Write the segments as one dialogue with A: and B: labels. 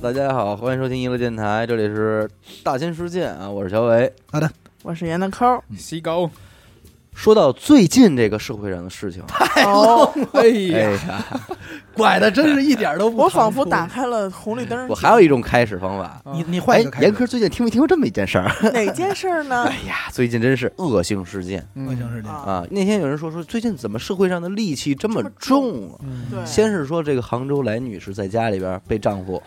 A: 大家好，欢迎收听娱乐电台，这里是大千世界啊，我是小伟。
B: 我是闫德抠，
C: 西高，
A: 说到最近这个社会上的事情，啊
B: 哦，
C: 哎
A: 哎
C: 呀，
A: 呀，
C: 拐的真是一点儿都不。
B: 我仿佛打，开了红绿灯。
A: 我还有一种开始方法。
C: 你
D: 你换
A: 哎
D: 一个，开
A: 严
D: 始。
A: 科最近听没听过这么一件 事儿？
B: 哪件事儿呢
A: 哎？呀，最近真是恶性事件
C: 嗯
D: 恶性事件，
B: 啊，
A: 啊！那天有人说说最近怎么社会上的戾气这么
B: 这么
A: 重
B: 重
A: 啊？
C: 嗯
B: 对，
A: 先是说这个杭州来女士在家里边被丈夫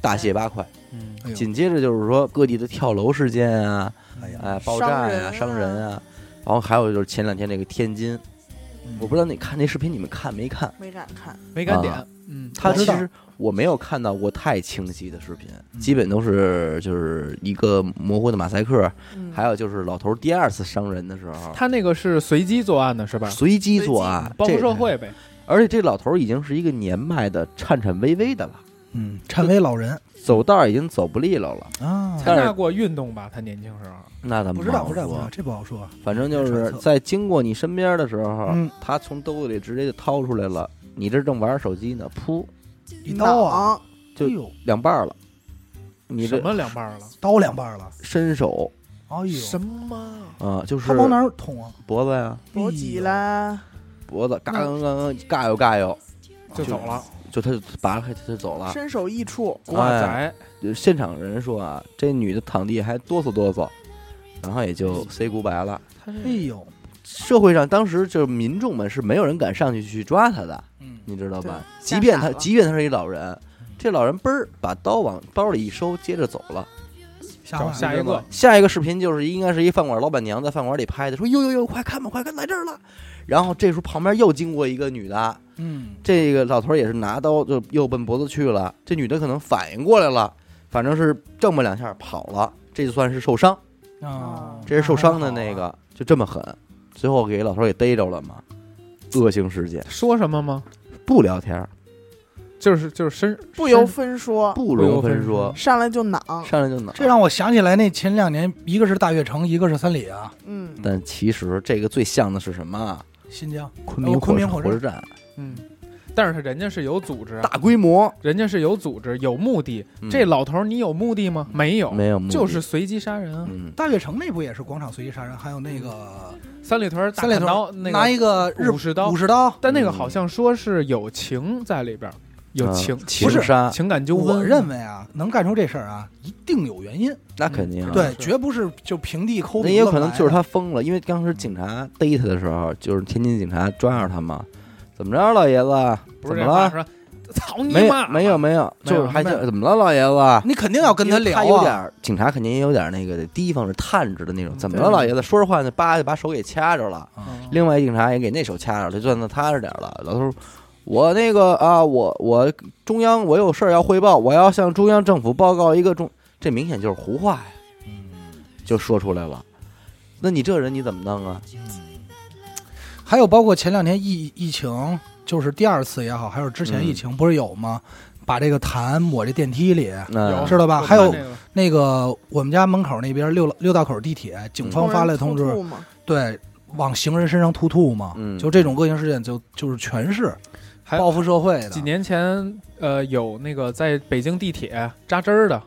A: 大卸八块，
C: 嗯
D: 哎呦
A: 紧接着就是说各地的跳楼事件啊，
D: 哎呀，
A: 哎，爆炸呀、
B: 伤
A: 伤
B: 人啊
A: 人啊，然后还有就是前两天那个天津，
D: 嗯
A: 我不知道你看那视频你们看没看？
B: 没敢看，
C: 没敢点
A: 啊，
C: 嗯，
A: 他
D: 我
A: 其
D: 知道
A: 实我没有看到过太清晰的视频，
D: 嗯
A: 基本都是就是一个模糊的马赛克，
B: 嗯，
A: 还有就是老头第二次伤人的时候
C: 他那个是随机作案的是
D: 嗯
C: 吧？
A: 随机作案，
C: 报复
A: 这
C: 社，会呗，
A: 而且这老头已经是一个年迈的颤颤巍巍的了，
D: 嗯，颤巍老人
A: 走道儿已经走不利落了。
D: 啊，
C: 参加过运动吧？他年轻时候，
A: 那咱们
D: 不知道，
A: 好
D: 不知道，不知道，
A: 说，
D: 这不好说。啊
C: 嗯
A: 反正就
D: 揣
A: 是
D: 测
A: 在经过你身边的时候，
D: 嗯
A: 他从兜子里直接就掏出来了，你这正玩手机呢，噗，
D: 一刀啊，
B: 啊，
A: 就
D: 哎呦，
A: 两半儿了，你
C: 什
A: 这
C: 么两半儿了？
D: 刀两半了，
A: 伸手
D: 哎呦，
C: 么？
A: 啊、就是
D: 他往哪儿捅啊？
A: 脖子呀，
B: 搏击啦，
A: 脖子嘎嘎
B: 嗯
A: 嘎嘎嘎嘎悠，
C: 就走了，
A: 就他就拔开他就走了。
B: 身首异处，
C: 瓜仔，
A: 呃现场人说啊，这女的躺地还哆嗦哆嗦，然后也就
B: 嗯
A: say goodbye 了。
C: 他
D: 哎
C: 是
D: 呦，
A: 社会上当时就是民众们是没有人敢上去去抓他的，
D: 嗯，
A: 你知道吧？
B: 对
A: 即便他
B: 吓傻了
A: 即便他是一老人，这老人嘣儿把刀往包里一收，接着走了。
D: 下
A: 啊
C: 找
D: 话
C: 下一个，
A: 下一个视频就是应该是一饭馆老板娘在饭馆里拍的，说哟哟哟，快看吧，快看来这儿了。然后这时候旁边又经过一个女的，
D: 嗯，
A: 这个老头儿也是拿刀就又奔脖子去了，这女的可能反应过来了，反正是挣吧两下跑了，这就算是受伤，
C: 哦
D: 啊，
A: 这是受伤的那个，就这么狠，最后给老头儿给逮着了嘛，恶性事件，
C: 说什么吗？
A: 不聊天儿，
C: 就是就是身
B: 不由分说，
A: 啊不
C: 不
A: 容
C: 由
A: 分
C: 分
A: 说，
B: 上来就攮，
A: 上来就挠。
D: 这让我想起来那前两年，一个是大悦城，一个是三里啊，
B: 嗯，
A: 但其实这个最像的是什么啊？哦
D: 新疆
A: 昆明
D: 昆明
A: 火
D: 火
A: 车
D: 车
A: 站
C: 嗯，但是他人家是有组织
A: 大，规模，
C: 人家是有组织有目的。
A: 嗯
C: 这老头儿你有目的吗？没有，
A: 没有目的
C: 就是随机杀人啊。
A: 嗯，
D: 大悦城那不也是广场随机杀人，还有那个
C: 三里屯嗯儿大
D: 三里
C: 砍
D: 屯
C: 刀
D: 儿
C: 那
D: 拿
C: 个，
D: 一个日
C: 武士刀
D: 武士刀，
C: 但那个
A: 嗯
C: 好像说是有情在里边儿，有
A: 啊
C: 情
A: 情
D: 不是
A: 杀，
C: 情感纠纷。
D: 我认为啊，能干出这事儿啊，一定有原因，
A: 那肯定啊
C: 嗯
D: 对，
C: 是
D: 绝不是就平地抠鼻
A: 那也
D: 子来的。啊
A: 有可能就是他疯了，因为当时警察逮他的时候，就是天津警察抓着他嘛，怎么着，老爷子，
C: 不
A: 怎
C: 是
A: 么
C: 这话
A: 了？
C: 说，操你
A: 没有
C: 妈！啊
A: 没有没有，
C: 没有
A: 就是还
C: 没有
A: 想怎么了，老爷子？
D: 你肯定要跟他
A: 因为
D: 聊
A: 有点
D: 啊。
A: 儿警察肯定也有点那个提防是探知的那种，
C: 嗯
A: 怎么
C: 对
A: 了，老爷子？说着话呢，叭就把手给掐着了，
D: 嗯
A: 另外一警察也给那手掐着了，就算他踏实点儿了。老头儿，我那个啊，我我中央我有事儿要汇报，我要向中央政府报告一个中，这明显就是胡话呀。就说出来了。那你这人你怎么弄啊？
D: 还有包括前两天疫疫情，就是第二次也好，还有之前
A: 嗯
D: 疫情不是有吗？把这个痰抹这电梯里，
A: 那
C: 有
D: 知道吧？
C: 我
D: 还
C: 看
D: 有
C: 这个
D: 那个我们家门口那边六六道口地铁，警方发来通
B: 突然
D: 知，
B: 吐嘛，
D: 对，往行人身上吐吐嘛
A: 嗯，
D: 就这种恶性事件就就是全是
C: 还
D: 报复社会
C: 几
D: 的，
C: 年前，呃，有那个在北京地铁扎针儿的，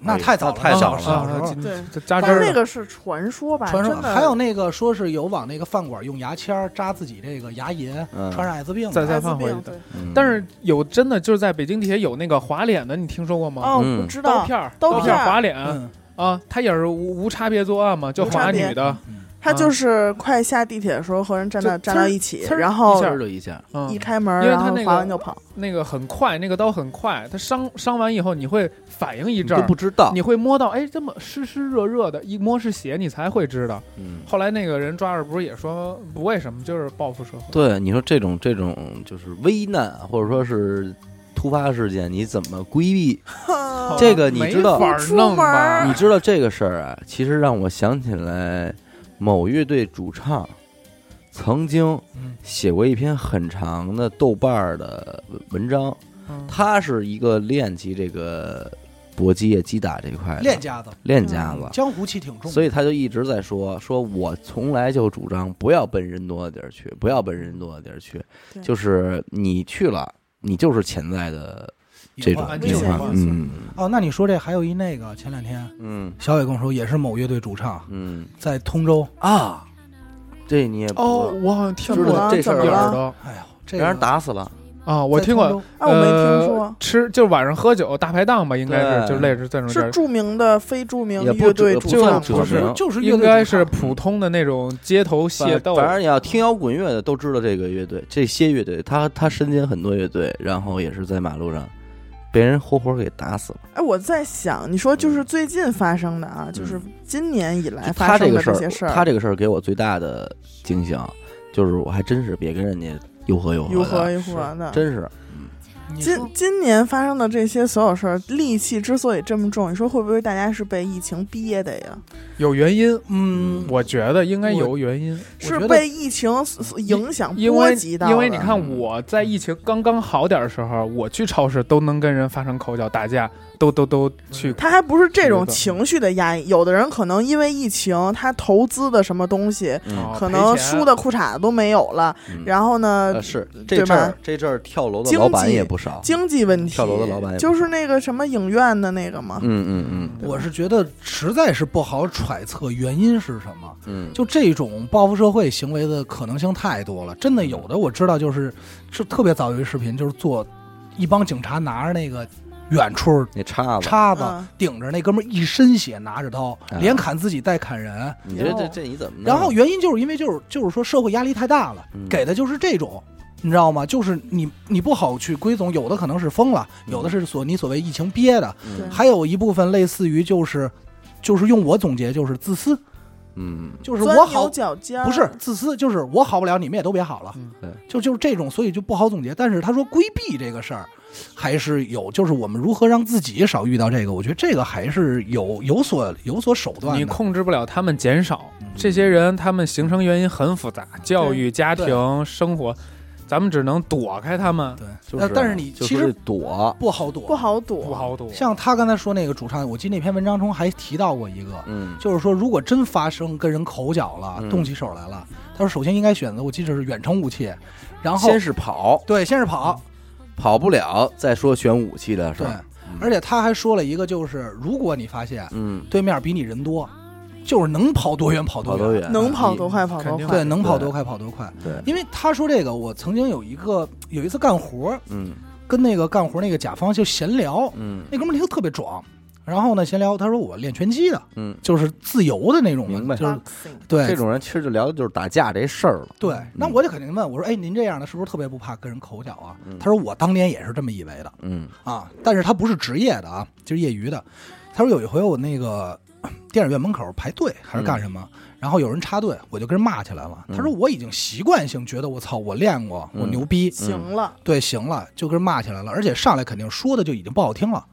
D: 那太早了，
A: 太早
D: 了，
A: 了
D: 小时
C: 啊
D: 候
C: 今
B: 对
C: 这扎针
B: 但
C: 儿
B: 是那
C: 的，
B: 个是传说吧，
D: 传说
B: 真的
D: 还有那个说是有往那个饭馆用牙签儿扎自己这个牙龈，
A: 嗯
D: 传染艾滋病
C: 在
D: 的。
C: 再
B: 艾滋
C: 放回
B: 病
C: 去的
B: 对
A: 嗯
C: 但是有真的就是在北京地铁有那个划脸的，你听说过吗？
B: 哦，
A: 嗯
B: 我知
C: 刀
B: 道，
C: 片儿，
B: 刀
C: 刀
B: 片儿
C: 儿划脸
D: 嗯，
C: 啊，他也是无无差别作案嘛，就
B: 无差
C: 划
B: 别
C: 女的，
D: 嗯
B: 他就是快下地铁的时候和人站到
C: 就
B: 站到
C: 呲儿
B: 一起，
C: 呲儿
B: 然后
C: 一下
A: 就一下，
C: 嗯
B: 一，开门，
C: 因为
B: 然
C: 他
B: 后
C: 那个
B: 划完就跑，
C: 那个很快，那个刀很快，他伤伤完以后你会反应一
A: 你
C: 阵
A: 都
C: 儿
A: 不。知道。
C: 你会摸到，哎，这么湿湿热热的，一摸是血，你才会知道。
A: 嗯，
C: 后来那个人抓着，不是也说不为什么，就是报复社会。
A: 对，你说这种这种就是危难或者说是突发事件，你怎么规避？这个你知道
C: 没法弄吧？
A: 你知道这个事儿啊，其实让我想起来某乐队主唱曾经
D: 嗯
A: 写过一篇很长的豆瓣儿的文章，
C: 嗯
A: 他是一个练级这个搏击啊、击打这一块的
D: 练嗯家子，
A: 练家子，
D: 江湖气挺重。
A: 所以他就一直在说，说我从来就主张不要奔人多的地儿去，不要奔人多的地儿去，
B: 对
A: 就是你去了，你就是潜在的这种
D: 隐患
C: 安
B: 危
A: 情
B: 险
A: 况，
B: 因素
A: 嗯
D: 啊哦，那你说这还有一那个，前两天
A: 嗯
D: 小伟跟我说，也是某乐队主唱，
A: 嗯
D: 在通州，
A: 啊，这你也不
C: 哦，我好像听
B: 怎么
C: 过
B: 了？
A: 这事
B: 怎
A: 儿
B: 么
C: 有耳
B: 了？
C: 朵
D: 哎呦，这
A: 被
D: 个
A: 人打死了，
C: 啊，我听过
D: 在通。州
B: 啊，我没听
C: 呃
B: 说。
C: 吃就是晚上喝酒大排档吧，应该
A: 对
C: 是就类似这种地
B: 是
C: 儿，
B: 著名的非著名
A: 也不
B: 乐队
A: 也
B: 主
A: 不算
B: 唱
A: 著
B: 吗，
A: 名
D: 是就是乐
C: 应
D: 队
C: 该
D: 主唱
C: 是普通的那种街头械
A: 反
C: 斗。
A: 反正你要听摇滚乐的都知道这个乐队，这些乐队，他他身兼很多乐队，然后也是在马路上被人活活给打死了。
B: 哎，我在想，你说就是最近发生的啊，就是今年以来
A: 就
B: 哎发
A: 他这
B: 生
A: 个
B: 的
A: 事
B: 这
A: 儿
B: 些事，
A: 他这个事儿给我最大的惊醒，就是我还真是别跟人家又和又
B: 有
A: 和
B: 何
A: 的，
B: 有何的。
A: 真是
D: 你
B: 今
D: 说
B: 今年发生的这些所有事儿，戾气之所以这么重，你说会不会大家是被疫情憋的呀？
C: 有原因，
D: 嗯，
C: 我觉得应该
D: 我
C: 有原因，
D: 我觉
B: 是
D: 得
B: 被疫情所所影响
C: 因
B: 波
C: 为
B: 及到
C: 因为你
B: 的
C: 看我在疫情刚刚好点儿的时候，我去超市都能跟人发生口角打架，都都都去
B: 他还不是这种
C: 是的
B: 情绪的压抑，有的人可能因为疫情，他投资的什么东西，
A: 嗯
C: 哦
B: 可
C: 赔
B: 能
C: 钱
B: 输的裤衩都没有了，
A: 嗯
B: 然后呢，
A: 呃是
B: 对
A: 这
B: 吧
A: 阵儿这阵儿跳楼的老板也不少，
B: 经济问题，
A: 跳楼的老板也不
B: 就是那个什么影院的那个嘛，
A: 嗯嗯嗯
D: 我是觉得实在是不好揣测原因是什么。
A: 嗯，
D: 就这种报复社会行为的可能性太多了，真的有的我知道，就是是特别早有一视频，就是做一帮警察拿着那个远处
A: 那叉子，
D: 叉子
B: 嗯
D: 顶着那哥们儿一身血，拿着刀，
A: 啊
D: 连砍自己带砍人。
A: 你这这这你怎么弄？啊
D: 然后原因就是因为就是就是说社会压力太大了
A: 嗯，
D: 给的就是这种。你知道吗？就是你，你不好去归总，有的可能是疯了，
A: 嗯
D: 有的是所你所谓疫情憋的，
A: 嗯
D: 还有一部分类似于就是，就是用我总结就是自私，
A: 嗯
D: 就是
B: 钻
D: 我
B: 牛
D: 好
B: 角尖儿
D: 不是自私，就是我好不了，你们也都别好了，
C: 嗯
A: 对
D: 就就是这种，所以就不好总结。但是他说规避这个事儿，还是有，就是我们如何让自己少遇到这个，我觉得这个还是有有所有所手段
C: 你
D: 的。
C: 控制不了他们减少
D: 嗯
C: 这些人，他们形成原因很复杂，教育、家庭、生活，咱们只能躲开他们，
D: 对，
A: 就
D: 呃
A: 是
D: 但是你
A: 就
D: 其
A: 是
D: 实
A: 躲，
D: 不好躲，
B: 不好躲，
C: 不好躲。
D: 像他刚才说那个主唱，我记得那篇文章中还提到过一个，
A: 嗯
D: 就是说如果真发生跟人口角了，
A: 嗯
D: 动起手来了，他说首先应该选择，我记得是远程武器，然后
A: 先是跑，
D: 对，先是跑，
A: 跑不了再说选武器的事
D: 对
A: 儿，，嗯
D: 而且他还说了一个，就是如果你发现
A: 嗯，
D: 对面比你人多，就是能跑多远跑
A: 跑
D: 多
A: 多
D: 远，
A: 远？啊
B: 能跑多快跑多
C: 肯定
B: 快
D: 对，，能跑
A: 对
D: 多快跑多快。
A: 对，
D: 因为他说这个，我曾经有一个有一次干活，
A: 嗯
D: 跟那个干活那个甲方就闲聊，
A: 嗯
D: 那哥们儿就特别壮，然后呢闲聊，他说我练拳击的，
A: 嗯，
D: 就是自由的那种嘛，
A: 明白
D: 就是
B: Boxing
D: 对
A: 这种人其实就聊的就是打架这事儿了。嗯
D: 对。那我就肯定问我说，哎，您这样的是不是特别不怕跟人口角啊？
A: 嗯
D: 他说我当年也是这么以为的
A: 嗯
D: 啊，但是他不是职业的啊，就是业余的。他说有一回我那个 电影院门口排队还是干什
A: 嗯
D: 么，然后有人插队，我就跟人骂起来了。他说我已经习惯性觉得我操，我练过，我
A: 嗯
D: 牛逼，
B: 行了，
D: 对，行了，就跟人骂起来了，而且上来肯定说的就已经不好听了。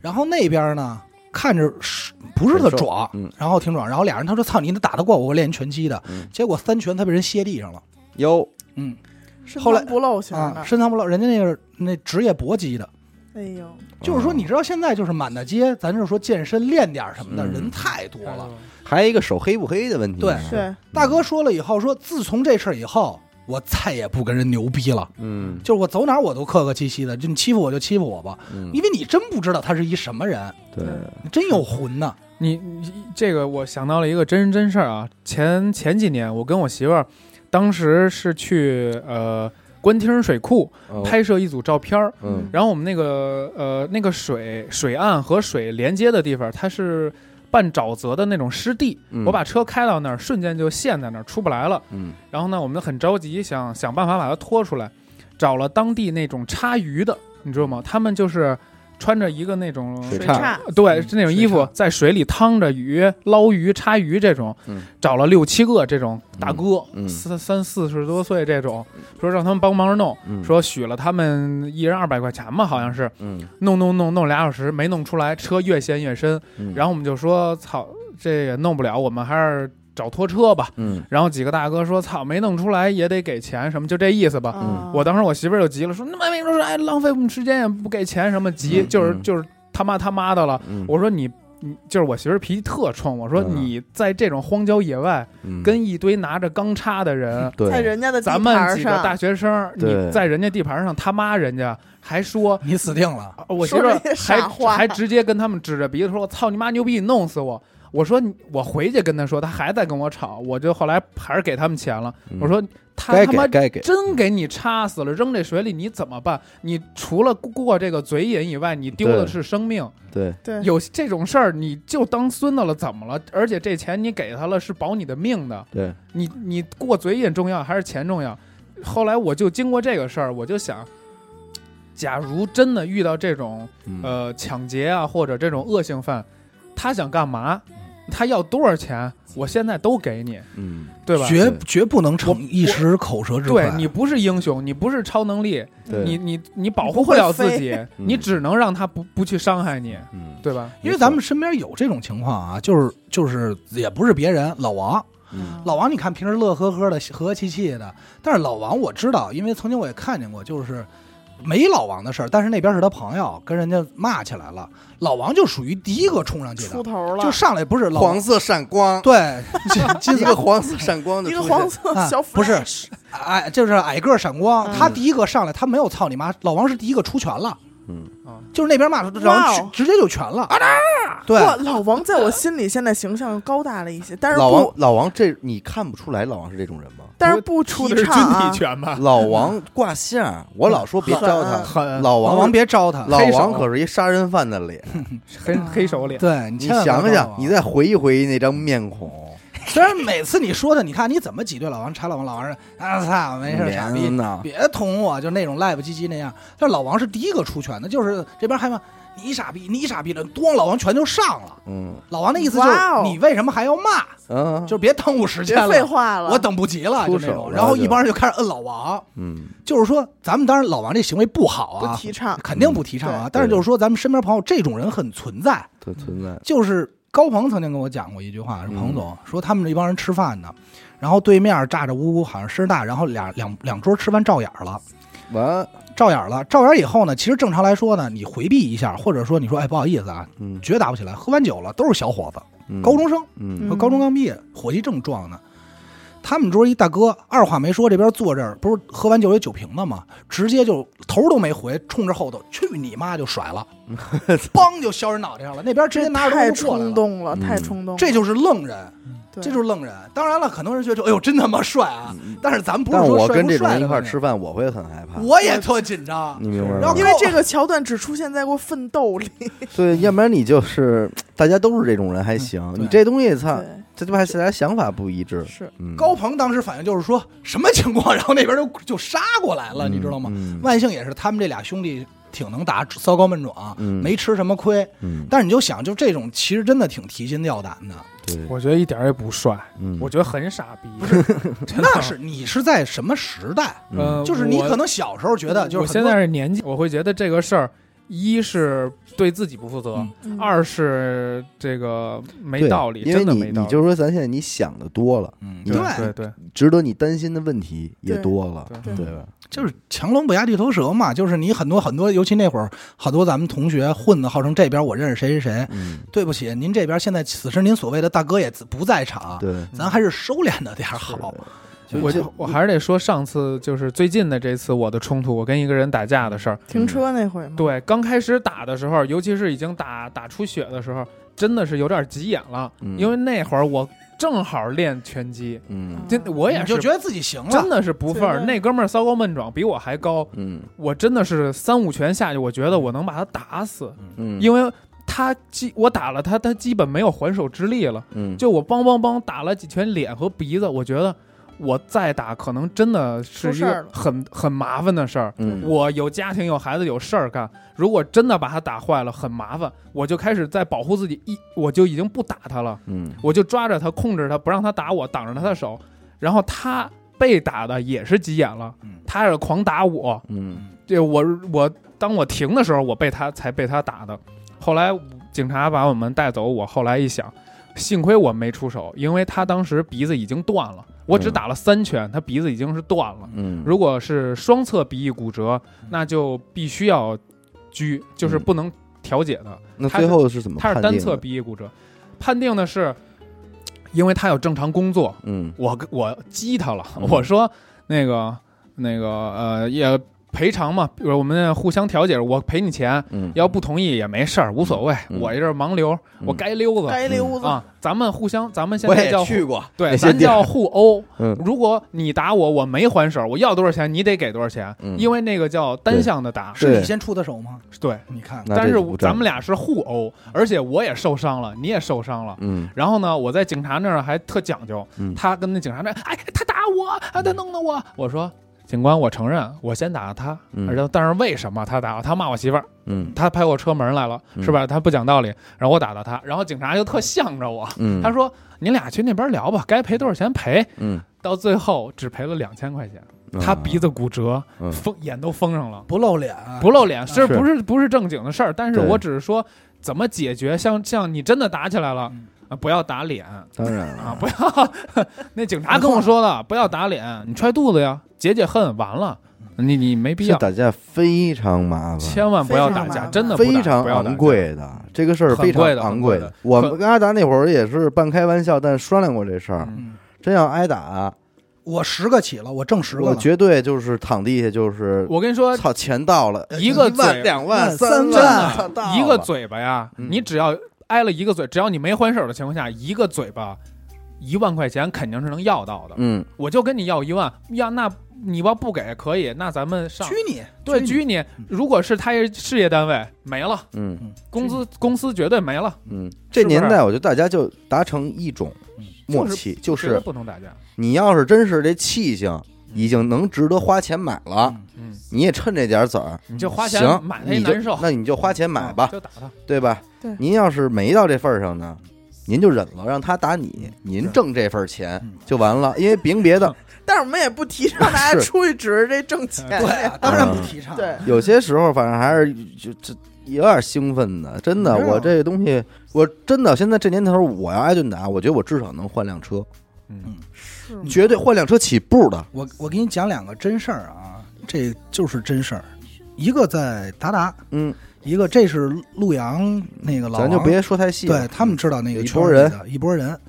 D: 然后那边呢，看着是不是特
A: 很瘦
D: 壮，
A: 嗯
D: 然后挺壮，然后俩人他说：“操，你能打得过我？我练拳击的。
A: 嗯
D: 结果三拳他被人歇地上了，
A: 哟，
D: 嗯
B: 深
D: 后来
B: 藏不露型
D: 啊，
B: 的，
D: 深藏不露。人家那个那职业搏击的，
B: 哎呦，
D: 就是说，
A: 哦
D: 你知道现在就是满大街，咱就说健身练点什么的、
A: 嗯
D: 人太多了。
A: 还有一个手黑不黑的问题。
D: 对
B: 对，
D: 大哥说了以后，说自从这事儿以后，我再也不跟人牛逼了，
A: 嗯
D: 就是我走哪儿我都客客气气的，就你欺负我就欺负我吧，
A: 嗯，
D: 因为你真不知道他是一什么人，
A: 对，
D: 你真有魂呐。
C: 你你这个，我想到了一个真人真事儿啊。前前几年，我跟我媳妇儿，当时是去呃官厅水库
A: 哦
C: 拍摄一组照片儿，
A: 嗯
C: 然后我们那个呃那个水水岸和水连接的地方，它是半沼泽的那种湿地。
A: 嗯
C: 我把车开到那儿，瞬间就陷在那儿出不来了。
A: 嗯
C: 然后呢，我们很着急，想想办法把它拖出来，找了当地那种叉鱼的，你知道吗？他们就是穿着一个那种
A: 水
B: 水
A: 差
B: 差
C: 对，
D: 嗯
C: 是那种
D: 水
C: 衣服
D: 叉
C: 在水里趟着鱼、捞鱼、叉鱼这种，
A: 嗯
C: 找了六七个这种大哥，
A: 嗯嗯
C: 三三四十多岁这种，说让他们帮忙弄，
A: 嗯
C: 说许了他们一人二百块钱吧，好像是
A: 嗯
C: 弄弄弄弄俩小时没弄出来，车越陷越深，
A: 嗯，
C: 然后我们就说操，这也弄不了，我们还是找拖车吧。
A: 嗯
C: 然后几个大哥说操，没弄出来也得给钱，什么就这意思
D: 嗯
C: 吧。
B: 啊
C: 我当时我媳妇儿就急了，说你妈没说哎浪费我们时间也不给钱什么急，
A: 嗯
C: 就是
A: 嗯
C: 就是他妈他妈的了。
A: 嗯
C: 我说你你就是我媳妇儿脾气特冲，我说
A: 对啊
C: 你在这种荒郊野外
A: 嗯
C: 跟一堆拿着钢叉的人，
B: 在
A: 对
B: 人家的地
C: 咱们
B: 盘
C: 几个大
B: 上
C: 学生，你
A: 对
C: 在人家地盘上他妈人家还说
D: 你死定了。
C: 啊我媳妇
B: 说
C: 儿
B: 这些
C: 还
B: 傻话
C: 还直接跟他们指着鼻子说：“我操你妈牛逼，你弄死我！”我说你我回去跟他说，他还在跟我吵，我就后来还是给他们钱了。
A: 嗯
C: 我说他
A: 该
C: 他妈
A: 给该给，
C: 真给你插死了，扔这水里你怎么办？你除了过这个嘴瘾以外，你丢的
A: 对
C: 是生命。
A: 对
B: 对
C: 有这种事儿，你就当孙子了，怎么了？而且这钱你给他了，是保你的命的。
A: 对，
C: 你你过嘴瘾重要还是钱重要？后来我就经过这个事儿，我就想，假如真的遇到这种
A: 嗯
C: 呃抢劫啊或者这种恶性犯，他想干嘛？他要多少钱？我现在都给你，
A: 嗯，
C: 对吧？
D: 绝
A: 对
D: 绝不能逞一时口舌之快。
C: 对你不是英雄，你不是超能力，
A: 嗯对，
C: 你你你保护不了自己，
A: 嗯
C: 你只能让他不不去伤害你，
A: 嗯，
C: 对吧？
D: 因为咱们身边有这种情况啊，就是就是也不是别人，老王，
A: 嗯
D: 老王，你看平时乐呵呵的、和和气气的，但是老王我知道，因为曾经我也看见过，就是没老王的事儿，但是那边是他朋友跟人家骂起来了，老王就属于第一个冲上去
B: 出
D: 的，
B: 头了，
D: 就上来不是老
A: 黄色闪光，
D: 对 金
A: 一
D: 子
A: 个 黄色闪光的
B: 一个黄色
D: 啊
B: 小
D: 不是
B: flash
D: 矮，就是矮个儿闪光，
B: 嗯
D: 他第一个上来，他没有操你妈，老王是第一个出拳了，
A: 嗯
B: 哦
D: 就是那边骂出，然后直直接就拳了，对，
B: 哇，老王在我心里现在形象高大了一些，但是
A: 老
B: 不
A: 王，老王这你看不出来老王是这种人吗？
B: 但是不
C: 出
B: 提
C: 的是军
B: 倡啊
C: 体，拳吧？
A: 老王挂线儿，我老说别招他。
C: 狠
A: 老
D: 老
A: 王
D: 王别招他，
A: 啊老
C: 黑手
A: 王可是一杀人犯的 脸，
C: 黑黑手脸，
D: 对你
A: 你
D: 千万别
A: 想
D: 招老
A: 想，
D: 王
A: 你再回忆回忆那张面孔，
D: 虽然每次你说的，你看你怎么挤兑老王、查老王，老王是啊操，没事，傻逼
A: 天，呐，
D: 别捅我，就那种赖不唧唧那样。但是老王是第一个出拳的，就是这边害怕你傻逼，你傻逼了，咣，老王拳就上了。
A: 嗯
D: 老王的意思就是、
B: 哇哦
D: 你为什么还要骂？
A: 啊，
D: 就是别耽误时
B: 别
D: 间
B: 废
D: 了，
B: 话了，
D: 我等不及了，就
A: 出
D: 那
A: 手
D: 种。
A: 了
D: 然后
A: 就
D: 一帮人就开始摁老王，
A: 嗯
D: 就是说咱们当然老王这行为不好
B: 不
D: 啊，
B: 提倡。
D: 肯定不提倡啊。
A: 对
D: 但是就是说咱们身边朋友这种人很存在，
A: 它存在，
D: 就是高鹏曾经跟我讲过一句话，是
A: 嗯
D: 彭总、说他们这帮人吃饭呢，然后对面炸着呜呜，好像声儿大，然后俩两两桌吃饭照眼儿了，
A: 完，
D: 照眼儿了，照眼儿以后呢，其实正常来说呢，你回避一下，或者说你说哎不好意思啊，
A: 嗯，
D: 绝打不起来，喝完酒了都是小伙子，
A: 嗯
D: 高，中生
A: 嗯
D: 和高中刚毕业，火气正壮呢。他们桌一大哥，二话没说，这边坐这儿，不是喝完酒有酒瓶子吗？直接就头都没回，冲着后头去你妈就甩了，梆就削人脑袋上了。那边直接
B: 这
D: 拿着
B: 太
D: 东西过来
B: 冲
D: 了，
B: 动了，
A: 嗯
B: 太冲动了。
D: 这就是愣人。
B: 对
D: 这就是愣人。当然了，很多人觉得，哎呦，真他妈帅啊！但是咱们不是
A: 嗯但
D: 说
A: 我
D: 帅
A: 跟
D: 不
A: 这种
D: 帅
A: 人
D: 的
A: 一块儿
D: 问题
A: 吃，饭，我会很害怕，
D: 我也特紧张。
A: 你明白
C: 是
A: 吗
D: 然后？
B: 因为这个桥段只出现在过《奋斗》里，
A: 对，要不然你就是大家都是这种人还行
D: 嗯，对
A: 你这东西操，
B: 对，
A: 这他妈还是大家想法不一致，
B: 是
A: 嗯，
D: 高鹏当时反应就是说什么情况，然后那边就就杀过来了，
A: 嗯
D: 你知道吗？？
A: 嗯
D: 万幸也是他们这俩兄弟挺能打，骚高闷壮，
A: 嗯
D: 没吃什么亏。
A: 嗯，
D: 但是你就想，就这种其实真的挺提心吊胆的。
A: 对，
C: 我觉得一点儿也不帅，
A: 嗯
C: 我觉得很傻逼， 真的
D: 那是你是在什么时代？
A: 嗯
C: 呃，
D: 就是你
C: 我
D: 可能小时候觉得，就是
C: 我
D: 很
C: 现
D: 多
C: 在是年纪，我会觉得这个事儿，一是对自己不负责，
D: 嗯
B: 嗯
C: 二是这个没
A: 对
C: 道理，
A: 因为
C: 真的
A: 你
C: 没道
A: 你
C: 理。
A: 就是说咱现在你想的多了，
D: 嗯，
A: 你
D: 对，
C: 对对，
A: 值得你担心的问题也
B: 对
A: 多了，
C: 对
A: 对吧？
D: 就是强龙不压地头蛇嘛，就是你很多很多，尤其那会儿，好多咱们同学混的，号称这边我认识谁谁谁。
A: 嗯，
D: 对不起，您这边现在此时您所谓的大哥也不在场，
A: 对，
D: 咱还是收敛着点儿好。
A: 就
C: 我
A: 就
C: 就我还是得说上次就是最近的这次我的冲突，我跟一个人打架的事儿。
B: 停车那回嘛，
C: 嗯对，刚开始打的时候，尤其是已经打打出血的时候，真的是有点急眼了，
A: 嗯
C: 因为那会儿我正好练拳击，
A: 嗯
C: 真我也
D: 你
C: 是
D: 就觉得自己行
C: 真
D: 了，
C: 的是不忿儿。
B: 对
C: 那哥们儿骚高闷壮，比我还高，
A: 嗯
C: 我真的是三五拳下去，我觉得我能把他打死，
A: 嗯，
C: 因为他基我打了他，他基本没有还手之力了。
A: 嗯
C: 就我梆梆梆打了几拳脸和鼻子，我觉得我再打可能真的是一
B: 出事儿
C: 个
B: 了
C: 很很麻烦的事儿。
A: 嗯
C: 我有家庭有孩子有事儿干，如果真的把他打坏了，很麻烦。我就开始在保护自己，一我就已经不打他了，
A: 嗯
C: 我就抓着他，控制他，不让他打我，挡着他的手。然后他被打的也是急眼了
D: 嗯，
C: 他是狂打我，
A: 嗯
C: 这我我当我停的时候，我被他才被他打的。后来警察把我们带走，我后来一想，幸亏我没出手，因为他当时鼻子已经断了，我只
A: 嗯
C: 打了三拳，他鼻子已经是断了。
A: 嗯，
C: 如果是双侧鼻翼骨折，那就必须要拘，就是不能调解的，
A: 那
C: 他
A: 最
C: 是
A: 后是怎么
C: 他
A: 嗯判
C: 是
A: 定？
C: 单侧，鼻翼骨折，判定的是，因为他有正常工作，
A: 嗯
C: 我跟我激他了，
A: 嗯
C: 我说那个那个呃也赔偿嘛，比如我们互相调解，我赔你钱，
A: 嗯，
C: 要不同意也没事儿，无所谓，
A: 嗯
C: 我这是盲流，
A: 嗯
C: 我该溜子。
B: 该溜子，
C: 啊，咱们互相，咱们现
A: 我
C: 在
A: 也
C: 叫
A: 去过，
C: 对，
A: 那些
C: 咱
A: 地儿
C: 叫互殴。
A: 嗯
C: 如果你打我，我没还手，我要多少钱你得给多少钱，
A: 嗯
C: 因为那个叫单向的打。
D: 是
A: 对
D: 你先出的手吗？
C: 对，
D: 你看，
A: 那
C: 但
A: 这
C: 是
A: 就不
C: 我
A: 正
C: 咱们俩是互殴，而且我也受伤了，你也受伤了。
A: 嗯
C: 然后呢，我在警察那儿还特讲究，
A: 嗯
C: 他跟那警察那儿，哎，他打我，啊，他弄的我。我说，警官，我承认，我先打的他，
A: 嗯
C: 而且但是为什么他打我？他骂我媳妇儿，
A: 嗯
C: 他拍我车门来了，
A: 嗯
C: 是吧？他不讲道理，然后我打到他，然后警察就特向着我，
A: 嗯，
C: 他说，你俩去那边聊吧，该赔多少钱赔。
A: 嗯，
C: 到最后只赔了两千块钱，
A: 嗯，
C: 他鼻子骨折，
A: 嗯啊
C: 封眼都封上了。
D: 不露脸，
C: 不露脸，是
A: 是
C: 不是不是正经的事儿？但是
A: 对
C: 我只是说怎么解决，像像你真的打起来了
D: 嗯。
C: 啊，不要打脸啊！
A: 当然了，
C: 不要，那警察跟我说的，不要打脸，你踹肚子呀，解解恨，完了，你你没必
A: 这
C: 要，
A: 打架非常麻烦。
C: 千万不要打
B: 非常麻
C: 架，
B: 烦
C: 真的不打
A: 非常
C: 不要打架
A: 昂贵的这个事儿，非常
C: 很贵的
A: 昂贵
C: 很贵的
A: 我们跟阿达那会儿也是半开玩笑，但商量过这事儿，
C: 嗯
D: 嗯，
A: 真要挨打，
D: 我十个起了，我挣十个
A: 我
D: 了，
A: 绝对就是躺地下就是，
C: 我跟你说，
A: 操，钱到了，
C: 一个
A: 一万、
C: 嘴
A: 两万、
D: 嗯
A: 三
D: 真
C: 真
A: 万，操
C: 的
A: 到，
C: 一个
A: 了
C: 嘴巴呀，
A: 嗯
C: 你只要挨了一个嘴，只要你没还手的情况下，一个嘴巴，一万块钱肯定是能要到的。
A: 嗯，
C: 我就跟你要一万，要那你要不给可以，那咱们上
D: 拘你，
C: 对，
D: 拘
C: 拘你。如果是他事业单位没了，
A: 嗯
D: 你，嗯
C: 公司公司绝对没了，
A: 嗯，这
C: 是不是
A: 年代我觉得大家就达成一种
D: 嗯
A: 默契，就
C: 绝对
A: 是
C: 不能打架。
A: 你要是真是这气性已经能值得花钱买了，
D: 嗯
C: 嗯，
A: 你也趁这点儿子儿，
C: 你就花钱
A: 行，
C: 买他一
A: 你就
C: 难受，
A: 那你就花钱买吧，
C: 啊就打他。
A: 对吧？
B: 对
A: 您要是没到这份儿上呢，您就忍了，让他打你，您挣这份儿钱
D: 嗯
A: 就完了，因为别别 的，
B: 但是我们也不提倡大家
A: 是
B: 出去指着这挣钱。
D: 对啊，当然不提倡，
B: 对，
A: 有些时候反正还是就这。有点兴奋的，真的，
D: 是啊
A: 我这东西，我真的现在这年头，我要挨顿打，我觉得我至少能换辆车，
C: 嗯，
B: 是吗
A: 绝对换辆车起步的。
D: 我我给你讲两个真事儿啊，这就是真事儿，一个在达达，
A: 嗯，
D: 一个这是陆阳那个老王，
A: 咱就别说太细了。
D: 对他们知道那
A: 有
D: 个
A: 一
D: 圈
A: 拨
D: 儿里
A: 人
D: 的一拨人，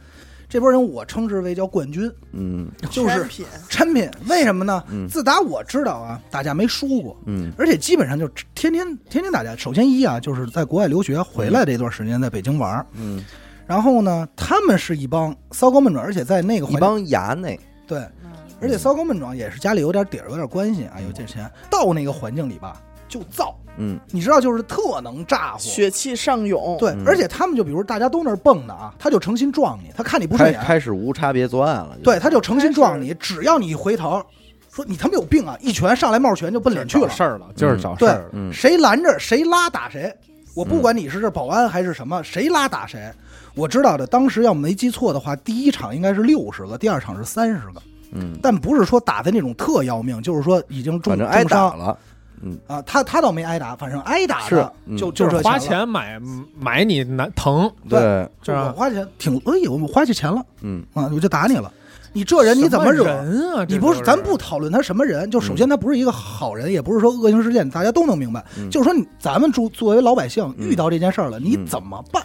D: 这拨人我称之为叫冠军，
A: 嗯
D: 就
B: 产
D: 是
B: 品
D: 产品，为什么呢？
A: 嗯
D: 自打我知道啊，打架没输过，
A: 嗯
D: 而且基本上就天天天天打架。首先一啊，就是在国外留学回来这段时间在北京玩儿，
A: 嗯，
D: 然后呢，他们是一帮骚高闷壮，而且在那个
A: 一
D: 环境
A: 帮衙内，
D: 对，
B: 嗯
D: 而且骚高闷壮也是家里有点底儿，有点关系啊，有点钱，到那个环境里吧就造，
A: 嗯
D: 你知道，就是特能咋呼。
B: 血气上
C: 哦
B: 涌，
D: 对
A: 嗯，
D: 而且他们就比如大家都那儿蹦的啊，他就诚心撞你，他看你不顺
A: 开
D: 眼，
A: 开始无差别作案了。
D: 对，他就诚心撞
B: 开
D: 你，只要你一回头，说你他妈有病啊，一拳上来冒拳就奔脸去
C: 找
D: 了，
C: 事儿了，就是找事
D: 对
C: 儿了。
A: 嗯
D: 谁拦着谁拉打谁，我不管你是这保安还是什么，谁拉打谁。我知道的，当时要没记错的话，第一场应该是六十个，第二场是三十个，
A: 嗯，
D: 但不是说打的那种特要命，就是说已经重
A: 反正挨打
D: 重
A: 了。
D: 伤啊。他他倒没挨打，反正挨打的
A: 是嗯
D: 就
C: 就是
D: 这
C: 花
D: 了，
C: 钱买买你难疼，
A: 对，
D: 就是我
C: 吧
D: 花钱挺哎呦，我花起钱了
A: 嗯
D: 啊，我就打你了。你这人你怎么惹？
C: 人啊？
D: 你
C: 这
D: 不
C: 都
D: 是，
C: 是
D: 咱不讨论他什么人，就首先他不是一个好人，也不是说恶性事件，大家都能明白。
A: 嗯
D: 就是说你，咱们作作为老百姓
A: 嗯
D: 遇到这件事儿了，你
A: 嗯
D: 怎么办？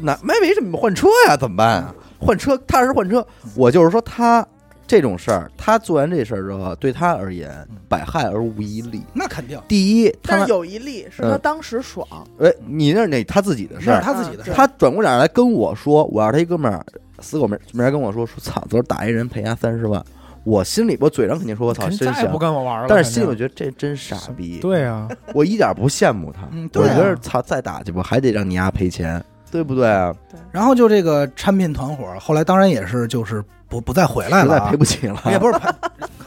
A: 那麦维怎么换车呀？怎么办啊？换车，踏实换车。我就是说他。这种事儿，他做完这事儿之后，对他而言
D: 嗯
A: 百害而无一利。
D: 那肯定，
A: 第一，
B: 但
A: 他
B: 是有一例是他当时爽，
A: 哎，你那是那他自己的事
D: 那是
A: 儿，
D: 他自己的事
C: 嗯
D: 儿。
A: 他转过脸来跟我说，我要是他一哥们儿死狗没没人跟我说说，操，昨儿打一人赔他三十万，我心里我嘴上肯定说我操
C: 肯定
A: 真
C: 再也
A: 香
C: 不，跟我玩了。
A: 但是心里我
C: 肯定
A: 觉得这真傻逼，
C: 对啊，
A: 我一点不羡慕他，
D: 嗯对
A: 我
D: 啊
A: 觉得操再打去吧，还得让你丫赔钱，对不对啊？
D: 然后就这个产品团伙，后来当然也是就是不不再回来
A: 实
D: 了
A: 在
D: 啊
A: 赔，不起了，
D: 也不是赔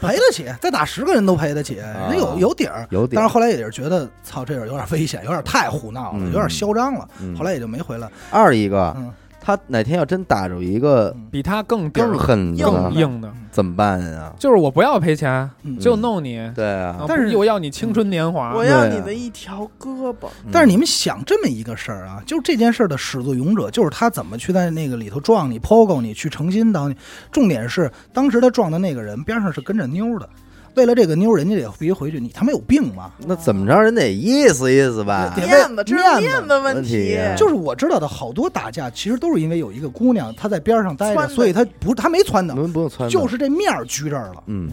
D: 赔得起，再打十个人都赔得起，人有有底儿。
A: 啊有点
D: 但是
A: 儿。
D: 后来也是觉得，操，这人有点危险，有点太胡闹了，
A: 嗯
D: 有点嚣张了。
A: 嗯
D: 后来也就没回来。
A: 二一个，
D: 嗯，
A: 他哪天要真打着一个
D: 嗯
C: 比他更底儿
A: 更狠的
C: 更
A: 呢，
C: 硬的，
A: 怎么办呀？
C: 就是我不要赔钱，
D: 嗯
C: 就弄你。
A: 对啊
C: 啊，
D: 但是
C: 我要你青春年华，
B: 我要
A: 对啊
B: 你的一条胳膊，
D: 但是
A: 嗯
D: 你们想这么一个事儿啊，就是这件事儿的始作俑者，就是他怎么去在那个里头撞你、pogo 你、去诚心当你。重点是，当时他撞的那个人边上是跟着妞儿的，为了这个妞，人家得必须回去，你他妈有病吧？
A: 那怎么着，人得意思意思吧
D: 对？
B: 面子，这是
D: 面
B: 面子问
A: 啊问题啊
D: 就是我知道的好多打架，其实都是因为有一个姑娘她在边上待着，
B: 撺的
D: 所以她不她没撺
A: 你
D: 的，
A: 们不用撺掇，
D: 就是这面儿撅这儿了。
A: 嗯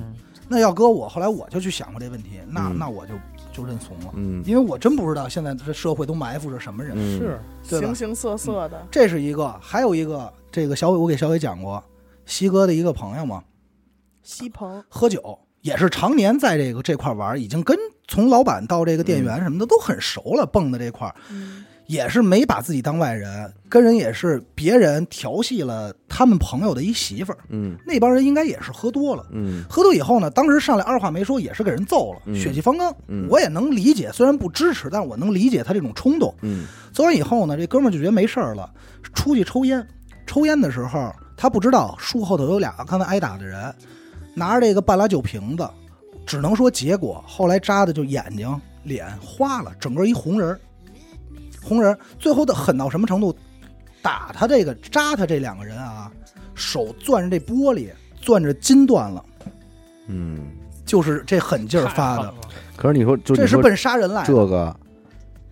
D: 那要搁我，后来我就去想过这问题，那、
A: 嗯
D: 那我就就认怂了，
A: 嗯
D: 因为我真不知道现在这社会都埋伏着什么人。
A: 嗯，
C: 是
D: 对吧嗯
B: 形形色色的，
D: 这是一个，还有一个，这个小伟我给小伟讲过，西哥的一个朋友嘛，
B: 西鹏
D: 喝酒也是常年在这个这块玩，已经跟从老板到这个店员什么的都很熟了，蹦的这块儿
B: 嗯
D: 也是没把自己当外人，跟人也是别人调戏了他们朋友的一媳妇儿，
A: 嗯
D: 那帮人应该也是喝多了。
A: 嗯
D: 喝多以后呢，当时上来二话没说，也是给人揍了，
A: 嗯
D: 血气方刚。
A: 嗯
D: 我也能理解，虽然不支持，但我能理解他这种冲动。
A: 嗯
D: 揍完以后呢，这哥们儿就觉得没事儿了，出去抽烟。抽烟的时候，他不知道树后头有俩刚才挨打的人，拿着这个半拉酒瓶子，只能说结果后来扎的就眼睛、脸花了，整个一红人儿。红人儿最后的狠到什么程度？打他这个扎他这两个人啊，手攥着这玻璃，攥着筋断了，
A: 嗯。
D: 就是这狠劲儿发
C: 太
D: 的
C: 狠，了
A: 可是你说，就
D: 这
A: 你
D: 是
A: 说
D: 奔杀人来的。
A: 这个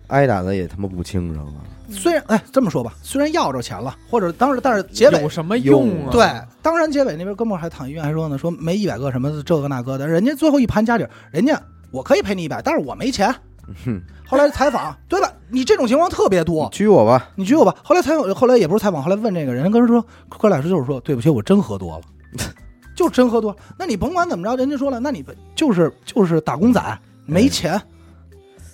A: 挨打的也他妈不轻省啊！
D: 虽然哎这么说吧，虽然要着钱了，或者当时但是结尾
C: 有什么用啊？
D: 对，当然结尾那边哥们儿还躺医院，还说呢，说没一百个什么这个那个的，人家最后一盘家底儿，人家我可以赔你一百，但是我没钱。
A: 嗯哼嗯
D: 后来采访， 对吧？你这种情况特别多，
A: 拘我吧，
D: 你举我吧。后来采访，后来也不是采访，后来问这个人，跟人说，哥俩说就是说，对不起，我真喝多了， 就真喝多了。那你甭管怎么着，人家说了，那你就是就是打工仔，没钱，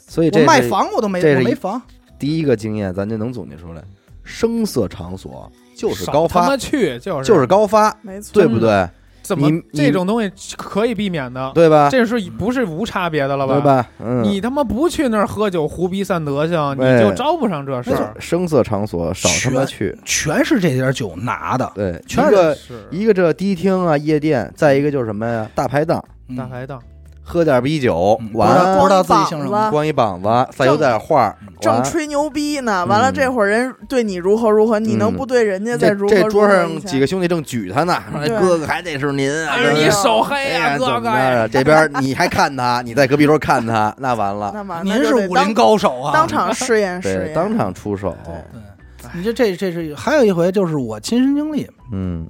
A: 所以
D: 我
A: 这
D: 卖
A: 是
D: 房我都没，
A: 这
D: 我
A: 是一
D: 没房。
A: 第一个经验，咱就能总结出来：声色场所就是
C: 少
A: 高
C: 他
A: 发
C: 妈，去就是
A: 就是高发，
B: 没错，
A: 对不对？
C: 怎么
A: 你你
C: 这种东西可以避免的？
A: 对啊吧？
C: 这是不是无差别的了
A: 对吧？嗯，
C: 你他妈不去那儿喝酒胡逼散德性，
A: 哎
C: 你就招不上这事儿。
A: 声色场所少他妈
D: 全
A: 去，
D: 全是这点儿酒拿的，
A: 对，
D: 全
A: 一
D: 是
A: 个
C: 是
A: 一个这迪厅啊，夜店，再一个就是什么呀？大排档，
D: 嗯
C: 大排档，
A: 喝点啤酒
D: 嗯，
A: 完
D: 不
A: 了
D: 知道不知道自己姓什
B: 光膀
D: 么
B: 子
A: 光一膀子，再有点画儿，
B: 正
A: 完
B: 吹牛逼呢，完了
A: 嗯
B: 这会儿人对你如何如何，你能
A: 嗯
B: 不对人家再
A: 这
B: 如何
A: 这
B: 如
A: 桌
B: 何一
A: 上
B: 下？
A: 几个兄弟正举他呢，说哎
B: 对
A: 哥哥还得是您啊，
C: 哎
A: 真
C: 呀，
A: 是
C: 你手黑
A: 哎
C: 呀，
A: 呀，怎
C: 哥
A: 么
C: 哥
A: 着啊？
C: 呀！
A: 这边你还看他，你在隔壁桌看他，那完了，
B: 那完了，
D: 您
B: 那
D: 是
B: 就得
D: 武林
B: 当
D: 高手啊，
B: 当场试验试
A: 对，
B: 验，
A: 当场出手，
B: 对
D: 对，哎你这这这是还有一回，就是我亲身经历，
A: 嗯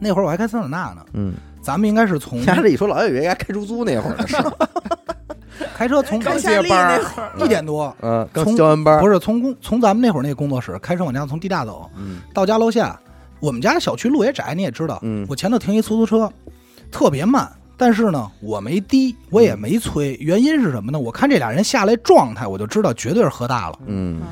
D: 那会儿我还开桑塔纳呢，
A: 嗯，
D: 咱们应该是从
A: 家这一说，老爷以为该开出租那会儿的事儿，
D: 开车从
B: 刚
C: 刚
B: 下
C: 接
B: 力
C: 班
B: 那
C: 儿
B: 会儿，
D: 一点多，
A: 嗯，刚
D: 从
A: 交完班儿，
D: 不
A: 是，
D: 是从工从咱们那会儿那个工作室开车往家从地大走
A: 嗯
D: 到家楼下，我们家小区路也窄，你也知道，
A: 嗯
D: 我前头停一出租车，特别慢。但是呢，我没滴，我也没催，原因是什么呢？我看这俩人下来状态，我就知道绝对是喝大了。
A: 嗯
B: 嗯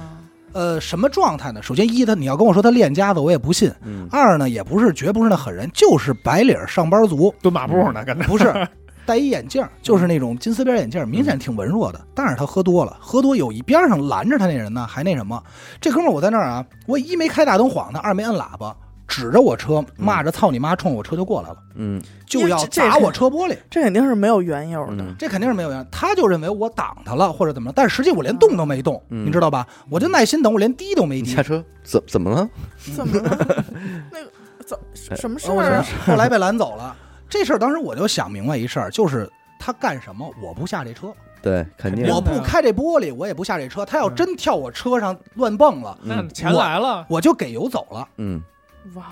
D: 呃，什么状态呢？首先一，他你要跟我说他练家子，我也不信；
A: 嗯
D: 二呢，也不是绝不是那狠人，就是白领儿上班族，
C: 蹲马步呢，跟着
D: 不是，戴一眼镜儿，就是那种金丝边眼镜儿，明
B: 嗯
D: 显挺文弱的。但是他喝多了，喝多有一边上拦着他那人呢，还那什么。这哥们儿我在那儿啊，我一没开大灯晃他，二没摁喇叭，指着我车骂着“操你妈”，冲我车就过来了，
A: 嗯
D: 就要
B: 嗯因为这
D: 砸我车玻璃。
B: 这肯定是没有缘由的。
A: 嗯
D: 这肯定是没有原因，他就认为我挡他了或者怎么着，但是实际我连动都没动，
A: 嗯
D: 你知道吧？我就耐心等，我连滴都没
A: 你
D: 滴
A: 下。车怎怎么了？
B: 怎么了？ 那个怎
A: 呃
B: 什么事
D: 我
B: 儿啊？
D: 后来被拦走了。这事儿当时我就想明白一事儿，就是他干什么，我不下这车。
A: 对，肯定
D: 我不开这玻璃，我也不下这车。他要真跳我车上乱蹦了，
C: 那
A: 嗯
C: 钱来了，
D: 我就给油走了。
A: 嗯
B: 哇，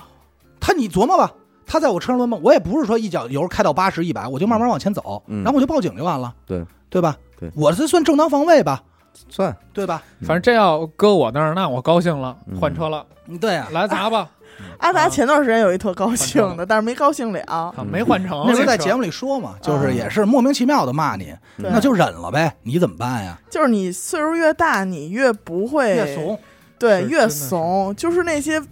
D: 他你琢磨吧，他在我车上乱蹦，我也不是说一脚油开到八十、一百，我就慢慢往前走，
A: 嗯
D: 然后我就报警就完了，
A: 对
D: 对吧？
A: 对
D: 我这算正当防卫吧，
A: 算
D: 对吧？
C: 反正这要搁我那儿，那我高兴了
A: 嗯，
C: 换车了，
D: 嗯对啊，
C: 来砸吧，
B: 阿达前段时间有一特
A: 啊
B: 高兴的，但是没高
A: 嗯
B: 兴了。
C: 啊没换成。
D: 那时候在节
C: 目，
D: 目里说嘛，就是也是莫名其妙的骂你，
A: 嗯
B: 对
D: 那就忍了呗，你怎么办呀？
B: 就是你岁数越大，你越不会
D: 越，怂，
B: 对，
C: 是
B: 越
C: 真的是
B: 怂。就是那些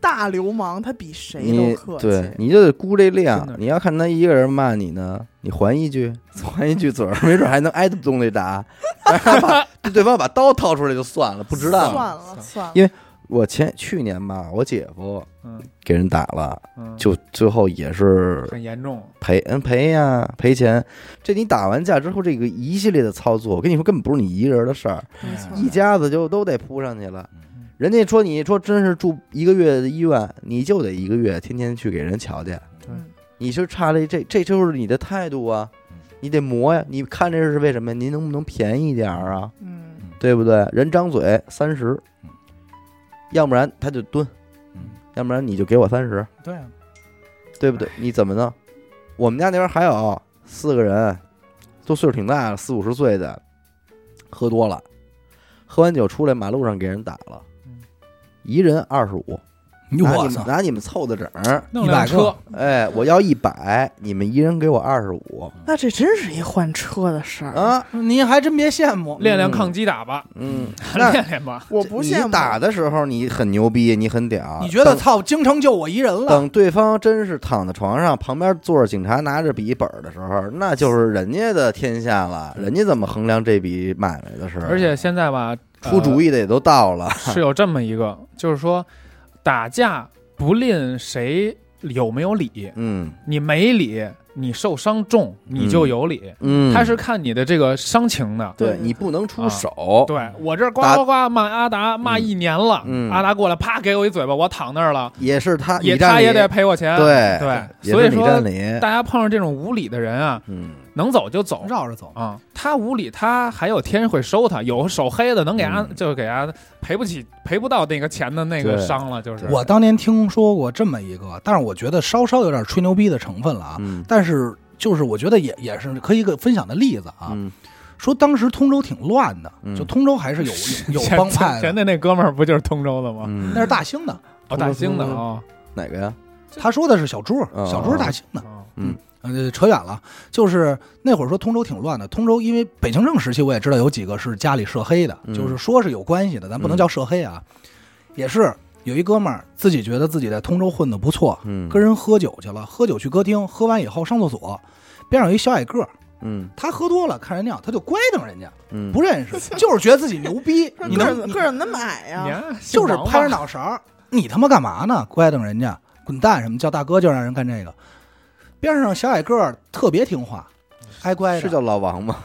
B: 大流氓，他比谁
A: 你
B: 都客气。
A: 对，你就得估这
C: 真
A: 量
C: 的。
A: 你要看他一个人骂你呢，你还一句， 还一句嘴儿，没准还能挨得动那 打。但是他把对方把刀掏出来就算了，不值
B: 算
A: 当。
B: 了算了，
A: 因为我前去年吧，我姐夫
C: 嗯
A: 给人打了，
C: 嗯，
A: 就最后也是
C: 很严重，
A: 赔，嗯赔呀赔钱。这你打完架之后，这个一系列的操作，我跟你说根本不是你一个人的事儿，
B: 没错
A: 一家子就都得扑上去了
D: 嗯。
A: 人家说你说真是住一个月的医院，你就得一个月天天去给人瞧去
C: 嗯，
A: 你就差这这这就是你的态度啊
D: 嗯。
A: 你得磨呀。你看这是为什么呀？您能不能便宜一点儿啊？
B: 嗯
A: 对不对？人张嘴三十
D: 嗯，
A: 要不然他就蹲
D: 嗯，
A: 要不然你就给我三十，
D: 对啊，
A: 对不对？你怎么弄？我们家那边还有四个人，都岁数挺大了，四五十岁的，喝多了，喝完酒出来马路上给人打了
C: 嗯，
A: 一人二十五，拿
D: 我
A: 你们
D: 操，
A: 拿你们凑的整儿。
C: 弄
D: 一
C: 辆
D: 百个
C: 车，
A: 哎，我要一百，你们一人给我二十五
B: 那这真是一换车的事儿。
A: 啊，
D: 您还真别羡慕，
C: 练练抗击打吧，
A: 嗯， 那
C: 练练吧。
B: 我不羡慕
A: 你打的时候你很牛逼，你很屌，
D: 你觉得
A: 等
D: 操，京城就我一人了，
A: 等对方真是躺在床上，旁边坐着警察拿着笔记本的时候，那就是人家的天下了，人家怎么衡量这笔买卖的事儿？
C: 而且现在吧，呃
A: 出主意啊的也都到了，
C: 是有这么一个，就是说打架不吝谁有没有理，
A: 嗯
C: 你没理，你受伤重，你就有理。
A: 嗯，
C: 他是看你的这个伤情的。
A: 对
B: 对
A: 你不能出手，
C: 对我这呱
A: 打
C: 呱呱骂阿达骂一年了，
A: 嗯
C: 阿达过来啪给我一嘴巴，我躺那儿了，
A: 也是他，
C: 也
A: 你占
C: 他
A: 理
C: 也得赔我钱。
A: 对
C: 对，
A: 也
C: 所以
A: 是你
C: 说
A: 占理，
C: 大家碰上这种无理的人啊，
A: 嗯
C: 能走就走
D: 绕着走，
C: 啊、他无理，他还有天会收他，有手黑的能给他、
A: 嗯
C: 就是给他赔不起赔不到那个钱的那个
A: 对
C: 伤了，就是
D: 我当年听说过这么一个，但是我觉得稍稍有点吹牛逼的成分了啊。
A: 嗯
D: 但是就是我觉得也也是可以给分享的例子啊，
A: 嗯
D: 说当时通州挺乱的，
A: 嗯
D: 就通州还是有有有帮派
C: 前
D: 的，
C: 的那哥们儿不就是通州的吗？
A: 嗯，
D: 那是大兴的。
C: 哦，大兴
D: 嗯
C: 的
A: 通州
C: 啊，
A: 哪个呀？
D: 他说的是小朱，
A: 哦
D: 小朱是大兴的。
C: 哦
D: 呃，扯远了，就是那会儿说通州挺乱的。通州因为北清政时期，我也知道有几个是家里涉黑的，
A: 嗯
D: 就是说是有关系的，咱不
A: 嗯
D: 能叫涉黑啊。也是有一哥们儿自己觉得自己在通州混的不错，
A: 嗯，
D: 跟人喝酒去了，喝酒去歌厅，喝完以后上厕所，边上有一小矮个儿，
A: 嗯
D: 他喝多了看人尿，他就乖瞪人家，
A: 嗯
D: 不认识，就是觉得自己牛逼
B: 说，
D: 你
B: 个儿
D: 能
B: 怎
D: 你
B: 个儿怎么那么矮哎呀、
C: 你啊
D: 就是拍着
C: 脑，
D: 脑勺儿，你他妈干嘛呢？乖瞪人家，滚蛋什么叫大哥就让人干这个。边上小矮个儿特别听话，挨乖
A: 是
D: 的，
A: 叫老王吗？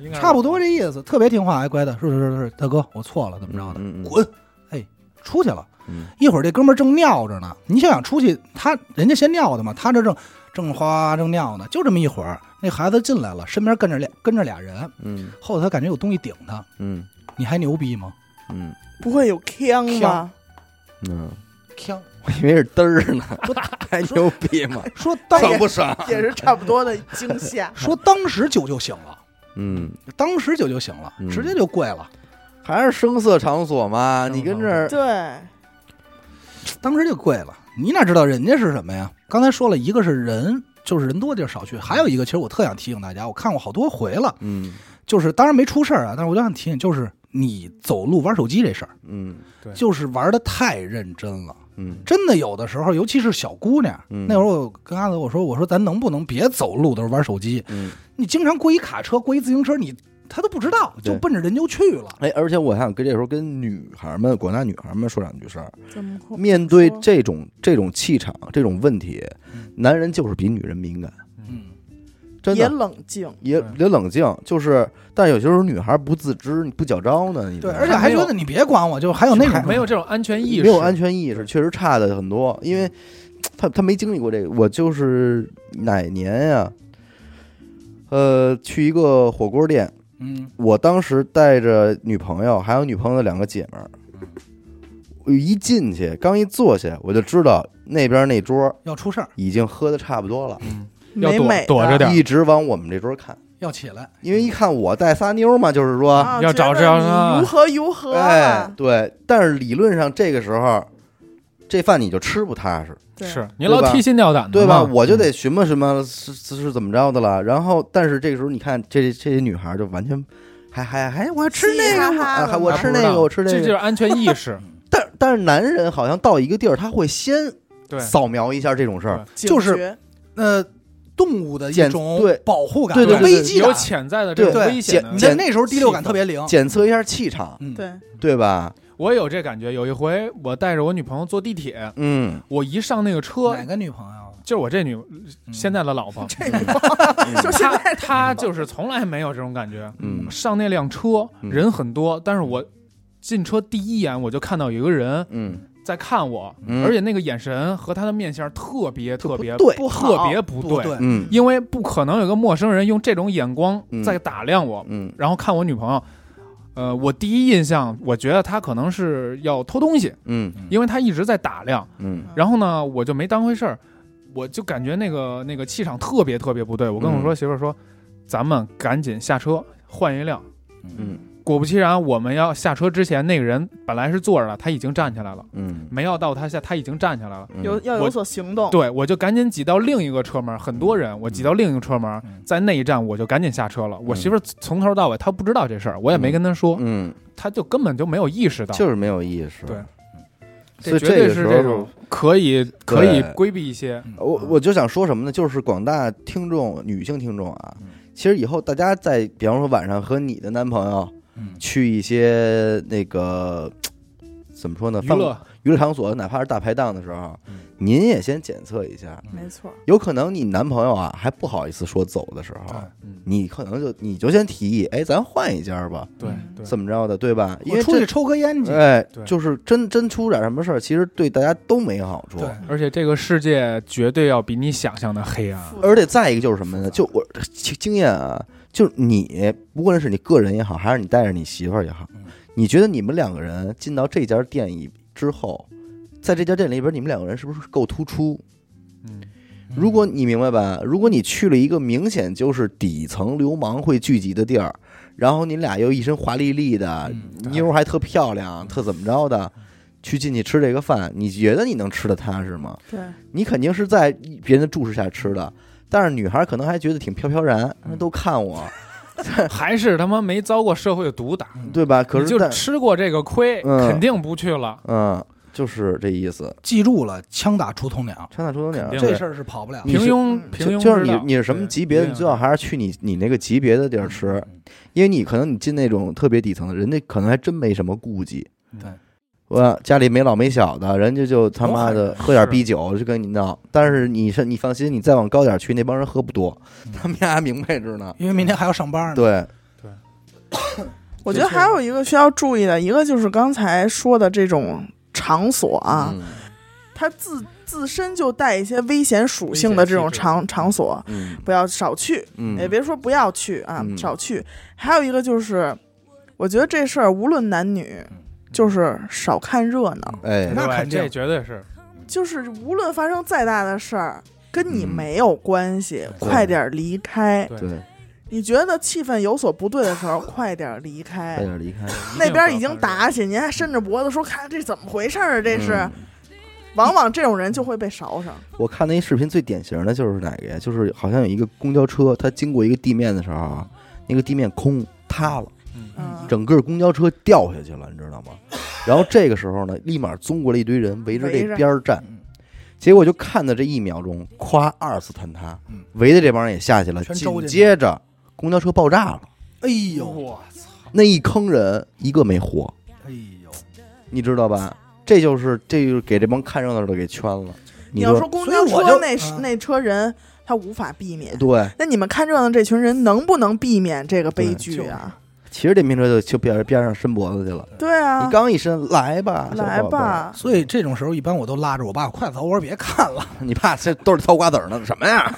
C: 应该是
D: 差不多这意思，特别听话挨乖的，是是是是，大哥我错了，怎么着的，
A: 嗯嗯嗯
D: 滚！哎，出去了。
A: 嗯
D: 一会儿这哥们儿正尿着呢，你想想出去，他人家先尿的嘛，他这正正哗正尿呢，就这么一会儿，那孩子进来了，身边跟着俩跟着俩人，
A: 嗯
D: 后头他感觉有东西顶他，
A: 嗯
D: 你还牛逼吗？
A: 嗯
B: 不会有腔吧？
A: 嗯，
D: 锵，
A: 我以为是嘚儿呢， 太牛逼嘛，
D: 说当。
A: 爽不爽？
B: 也是差不多的惊吓
D: 说当时酒就醒了，
A: 嗯。
D: 当时酒就醒了，
A: 嗯
D: 直接就跪了，
A: 还是声色场所嘛？
C: 声色
A: 你跟这儿，
B: 对，
D: 当时就跪了。你哪知道人家是什么呀？刚才说了一个是人，就是人多地儿少去，还有一个其实我特想提醒大家，我看过好多回了，
A: 嗯
D: 就是当然没出事儿啊，但是我就想提醒，就是你走路玩手机这事儿，
A: 嗯
C: 对
D: 就是玩的太认真了。
A: 嗯
D: 真的有的时候，尤其是小姑娘，
A: 嗯
D: 那会儿我跟阿德我说，我说咱能不能别走路的时候玩手机？
A: 嗯。
D: 你经常过一卡车，过一自行车，你他都不知道，
A: 对
D: 就奔着人就去了。
A: 哎，而且我还想跟这时候跟女孩们、广大女孩们说两句事儿。
B: 怎么
C: 嗯
B: 会
A: 面对
B: 说
A: 这种这种气场、这种问题，男人就是比女人敏感，
D: 嗯，
A: 真
B: 也
A: 的
B: 冷静，
A: 也也冷静。就是，但有些时候女孩不自知，你不觉招呢，你
D: 对，
A: 知道
D: 而且
A: 吗
D: 还觉得你别管我，就还有那种
C: 没有这种安全意识，
A: 没有安全意识，确嗯实差的很多。因为他他没经历过这个，我就是哪年呀、呃，去一个火锅店，
D: 嗯
A: 我当时带着女朋友，还有女朋友的两个姐们儿，我一进去，刚一坐下，我就知道那边那桌
D: 要出事儿，
A: 已经喝的差不多了，
C: 要
B: 美
C: 躲
B: 美的
C: 躲着点儿
A: 一直往我们这桌看，
D: 要起来。
A: 因为一看我带仨妞嘛，就是说，
B: 啊
C: 要找
B: 觉
C: 这样
B: 得你
C: 啊
B: 如何如何
A: 哎
B: 啊，？
A: 对，但是理论上这个时候，这饭你就吃不踏实，
B: 对
C: 是你
A: 对
C: 老
A: 吧
C: 提心吊胆的嗯
A: 对吧？
C: 嘛
A: 我就得寻摸什么是是是怎么着的了。然后，但是这个时候你看，这这些女孩就完全还还还我吃那
B: 嘻嘻
A: 个，我
B: 哈哈
A: 啊
B: 的
A: 还我
C: 还不
A: 吃
C: 知
A: 那
C: 道
A: 个，我吃那
C: 这就是
A: 个。
C: 安全意识，
A: 但但是男人好像到一个地儿，他会先
C: 对，
A: 扫描一下这种事儿。
B: 警
D: 就是
B: 觉
D: 呃，动物的一
A: 检
D: 种
A: 对
D: 保护感，
A: 对对对对
D: 危机
C: 有
D: 感，
C: 潜在的这种
D: 对
C: 危险
A: 检
D: 你
C: 的。
D: 在那时候第六感特别
C: 啊
D: 灵。
A: 检测一下气场，
D: 嗯，
B: 对，
A: 对吧？
C: 我有这感觉，有一回我带着我女朋友坐地铁，
A: 嗯，
C: 我一上那个车
D: 哪，个女朋友？
C: 就是我这女
D: 嗯
C: 现在的老 婆，
B: 这女方就现
C: 她
B: 在
C: 她就是从来没有这种感觉。
A: 嗯
C: 上那辆车
A: 嗯
C: 人很多，但是我进车第一眼我就看到有一个人
A: 嗯
C: 在看我，
A: 嗯
C: 而且那个眼神和他的面相特别特别
D: 不对
C: 特别
D: 不
C: 不
D: 对，
A: 嗯
C: 因为不可能有个陌生人用这种眼光
A: 嗯
C: 在打量我，
A: 嗯
C: 然后看我女朋友。呃，我第一印象，我觉得他可能是要偷东西，
A: 嗯
C: 因为他一直在打量。
A: 嗯
C: 然后呢，我就没当回事儿，我就感觉那个那个气场特别特别不对。我跟
A: 嗯
C: 我说媳妇儿说，咱们赶紧下车换一辆。
A: 嗯
C: 果不其然，我们要下车之前，那个人本来是坐着的，他已经站起来了，
A: 嗯
C: 没要到他下，他已经站起来了。
A: 嗯，
B: 有要有
C: 我
B: 所行动。
C: 对，我就赶紧挤到另一个车门，很多人，我挤到另一个车门
D: 嗯，
C: 在那一站我就赶紧下车了。我
A: 嗯
C: 媳妇儿从头到尾她不知道这事儿，我也没跟她说，
A: 嗯，
C: 她就根本就没有意识到。
A: 就是没有意识。
C: 对
A: 所以
C: 绝对
A: 个
C: 是
A: 时
C: 这
A: 候
C: 种可以可以规避一些。
A: 我我就想说什么呢？就是广大听众，女性听众
C: 嗯
A: 啊，其实以后大家在，比方说晚上和你的男朋友
D: 嗯
A: 去一些那个怎么说呢，
C: 娱
A: 饭
C: 乐
A: 娱乐场所，哪怕是大排档的时候
D: 嗯，
A: 您也先检测一下，
B: 没错，
A: 有可能你男朋友啊还不好意思说走的时候，
D: 哎啊
C: 嗯，
A: 你可能就你就先提议，哎，咱换一家吧，
C: 对
B: 嗯
C: 对，
A: 怎么着的，对吧？因
D: 我
A: 为
D: 出去
A: 这
D: 抽根烟去，
A: 哎
C: 对，
A: 就是真真出点什么事儿，其实对大家都没好处。
D: 对，
C: 而且这个世界绝对要比你想象的黑暗。
A: 而且再一个就是什么呢？就我经经验啊，就是你不论是你个人也好，还是你带着你媳妇儿也好
D: 嗯，
A: 你觉得你们两个人进到这家店以之后，在这家店里边，你们两个人是不是够突出？
C: 嗯，
D: 嗯
A: 如果你明白吧，如果你去了一个明显就是底层流氓会聚集的地儿，然后你俩又一身华丽丽的，
D: 嗯
A: 妞儿还特漂
C: 嗯
A: 亮，特怎么着的，去进去吃这个饭，你觉得你能吃的踏实吗？
B: 对，
A: 你肯定是在别人的注视下吃的，但是女孩可能还觉得挺飘飘然，
C: 嗯
A: 都看我，
C: 还是他妈没遭过社会的毒打，
A: 对吧？嗯可
C: 你
A: 是
C: 就
A: 但
C: 吃过这个亏，
A: 嗯
C: 肯定不去了。
A: 嗯，就是这意思。
D: 记住了，枪打出头鸟，
A: 枪打出头鸟
C: 肯，定
A: 这
D: 这
C: 对
D: 事儿是跑不了。
A: 你
C: 平
A: 是
C: 庸，
B: 嗯
C: 平
A: 就
C: 庸
A: 就是
C: 知
A: 你
C: 道
A: 你是什么
C: 对
A: 级别的，
C: 一
A: 你
C: 定
A: 最好还是去你你那个级别的地儿
C: 嗯
A: 吃。
D: 嗯
A: 因为你可能你进那种特别底层的，人家可能还真没什么顾忌。
D: 对，
A: 我家里没老没小的，人家就他妈的
C: 都还
A: 喝点啤酒就跟你闹。但是你是你放心，你再往高点去，那帮人喝不多，
D: 嗯
A: 他们家明白着 呢。
D: 因为明天还要上班呢。，
A: 对，
B: 我觉得还有一个需要注意的，一个就是刚才说的这种场所啊，
A: 嗯
B: 它自自身就带一些危险属性的这种
C: 危险气质
B: 场场所，
A: 嗯
B: 不要少去，
A: 嗯，
C: 哎
B: 也别说不要去啊，
A: 嗯
B: 少去。还有一个就是，我觉得这事儿无论男女，就是少看热闹，
A: 哎，
D: 那
C: 对
D: 肯定
C: 这绝对是
B: 就是无论发生再大的事儿。跟你
A: 嗯
B: 没有关系，快点儿离开。
C: 对
A: 对，
B: 你觉得气氛有所不对的时候，快点儿离
A: 快
B: 开。
A: 点离
C: 哎
A: 开。
B: 那边已经打
C: 起，
B: 起，您还伸着脖子说：“看这怎么回事儿啊？”这是，
A: 嗯
B: 往往这种人就会被勺上。
A: 我看那一视频最典型的就是哪个呀？就是好像有一个公交车，它经过一个地面的时候啊，那个地面空塌了。
B: 嗯，
A: 整个公交车掉下去了，你知道吗？然后这个时候呢，立马中国了一堆人围着
B: 围
A: 这
B: 着
A: 边儿站，
D: 嗯
A: 结果就看到这一秒钟，咵，二次坍塌
D: 嗯，
A: 围的这帮人也下去了，
D: 全周
A: 紧
D: 进去
A: 接着公交车爆炸了，
D: 哎呦，
C: 我操！
A: 那一坑人一个没活，
D: 哎呦，
A: 你知道吧？这就是这就是给这帮看热闹的给圈了。你
B: 你要
A: 说
B: 说公交
D: 所以我
B: 车
D: 就
B: 那
D: 嗯
B: 那车人，他无法避免。
A: 对？
B: 那你们看热闹这群人能不能避免这个悲剧啊？
A: 其实这名车就就边边上伸脖子去了。
B: 对啊
A: 你，刚一伸，来吧，
B: 来
A: 小宝贝儿，
B: 吧，
D: 所以这种时候一般我都拉着我爸，快走，我说别看了。
A: 你怕这兜里掏瓜子儿呢？什么呀？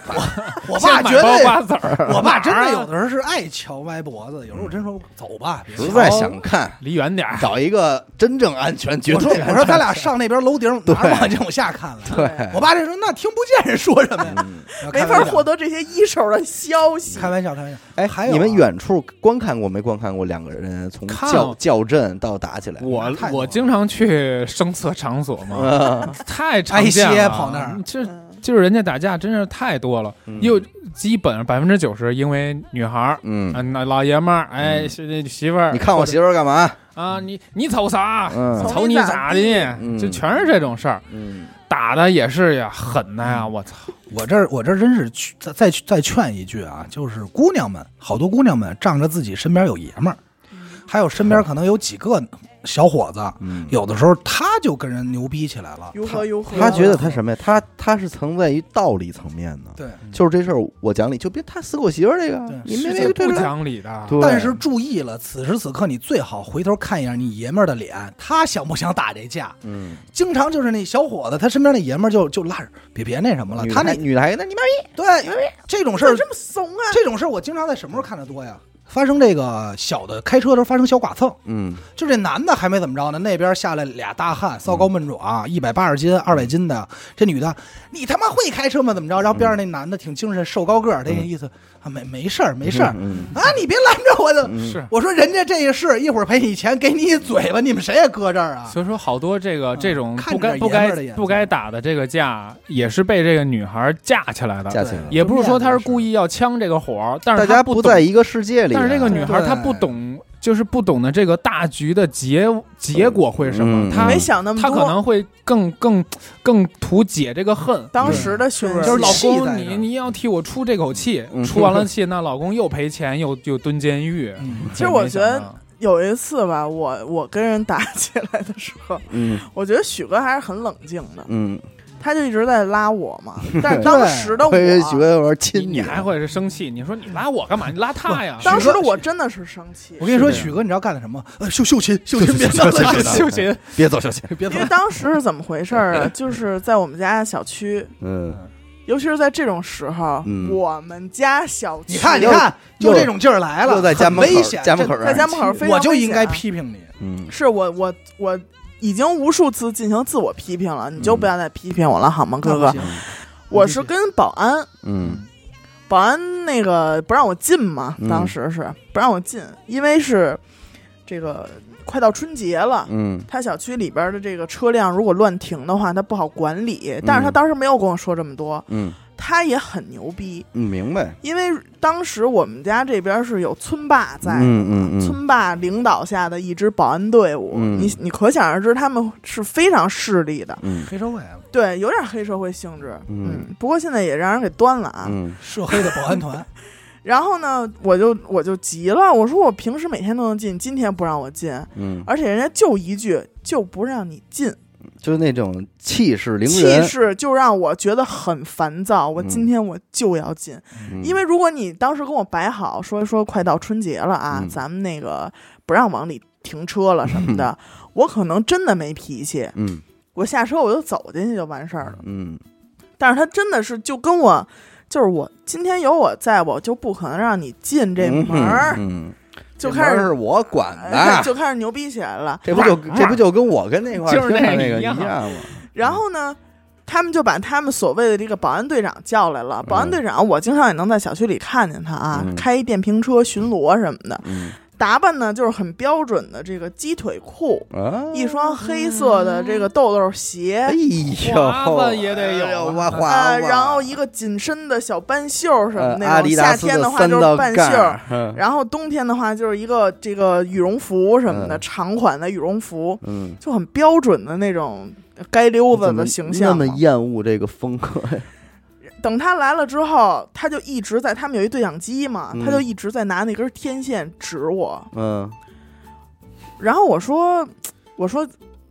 D: 我
C: 先
D: 爸
C: 买
D: 绝
C: 包
D: 对，
C: 瓜子儿，
D: 我爸 真
C: 哪儿啊
D: 的有的时候是爱敲歪脖子，有时候我真说走吧，别
A: 实
D: 瞧
A: 在想看，
C: 离远 点儿。
A: 找一个真正安全、绝
D: 我说
A: 对
D: 我说咱俩上那边楼顶，
A: 对
D: 哪儿往这往下看了？
A: 对，
D: 我爸这说那听不见人说什么呀，
B: 没法获得这些一手的消息。
D: 开玩笑，开玩笑。
A: 哎，
D: 还有啊
A: 你们远处观看过没？观看过两个人从
C: 看
A: 较
C: 了
A: 较真到打起来，
C: 我
D: 太多
C: 我
D: 了
C: 经常去声色场所嘛，
A: 嗯
C: 太常见
D: 挨
C: 了。
D: 歇跑那儿
C: 这
B: 嗯
C: 就是人家打架真是太多了，又基本上百分之九十因为女孩儿。
A: 嗯
C: 啊，，那老爷们儿，哎，
A: 嗯
C: 是媳妇儿，
A: 你看我媳妇儿干嘛？
C: 妇啊，你你瞅啥？
A: 嗯
C: 瞅你咋
A: 嗯
C: 的？就全是这种事儿，
A: 嗯
C: 打的也是呀，狠的呀，我操！
D: 我这儿我这儿真是去再再再劝一句啊，就是姑娘们，好多姑娘们仗着自己身边有爷们儿，还有身边可能有几个小伙子，
A: 嗯，
D: 有的时候他就跟人牛逼起来了。
B: 如何如何？
A: 他觉得他什么呀？他他是存在于道理层面的，
D: 对，
A: 就是这事儿我讲理，就别他死狗媳妇儿这个
D: 对，
A: 你
C: 是
A: 没
C: 最
A: 没
C: 不
A: 对吧
C: 讲理的。
A: 对
D: 但是注意了，此时此刻你最好回头看一眼你爷们儿的脸，他想不想打这架？
A: 嗯，
D: 经常就是那小伙子，他身边那爷们儿就就拉着，别别那什么了。
A: 女的
D: 他那
A: 还女的还那你妈
D: 对这种事
B: 哎怎
D: 儿
B: 么，这么怂啊？
D: 这种事儿我经常在什么时候看的多呀？发生这个小的开车的时候发生小剐蹭，
A: 嗯
D: 就这男的还没怎么着呢，那边下来俩大汉，骚高闷壮，一百八十斤、二百斤的。这女的，你他妈会开车吗？怎么着？然后边上那男的挺精神，瘦高个儿，这个意思啊，没没事儿，没事儿
A: 嗯
D: 啊，你别拦着我的。
A: 嗯
C: 是，
D: 我说人家这个是一会儿赔你钱，给你一嘴巴，你们谁也搁这儿啊？
C: 所以说，好多这个
D: 嗯
C: 这种
D: 看
C: 不
D: 着
C: 该
D: 点
C: 不
D: 爷们儿的
C: 该
D: 眼
C: 不该打的这个架，也是被这个女孩架起来
A: 架
C: 的。
A: 起来了
C: 也不是说她是故意要呛这个火儿，但
A: 大
C: 是
A: 家
C: 她
A: 不
C: 不
A: 在
C: 懂。
A: 一个世界里啊，
C: 但是这个女孩
D: 对
C: 她不懂，就是不懂得这个大局的结结果会是什
A: 嗯
C: 么。她
B: 没想那么
C: 她
B: 多。
C: 可能会更更更图解这个恨。
B: 当时的选
C: 不
D: 就是
C: 老
D: 气在
C: 公，
D: 这儿
C: 你你要替我出这口气
A: 嗯，
C: 出完了气，那老公又赔钱， 又又蹲监狱。
D: 嗯，
B: 其实我觉得有一次吧，我我跟人打起来的时候，
A: 嗯
B: 我觉得许哥还是很冷静的，
A: 嗯，
B: 他就一直在拉 我嘛。但是当时的
A: 我以为许
B: 我，
A: 哥玩
C: 你
A: 亲
C: 你还会是生气？你说你拉我干嘛？你拉他呀？
B: 当时的我真的是生气
D: 我，跟你说，
C: 是这样
D: 许哥，你知道干的什么？呃，秀秀琴，秀琴，别 闹
C: 啊
D: 了，秀琴
C: 秀琴，
A: 别走秀琴，
D: 别
B: 因
D: 闹
B: 为
D: 了。
B: 当时是怎么回事儿啊？就是在我们家小区，
A: 嗯，
B: 尤其是在这种时候，
A: 嗯
B: 我们家小区，
D: 你看，你
A: 又
D: 看，就
A: 又
D: 这种劲儿来了，
A: 又在家门口
D: 很危险，
A: 家门口
D: 这
A: 让
B: 在
A: 人
B: 家门口非常
D: 我就应该
B: 危险
D: 批评你。
A: 嗯
B: 是我我我已经无数次进行自我批评了，你就不要再批评我了，好吗，哥
D: 那
B: 哥
D: 不？行
B: 我是跟保安，
A: 嗯
B: 保安那个不让我进嘛，
A: 嗯
B: 当时是不让我进，因为是这个快到春节了。
A: 嗯
B: 他小区里边的这个车辆如果乱停的话，他不好管理。但是他当时没有跟我说这么多，
A: 嗯
B: 他也很牛逼，
A: 嗯，明白，
B: 因为当时我们家这边是有村霸在，
A: 嗯嗯嗯，
B: 村霸领导下的一支保安队伍，
A: 嗯
B: 你你可想而知，他们是非常势力的，
A: 嗯
D: 黑社会啊，
B: 对，有点黑社会性质，
A: 嗯
B: 不过现在也让人给端了啊。
A: 嗯
D: 涉黑的保 安团，
B: 然后呢，我就我就急了，我说我平时每天都能进，今天不让我进，
A: 嗯，
B: 而且人家就一句就不让你进，
A: 就是那种气势凌
B: 气
A: 人，
B: 势就让我觉得很烦躁。我今天我就要进，
A: 嗯
B: 因为如果你当时跟我摆好说说快到春节了啊，
A: 嗯
B: 咱们那个不让往里停车了什 么的，我可能真的没脾气，
A: 嗯
B: 我下车我就走进去就完事儿了。
A: 嗯
B: 但是他真的是就跟我，就是我今天有我在，我就不可能让你进这门儿，
A: 嗯，嗯
B: 就
A: 这
B: 开
A: 门儿
B: 始
A: 是啊我管
B: 哎
A: 的，
B: 就开始牛逼起来了。
A: 这不就这不就跟我跟那块儿
C: 就是
A: 听的
C: 那个
A: 那个
C: 一
A: 一
C: 样
A: 样吗？
B: 然后呢，他们就把他们所谓的这个保安队长叫来了。保安队长，我经常也能在小区里看见他啊，
A: 嗯
B: 开一电瓶车巡逻什么的，
A: 嗯
B: 打扮呢就是很标准的这个鸡腿裤，
A: 啊，
B: 一双黑色的这个豆豆鞋，
A: 哎呦，
C: 华子也得有啊
A: 哎呦哇花
B: 啊，然后一个紧身的小半袖什么
A: 呃
B: 那种，
A: 阿迪达
B: 夏
A: 斯
B: 天的话
A: 三
B: 就是
A: 道
B: 半
A: 杠
B: 袖
A: 儿，，嗯
B: 然后冬天的话就是一个这个羽绒服什么的，
A: 嗯
B: 长款的羽绒服，
A: 嗯，
B: 就很标准的那种街溜子
A: 怎么
B: 的形象
A: 嗯那
B: 嘛。
A: 么厌恶这个风格呀？
B: 等他来了之后，他就一直在，他们有一对讲机嘛，
A: 嗯
B: 他就一直在拿那根天线指我，
A: 嗯
B: 然后我说，我说。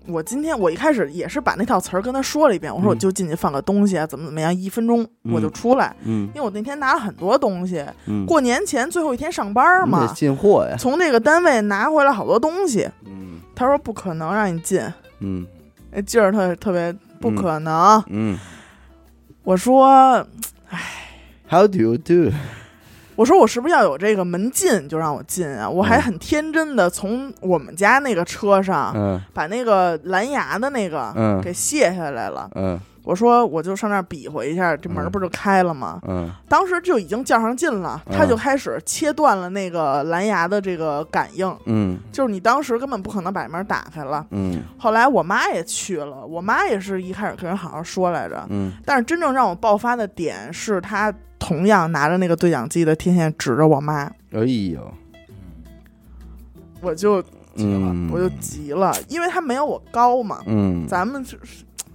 B: 我今天我一开始也是把那套词儿跟他说了一遍，我说我
A: 嗯
B: 就进去放个东西啊，怎么怎么样，一分钟我就
A: 嗯
B: 出来，
A: 嗯
B: 因为我那天拿了很多东西，
A: 嗯，
B: 过年前最后一天上班
A: 你
B: 嘛
A: 得，进货呀，
B: 从这个单位拿回来好多东西。
A: 嗯
B: 他说不可能让你进，
A: 嗯
B: 那劲儿特特别不可能。
A: 嗯
B: 我说
A: ，How do you do？
B: 我说我是不是要有这个门禁就让我进啊？我还很天真的从我们家那个车上
A: 嗯嗯
B: 把那个蓝牙的那个
A: 嗯
B: 给卸下来了。
A: 嗯
B: 我说我就上那儿比划一下，这门
A: 嗯
B: 不就开了吗？
A: 嗯
B: 当时就已经较上劲了，他
A: 嗯
B: 就开始切断了那个蓝牙的这个感应。
A: 嗯
B: 就是你当时根本不可能把门打开了。
A: 嗯
B: 后来我妈也去了，我妈也是一开始跟人好好说来着，
A: 嗯
B: 但是真正让我爆发的点是她同样拿着那个对讲机的天线指着我妈，
A: 哎呦，
B: 我就
A: 嗯，
B: 我就急了，因为她没有我高嘛，
A: 嗯，
B: 咱们是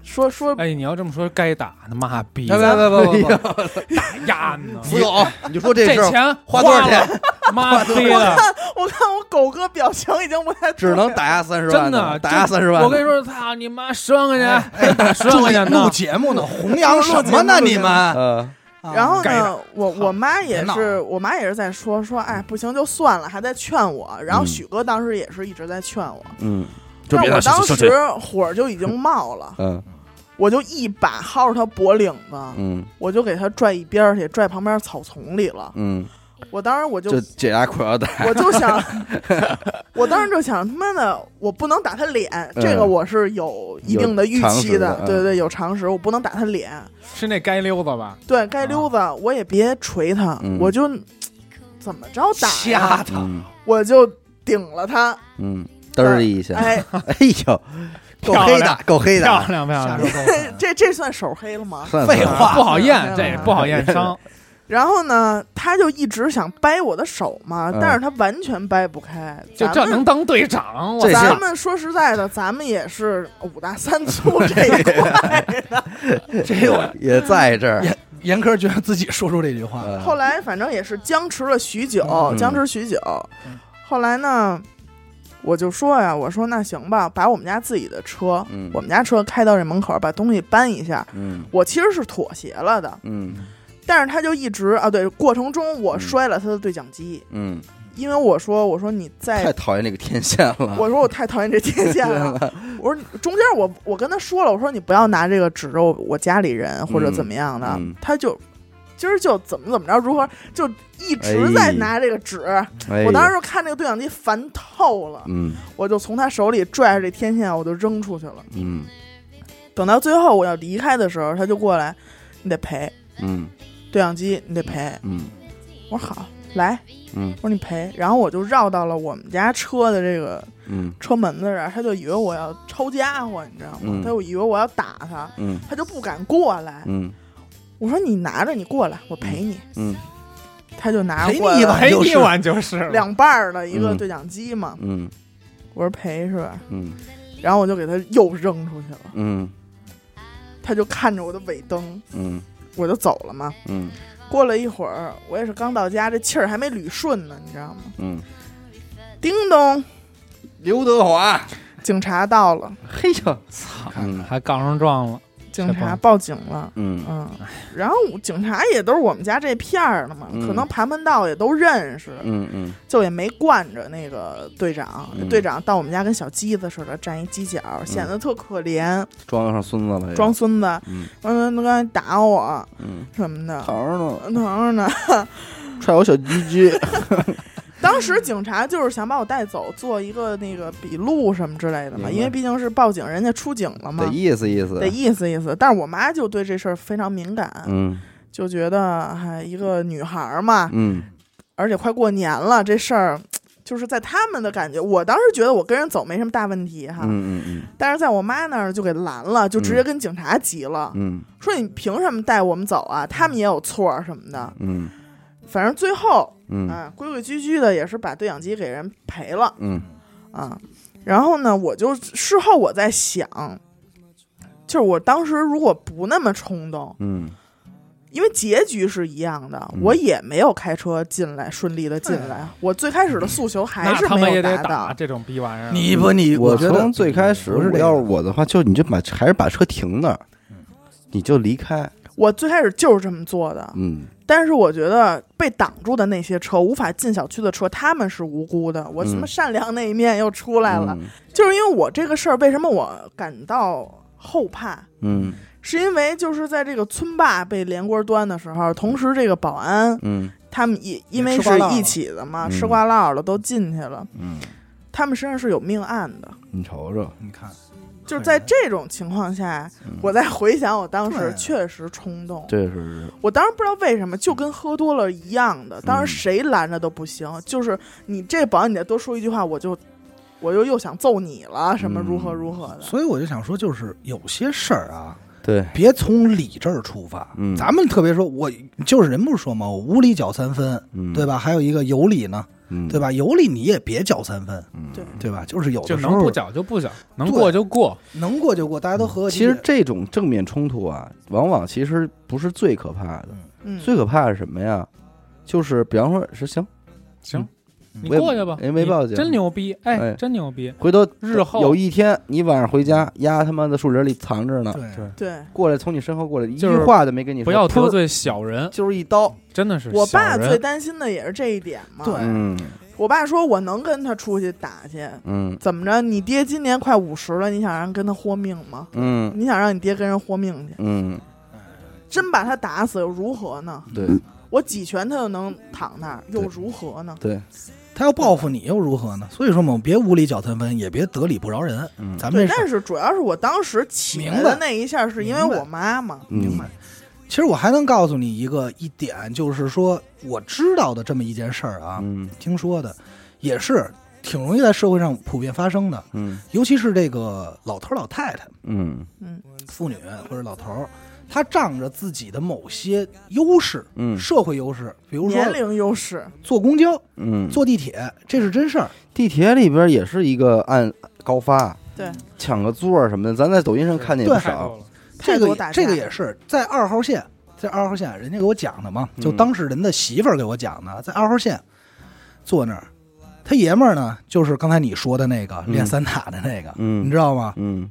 B: 说说
C: 哎，你要这么说，该打的妈逼，
D: 别
A: 哎
D: 别别别别，
C: 呀呢！
A: 死狗，你就说这
C: 这
A: 事儿
C: 钱
A: 花多少
C: 了？
A: 钱，
C: 妈逼
B: 我
C: 的！
B: 看我看我狗哥表情已经不太对
A: 只能打压三十万
C: 真
A: 呢，
C: 的
A: 打压三十万呢。
C: 我跟你说，操你妈，十万块钱，哎十万
D: 哎注
C: 块
D: 意
A: 啊
C: 钱
D: 录
C: 呢。
D: 节目呢，弘扬什么呢？你们？
A: 呃，
D: 啊
B: 然后
C: 该
B: 呢
C: 的，
B: 我我妈也
D: 别闹
B: 是，
A: 啊
D: 了
B: 我妈也是在说说，哎，不行就算了，还在劝我。然后
A: 嗯
B: 许哥当时也是一直在劝我，
A: 嗯，
B: 但我当
A: 生气
B: 时火儿就已经冒了，
A: 嗯
B: 我就一把薅着他脖领子，
A: 嗯
B: 我就给他拽一边儿去，拽旁边草丛里了。
A: 嗯，
B: 我当时我就
A: 就解压裤腰带，
B: 我就 想，我当时就想，他妈的，我不能打他脸，这个我是有一定的
A: 嗯有
B: 预期
A: 常识的嗯
B: 对对对，有常识，我不能打他脸，
C: 是那该溜子吧？
B: 对该溜子我也别捶他，
A: 啊嗯
B: 我就怎么着打呀
D: 掐，他，
A: 嗯
B: 我就顶了他，
A: 嗯，嘚儿一下，
B: 哎，
A: 哎呦，够黑
C: 漂
A: 的
C: 亮，
A: 够黑
C: 漂
A: 的，
C: 亮漂
D: 下啊
C: 亮
D: 手，够狠
B: 这这算手黑了吗？
A: 算
D: 废
A: 算
D: 话
C: 不好验，
B: 对
C: 这不好验伤。
B: 然后呢，他就一直想掰我的手嘛，
A: 嗯
B: 但是他完全掰不开，
C: 就
B: 咱
C: 这
B: 们
C: 能当队长？我
A: 这些
B: 咱们说实在的，咱们也是五大三 粗这一块的。
D: 这我
A: 也在这儿，
D: 严严科觉得自己说出这句话，
A: 呃
B: 后来反正也是僵持了许久，
A: 嗯
B: 僵持许久
C: 嗯。
B: 后来呢，我就说呀，我说那行吧，把我们家自己的车，
A: 嗯
B: 我们家车开到这门口，把东西搬一下。
A: 嗯
B: 我其实是妥协了的，
A: 嗯
B: 但是他就一直啊，对，过程中我
A: 嗯
B: 摔了他的对讲机，
A: 嗯，
B: 因为我说我说你再
A: 太讨厌这个天线了，
B: 我说我太讨厌这天 线了。我说中间我我跟他说了，我说你不要拿这个指着我我家里人或者怎么样的，
A: 嗯嗯
B: 他就今儿就怎么怎么着如何，就一直在拿这个纸。
A: 哎呦
B: 我当时就看这个对讲机烦透了，
A: 嗯
B: 我就从他手里拽着这天线，我就扔出去了。
A: 嗯
B: 等到最后我要离开的时候，他就过来，你得赔
A: 嗯
B: 对讲机，你得赔。
A: 嗯
B: 我说好，来，
A: 嗯
B: 我说你赔。然后我就绕到了我们家车的这个
A: 嗯
B: 车门子这儿，他就以为我要抄家伙，你知道吗？
A: 嗯
B: 他就以为我要打他，
A: 嗯
B: 他就不敢过来。
A: 嗯
B: 我说你拿着，你过来，我陪你。
A: 嗯
B: 他就拿
D: 陪
B: 过
D: 你
B: 来
D: 吧
C: 赔一碗就是了
B: 两半儿的一个
A: 嗯
B: 对讲机嘛，
A: 嗯
B: 我说赔是吧？
A: 嗯
B: 然后我就给他又扔出去了，
A: 嗯
B: 他就看着我的尾灯，
A: 嗯
B: 我就走了嘛。
A: 嗯
B: 过了一会儿，我也是刚到家，这气儿还没捋顺呢，你知道吗？
A: 嗯，
B: 叮咚，
A: 刘德华，
B: 警察到了，
A: 嘿呦，
C: 操
A: 嗯
C: 还杠上撞了，
B: 警
C: 这
B: 察
C: 帮
B: 报警了。
A: 嗯
B: 嗯，然后警察也都是我们家这片儿的嘛，
A: 嗯
B: 可能盘盘道也都认识，
A: 嗯嗯
B: 就也没惯着那个队长。
A: 嗯
B: 队长到我们家跟小鸡子似的，站一犄角，显得特可怜，
A: 装上孙子了，这个
B: 装孙子，
A: 嗯
B: 嗯，他刚才打我
A: 嗯，
B: 什么的，
A: 好着呢，
B: 疼着呢。
A: 踹我小鸡鸡，
B: 当时警察就是想把我带走，做一个那个笔录什么之类的
A: 明
B: 嘛，
A: 白
B: 因为毕竟是报警，人家出警了嘛
A: 得，意思意思
B: 得，意思意思。但是我妈就对这事儿非常敏感，
A: 嗯
B: 就觉得还一个女孩儿嘛，
A: 嗯
B: 而且快过年了，这事儿就是在他们的感觉，我当时觉得我跟人走没什么大问题哈，
A: 嗯嗯
B: 但是在我妈那儿就给拦了，就直接跟警察急了，
A: 嗯
B: 说你凭什么带我们走啊？他们也有错儿什么的。
A: 嗯
B: 反正最后
A: 嗯嗯
B: 啊，规规矩矩的也是把对讲机给人赔了
A: 嗯
B: 啊。然后呢，我就事后我在想，就是我当时如果不那么冲动，
A: 嗯
B: 因为结局是一样的，
A: 嗯
B: 我也没有开车进来，顺利的进来。我最开始的诉求还
C: 那
B: 是
C: 他
B: 没
C: 们
B: 有
C: 也得
B: 达
C: 打
B: 到。
C: 这种逼玩意儿。
D: 你不你，
A: 我
D: 觉得
A: 从最开始，
D: 不是
A: 我
D: 这个
A: 要是我的话，就你就把还是把车停那儿，你就离开。
B: 我最开始就是这么做的，
A: 嗯
B: 但是我觉得被挡住的那些车，无法进小区的车，他们是无辜的。我
A: 嗯
B: 什么善良那一面又出来了，
A: 嗯
B: 就是因为我这个事儿，为什么我感到后怕？
A: 嗯
B: 是因为就是在这个村霸被连锅端的时候，同时这个保安
A: 嗯
B: 他们也因为
D: 吃
B: 是
D: 瓜落了
B: 一起的嘛，
A: 嗯
B: 吃瓜落了都进去了，
A: 嗯，
B: 他们身上是有命案的。
A: 你瞅瞅，
D: 你看，
B: 就是在这种情况下，我再回想我当时
D: 对
B: 确实冲动，
A: 这是
B: 我当时不知道为什么，就跟喝多了一样的，当时谁拦着都不行，就是你这保安你再多说一句话，我就我就又想揍你了，什么
A: 嗯
B: 如何如何的，
D: 所以我就想说，就是有些事儿啊，
A: 对，
D: 别从理这儿出发。
A: 嗯
D: 咱们特别说，我就是人不是说嘛，我无理搅三分，
A: 嗯
D: 对吧？还有一个有理呢，
A: 嗯，
D: 对？吧？有理你也别搅三分，
A: 嗯，
B: 对
D: 对吧？就是有
C: 就
D: 的时
C: 能不
D: 候
C: 搅就不搅，能
D: 对
C: 过就过。
D: 能过就过，大家都和和气
A: 其
D: 气。
A: 实这种正面冲突啊，往往其实不是最可怕的，
B: 嗯，
A: 最可怕的是什么呀？就是比方说是行，嗯
C: 行，你
A: 我也
C: 过去吧，
A: 也没哎
C: 你
A: 报警
C: 真牛逼，哎，
A: 哎
C: 真牛逼，
A: 回头
C: 日后
A: 有一天你晚上回家，丫他妈的树林里藏着呢，
D: 对
C: 对
B: 对
A: 过来从你身后过来，一句
C: 就是
A: 话都没跟你说，
C: 不要
A: 噗
C: 得，罪小人，
A: 就是一刀，
C: 真的是
B: 我
C: 小
B: 爸
C: 人
B: 最担心的也是这一点嘛。
D: 对
A: 嗯
B: 我爸说我能跟他出去打去，
A: 嗯
B: 怎么着？你爹今年快五十了，你想让跟他豁命吗？
A: 嗯
B: 你想让你爹跟人豁命去，
A: 嗯，
B: 真把他打死又如何呢？
A: 对
B: 我几拳他又能躺那儿，又
A: 对
B: 如何呢？
A: 对，
D: 他要报复你又如何呢？所以说嘛，别无理搅三分，也别得理不饶人。
A: 嗯，
D: 咱
B: 对，
D: 们这
B: 但
D: 事
B: 是主要是我当时起来的那一下，是因为
D: 明白
B: 我妈妈。
A: 嗯
D: 明白。其实我还能告诉你一个一点，就是说我知道的这么一件事儿啊，
A: 嗯
D: 听说的也是挺容易在社会上普遍发生的，
A: 嗯
D: 尤其是这个老头儿老太太、
A: 嗯
B: 嗯
D: 妇女或者老头儿，他仗着自己的某些优势，
A: 嗯
D: 社会优势，比如说
B: 年龄优势，
D: 坐公交、
A: 嗯，
D: 坐地铁，这是真事儿。
A: 地铁里边也是一个按高发
B: 对，
A: 抢个座儿什么的，咱在抖音上看见也不
D: 对
C: 太多
A: 少，
C: 了，
D: 这
B: 太
D: 个
B: 多
D: 也
B: 打架
D: 这个也是在二号线，在二号线，人家给我讲的嘛，就
A: 嗯
D: 当事人的媳妇儿给我讲的，在二号线坐那儿，他爷们儿呢，就是刚才你说的那个
A: 嗯
D: 练散打的那个，
A: 嗯
D: 你知道吗？
A: 嗯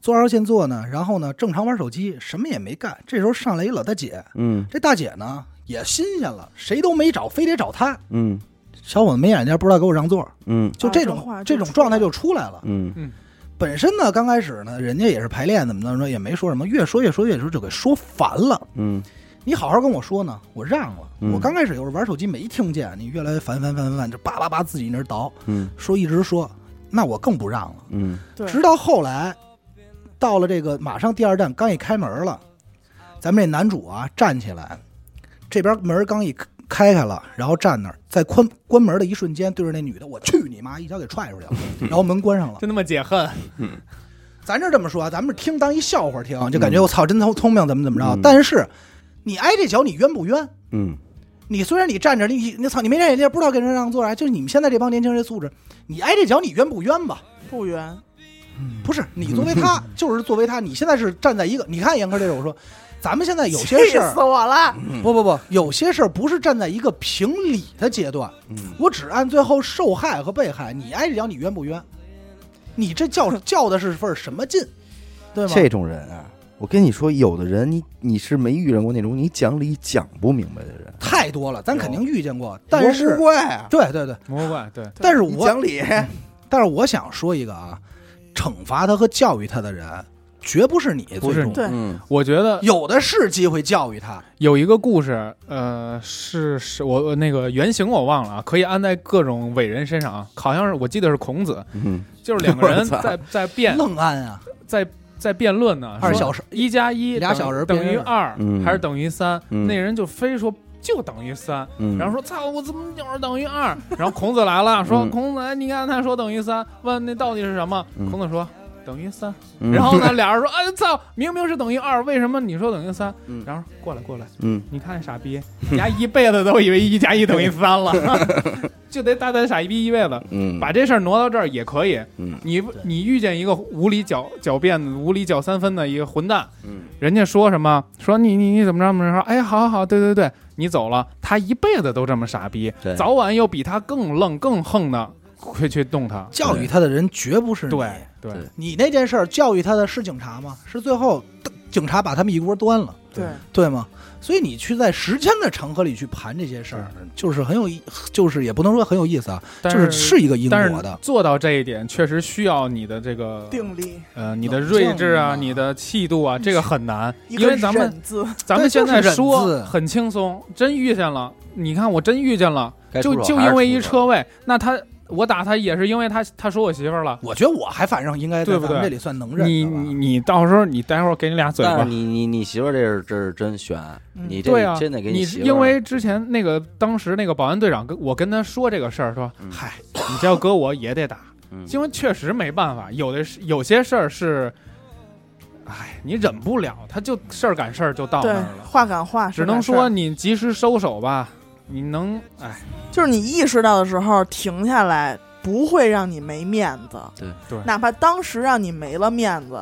D: 坐二号线坐呢，然后呢，正常玩手机，什么也没干。这时候上来一老大姐，
A: 嗯
D: 这大姐呢也新鲜了，谁都没找，非得找她。
A: 嗯
D: 小伙子没眼力，不知道给我让座，
A: 嗯
D: 就
B: 啊
D: 这
B: 这
D: 种、
B: 话就
D: 这种状态就出来了。
A: 嗯
D: 本身呢，刚开始呢，人家也是排练，怎么怎么着，也没说什么，越说越说越说就给说烦了。
A: 嗯
D: 你好好跟我说呢，我让了。
A: 嗯
D: 我刚开始有时候玩手机没听见，你越来越烦烦烦烦烦，就叭叭叭自己那儿倒
A: 嗯
D: 说一直说，那我更不让了。
A: 嗯
B: 对，
D: 直到后来，到了这个马上第二站刚一开门了，咱们这男主啊站起来，这边门刚一开开了，然后站那儿，在关关门的一瞬间，对着那女的，我去你妈，一脚给 踹出去了，然后门关上了。
C: 就那么解恨，
D: 咱这这么说啊，咱们是听当一笑话听，就感觉
A: 嗯
D: 我操真聪聪明，怎么怎么着。
A: 嗯
D: 但是你挨这脚，你冤不冤？
A: 嗯
D: 你虽然你站着，你你操，你没站眼力，不知道给人让座啊！就是你们现在这帮年轻人素质，你挨这脚你冤不冤吧？
B: 不冤，
A: 嗯
D: 不是，你作为 他，就是作为他，你现在是站在一个，你看严哥这种说，咱们现在有些
B: 气
D: 事儿嗯
B: 死，我了。
D: 不不不，有些事儿不是站在一个评理的阶段，
A: 嗯
D: 我只按最后受害和被害，你挨这脚你冤不冤？你这叫叫的是份儿什么劲，对吗？
A: 这种人啊，我跟你说，有的人你你是没遇见过那种你讲理讲不明白的人，
D: 太多了，咱肯定遇见过，
A: 我
D: 但
A: 无
D: 是
A: 怪啊，
D: 对对对，
C: 魔怪对，
D: 但是
A: 你
D: 我嗯
A: 讲理，
D: 但是我想说一个啊，惩罚他和教育他的人，绝不是你最
C: 不是
D: 重
C: 你
B: 对
D: 要，
A: 嗯
C: 我觉得
D: 有的是机会教育他。
C: 有一个故事，呃，是是我那个原型我忘了啊，可以安在各种伟人身上啊，好像是我记得是孔子，
A: 嗯
C: 就 是两个
A: 我
C: 人
A: 操
C: 在在辩
D: 愣按啊，
C: 在在辩论呢，
D: 二
C: 说
D: 小时
C: 一加一
D: 俩
C: 等
D: 小时
C: 等
D: 辩
C: 于
D: 论
C: 二
A: 嗯
C: 还是等于三，
A: 嗯
C: 那人就非说就等于三，
A: 嗯，
C: 然后说：“操，我怎么就是等于二？”然后孔子来了，说：“
A: 嗯
C: 孔子，哎你看他说等于三，问那到底是什么？”
A: 嗯
C: 孔子说：“等于三。”
A: 嗯
C: 然后呢，俩人说：“哎，操，明明是等于二，为什么你说等于三
A: 嗯？”
C: 然后说过来过来，
A: 嗯
C: 你看傻逼，人家一辈子都以为一加一等于三 了，就得打打傻逼一辈子。
A: 嗯
C: 把这事儿挪到这儿也可以，
A: 嗯
C: 你你遇见一个无理狡狡辩、无理搅三分的一个混蛋，
A: 嗯
C: 人家说什么？说你你你怎么着怎么着？说哎，好好好，对对对，你走了，他一辈子都这么傻逼
A: 对，
C: 早晚有比他更愣更横的会去动他。
D: 教育他的人绝不是你。
C: 对对
A: 对
D: 你那件事儿教育他的是警察吗？是最后警察把他们一锅端了，
B: 对，
D: 对吗？所以你去在时间的长河里去盘这些事儿，就是很有意，就是也不能说很有意思啊，
C: 但
D: 就是是一个因
C: 但
D: 果
C: 是
D: 的。
C: 做到这一点，确实需要你的这个
B: 定力，
C: 呃你的
D: 冷静
C: 睿智啊，
D: 啊
C: 你的气度啊，这个很难，
B: 一
C: 因
B: 个
C: 为咱们
B: 忍字，
C: 咱们现在
D: 就是忍
C: 说
D: 字
C: 很轻松，真遇见了，你看我真遇见了，
A: 该出
C: 就
A: 手
C: 就
A: 还是
C: 因为
A: 出
C: 一
A: 手
C: 车位，那他我打他也是因为他他说我媳妇儿了。
D: 我觉得我还反正应该在
C: 对
D: 咱
C: 不对
D: 们这里算能忍
C: 你
D: 的吧
C: 你你到时候你待会儿给你俩嘴
A: 但
C: 巴
A: 是，你你你媳妇儿这是这是真悬，
B: 嗯
A: 你这
C: 对啊，
A: 真得给
C: 你
A: 媳妇儿
C: 因为之前那个当时那个保安队长跟我跟他说这个事儿，说
A: 嗯
C: 嗨，你这要搁我也得打，
A: 嗯
C: 因为确实没办法，有的是有些事儿是，哎，你忍不了，他就事儿赶事儿就到那
B: 对
C: 儿，了，
B: 话赶话，
C: 只能
B: 事儿
C: 说
B: 赶事
C: 你及时收手吧。你能哎，
B: 儿就是你意识到的时候停下来，不会让你没面子。
A: 对
C: 对
B: 哪怕当时让你没了面子，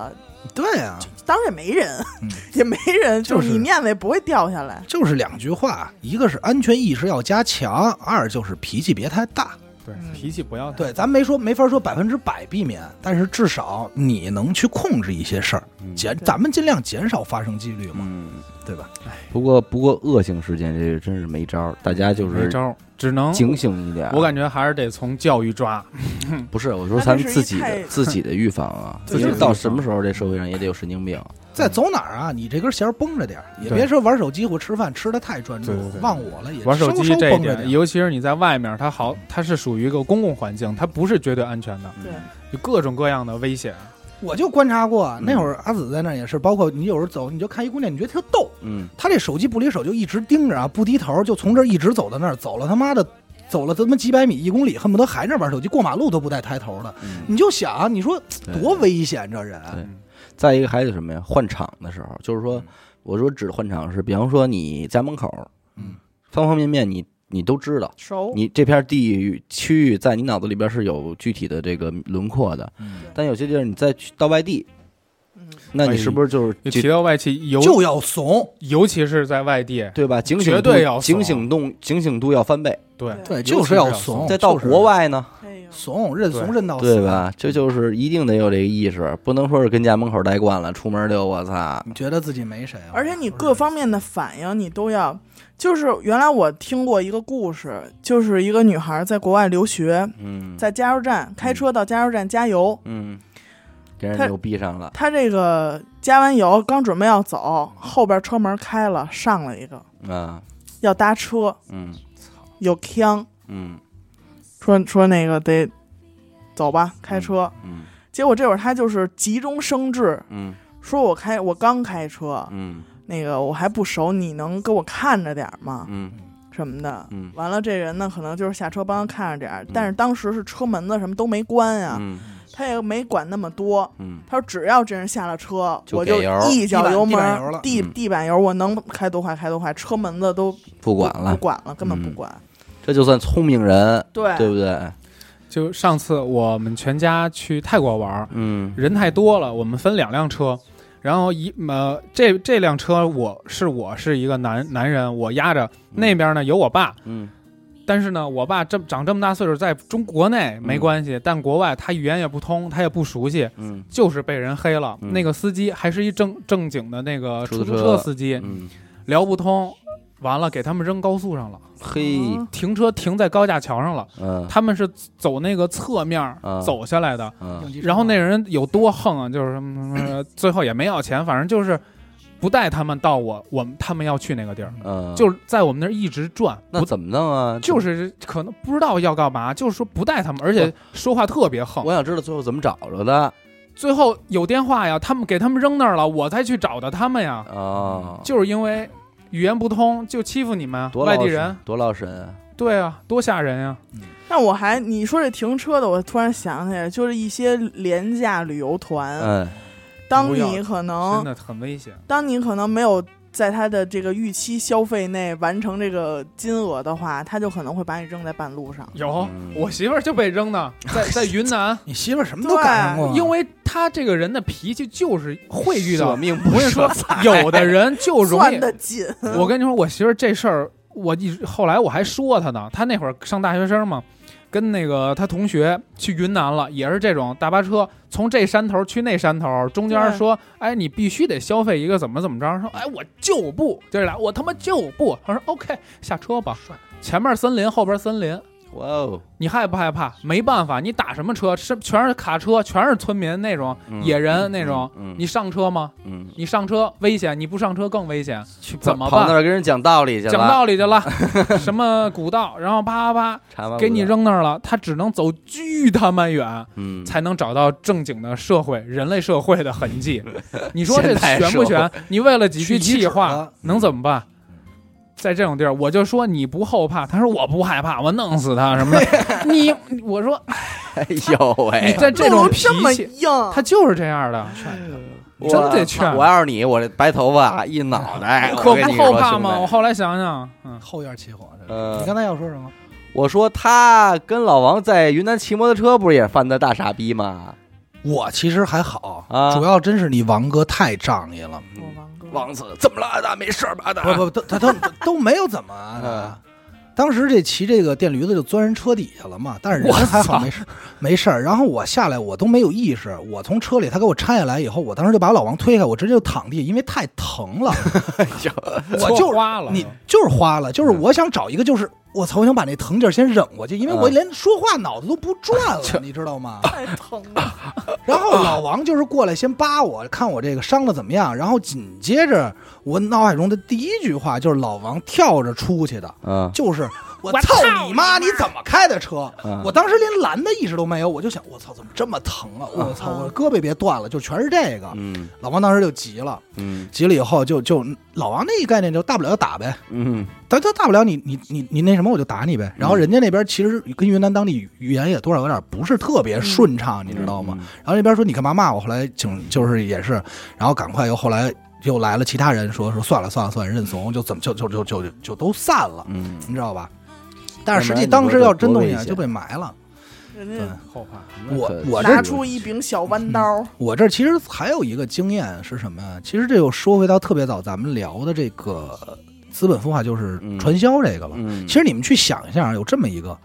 D: 对啊呀、
B: 当时也没人，
D: 嗯
B: 也没人，
D: 就是
B: 你面子也不会掉下来。
D: 就是两句话，一个是安全意识要加强，二就是脾气别太大。
C: 对
B: 嗯，
C: 脾气不要太
D: 对，咱没说没法说百分之百避免，但是至少你能去控制一些事儿，
A: 嗯
D: 减
B: 对
D: 咱们尽量减少发生几率嘛，
A: 嗯，
D: 对吧？
A: 不过不过恶性事件这个真是没招儿，大家就
C: 没
A: 是
C: 招儿，只能
A: 警醒一点。
C: 我感觉还是得从教育抓。
A: 不是我说
B: 那
A: 咱
B: 这
A: 们
B: 是一
A: 自己
B: 太
A: 的自己的预防啊，
B: 对
A: 因
B: 就
A: 为
B: 是
A: 到
C: 预
A: 什
C: 防
A: 么时候这社会上也得有神经病。
D: 在走哪儿啊，你这根弦儿绷着点儿，也
C: 对
D: 别说玩手机或吃饭吃的太专注
C: 对对，对
D: 忘我了也
C: 玩手机
D: 稍稍
C: 这一
D: 绷着
C: 点，
D: 点儿。
C: 尤其是你在外面，它好，它是属于一个公共环境，它不是绝对安全的，
B: 对
C: 有各种各样的危险。
D: 我就观察过，
A: 嗯
D: 那会儿阿紫在那儿也是，包括你有时候走，你就看一姑娘，你觉得特逗，
A: 嗯，
D: 她这手机不离手，就一直盯着啊，不低头，就从这儿一直走到那儿，走了他妈的，走了他妈几百米、一公里，恨不得还那玩手机，过马路都不带抬头的。
A: 嗯
D: 你就想，啊你说
A: 对
D: 多危险这人，
A: 对再一个还有什么呀？换场的时候，就是说
D: 嗯，
A: 我说指换场是，比方说你家门口，
D: 嗯，
A: 方方面面你你都知道，
B: 熟，
A: 你这片地域区域在你脑子里边是有具体的这个轮廓的，
D: 嗯
A: 但有些地儿你再去到外地，
B: 嗯，
A: 那
D: 哎
A: 你是不是就是
C: 就
A: 警
C: 提到外企，尤
D: 就要怂。
C: 尤其是在外地，
A: 对吧？警醒
C: 绝
A: 度
C: 对要
A: 警
D: 啊
C: 怂
A: 醒度警醒度要翻倍，
C: 对
B: 对
D: 对，就是
C: 尤
D: 要
C: 其是
D: 怂。
C: 要
A: 再到
D: 哦就是
A: 国外呢，
B: 哎呦，
D: 怂，认怂
C: 对
D: 认哦到死，
A: 对？吧？这就是一定得有这个意识，不能说是跟家门口待惯了，出门就我操，
D: 你觉得自己没谁了，啊
B: 而且你各方面的反应你都要，就是原来我听过一个故事，就是一个女孩在国外留学，
A: 嗯，
B: 在加油站开车到加油站加油，
A: 嗯，给人
B: 他
A: 牛逼上了，
B: 她这个加完油刚准备要走，后边车门开了，上了一个
A: 啊，
B: 要搭车，
A: 嗯
B: 有枪，
A: 嗯
B: 说说那个得走吧，开车。
A: 嗯
B: 结果这会儿她就是急中生智，
A: 嗯
B: 说我开我刚开车，
A: 嗯
B: 那个我还不熟，你能给我看着点儿吗？
A: 嗯
B: 什么的。
A: 嗯
B: 完了，这人呢，可能就是下车帮他看着点儿，但是当时是车门子什么都没关呀，
A: 嗯
B: 他也没管那么多。
A: 嗯，
B: 他说只要这人下了车，
A: 就
B: 我
A: 给
B: 就
A: 油
B: 一脚油门
D: 地板地板油了
B: 儿，地
A: 嗯
B: 地板油，我能开多快开多快，车门子都
A: 不
B: 不
A: 管了
B: 不，管了，根本不
A: 嗯
B: 管。
A: 这就算聪明人，
B: 对
A: 对不对？
C: 就上次我们全家去泰国玩儿，
A: 嗯
C: 人太多了，我们分两辆车，然后一呃这这辆车我是我是一个男男人，我压着那边呢有我爸，
A: 嗯
C: 但是呢，我爸这么长这么大岁数，在中国内没关系，但国外他语言也不通，他也不熟悉，
A: 嗯
C: 就是被人黑了。
A: 嗯
C: 那个司机还是一正正经的那个
A: 出租
C: 出租
A: 车
C: 车司机，
A: 嗯，
C: 聊不通，完了给他们扔高速上了，
A: 嘿，
B: 嗯
C: 停车停在高架桥上了。
A: 嗯
C: 他们是走那个侧面儿
A: 啊
C: 走下来的，
A: 嗯
D: 应急车，
C: 然后那人有多横啊，就是什么什么，最后也没要钱，反正就是不带他们到我我们他们要去那个地儿，
A: 嗯，
C: 就是在我们那儿一直转，不
A: 那怎么弄啊？
C: 就是可能不知道要干嘛，就是说不带他们，而且说话特别横
A: 我。想知道最后怎么找着的
C: 最后有电话呀，他们给他们扔那儿了，我才去找的他们呀，
A: 啊，
C: 就是因为语言不通就欺负你们
A: 多
C: 外地
A: 劳神
C: 人。
A: 多劳神啊，
C: 对啊，多吓人呀！
B: 但我还你说这停车的，我突然想起来，就是一些廉价旅游团，
A: 嗯
B: 当
C: 不要
B: 你可
C: 真
A: 啊
B: 能
C: 的很危险。
B: 当你可能没有在他的这个预期消费内完成这个金额的话，他就可能会把你扔在半路上。
C: 有
A: 嗯
C: 我媳妇儿就被扔呢，在 在云南
D: 你媳妇儿什么都赶上过吗，啊
C: 啊因为她这个人的脾气就是会遇
A: 舍
C: 到。
A: 命
C: 我
A: 不
C: 跟你说
A: 舍，
C: 有的人就容易
B: 算得紧，
C: 我跟你说，我媳妇儿这事儿，我一直后来我还说她呢。她那会儿上大学生嘛，跟那个她同学去云南了，也是这种大巴车从这山头去那山头，中间
B: 对
C: 说，哎，你必须得消费一个怎么怎么着，说，哎，我就不，就是俩，我他妈就不。她说，OK，下车吧，前面森林，后边森林。
A: 哇哦，
C: 你害不害怕？没办法，你打什么车？是全是卡车，全是村民那种、
A: 嗯
C: 野人那种。
A: 嗯嗯
C: 你上车吗？
A: 嗯，
C: 你上车危险，你不上车更危险。
A: 去
C: 怎么
A: 跑
C: 办
A: 那儿跟人讲道理去了，
C: 讲道理去了，什么古道，然后啪啪
A: 查完
C: 啪
A: 我
C: 给你
A: 就，
C: 扔那儿了，他只能走巨他妈远
A: 嗯，
C: 才能找到正经的社会、人类社会的痕迹。你说这
A: 现代
C: 悬不悬？你为了几句
D: 去遗
C: 气
D: 址
C: 话
D: 了
C: 能怎么办？在这种地儿，我就说你不后怕，他说我不害怕，我弄死他什么的。你我说
A: 哎呦
C: 你
A: 喂，
C: 在这种
B: 路都
C: 脾
B: 这么
C: 气，
B: 硬，
C: 他就是这样的。
A: 我
C: 真得劝哎
A: 我要是你，我这白头发一脑袋，
C: 可
A: 我跟
C: 不
A: 你说
C: 后怕吗？我
A: 兄弟
C: 后来想想，嗯，
D: 后院起火。这
A: 呃
D: 你刚才要说什么？
A: 我说他跟老王在云南骑摩托车，不是也是犯的大傻逼吗？
D: 我其实还好，
A: 啊
D: 主要真是你王哥太仗义了。
B: 我王哥，
A: 嗯王子怎么了，阿达？没事儿吧，阿达？
D: 不不，都他他 都没有怎么
C: 嗯
D: 啊。当时这骑这个电驴子就钻人车底下了嘛，但是人
C: 我操
D: 还好没事没事儿。然后我下来我都没有意识，我从车里他给我拆下来以后，我当时就把老王推开，我直接就躺地，因为太 疼了，我就
C: 错花了，嗯
D: 你就是花了，就是我想找一个就是。我操！我想把那疼劲儿先忍过去，因为我
A: 嗯
D: 连说话脑子都不转了，你知道吗？
B: 太疼了，
D: 然后老王就是过来先扒我，看我这个伤的怎么样。然后紧接着我脑海中的第一句话就是老王跳着出去的，
A: 嗯，
D: 就是我
C: 我
D: 操
C: 操
D: 你
C: 你
D: 妈！
C: 妈
D: 你怎么开的车？
A: 嗯
D: 我当时连拦的意识都没有，我就想我操，怎么这么疼啊！我操，
B: 啊
D: 我胳膊别断了，就全是这个。
A: 嗯
D: 老王当时就急了，
A: 嗯
D: 急了以后就就老王那一概念就大不了就打呗，
A: 嗯
D: 但他大不了你你你你那什么我就打你呗。然后人家那边其实跟云南当地语言也多少有点不是特
A: 嗯
D: 别顺畅，你知道吗？然后那边说你干嘛骂我？后来警就是也是，然后赶快又后来又来了其他人说说算了算了算了，认怂，就怎么就就就就就就都散了，
A: 嗯，
D: 你知道吧？但是实
A: 要不然
D: 际
A: 你
D: 当
A: 说
D: 时
A: 这
D: 要
A: 多
D: 真动
A: 危
D: 你啊
A: 险
D: 就被埋了。
B: 人
D: 对，
B: 家
C: 后话。
D: 我我这
B: 拿出一柄小弯刀，
D: 我这其实还有一个经验是什么呀？其实这又说回到特别早咱们聊的这个资本孵化，就是
A: 嗯
D: 传销这个了。
A: 嗯，
D: 其实你们去想一下，有这么一个，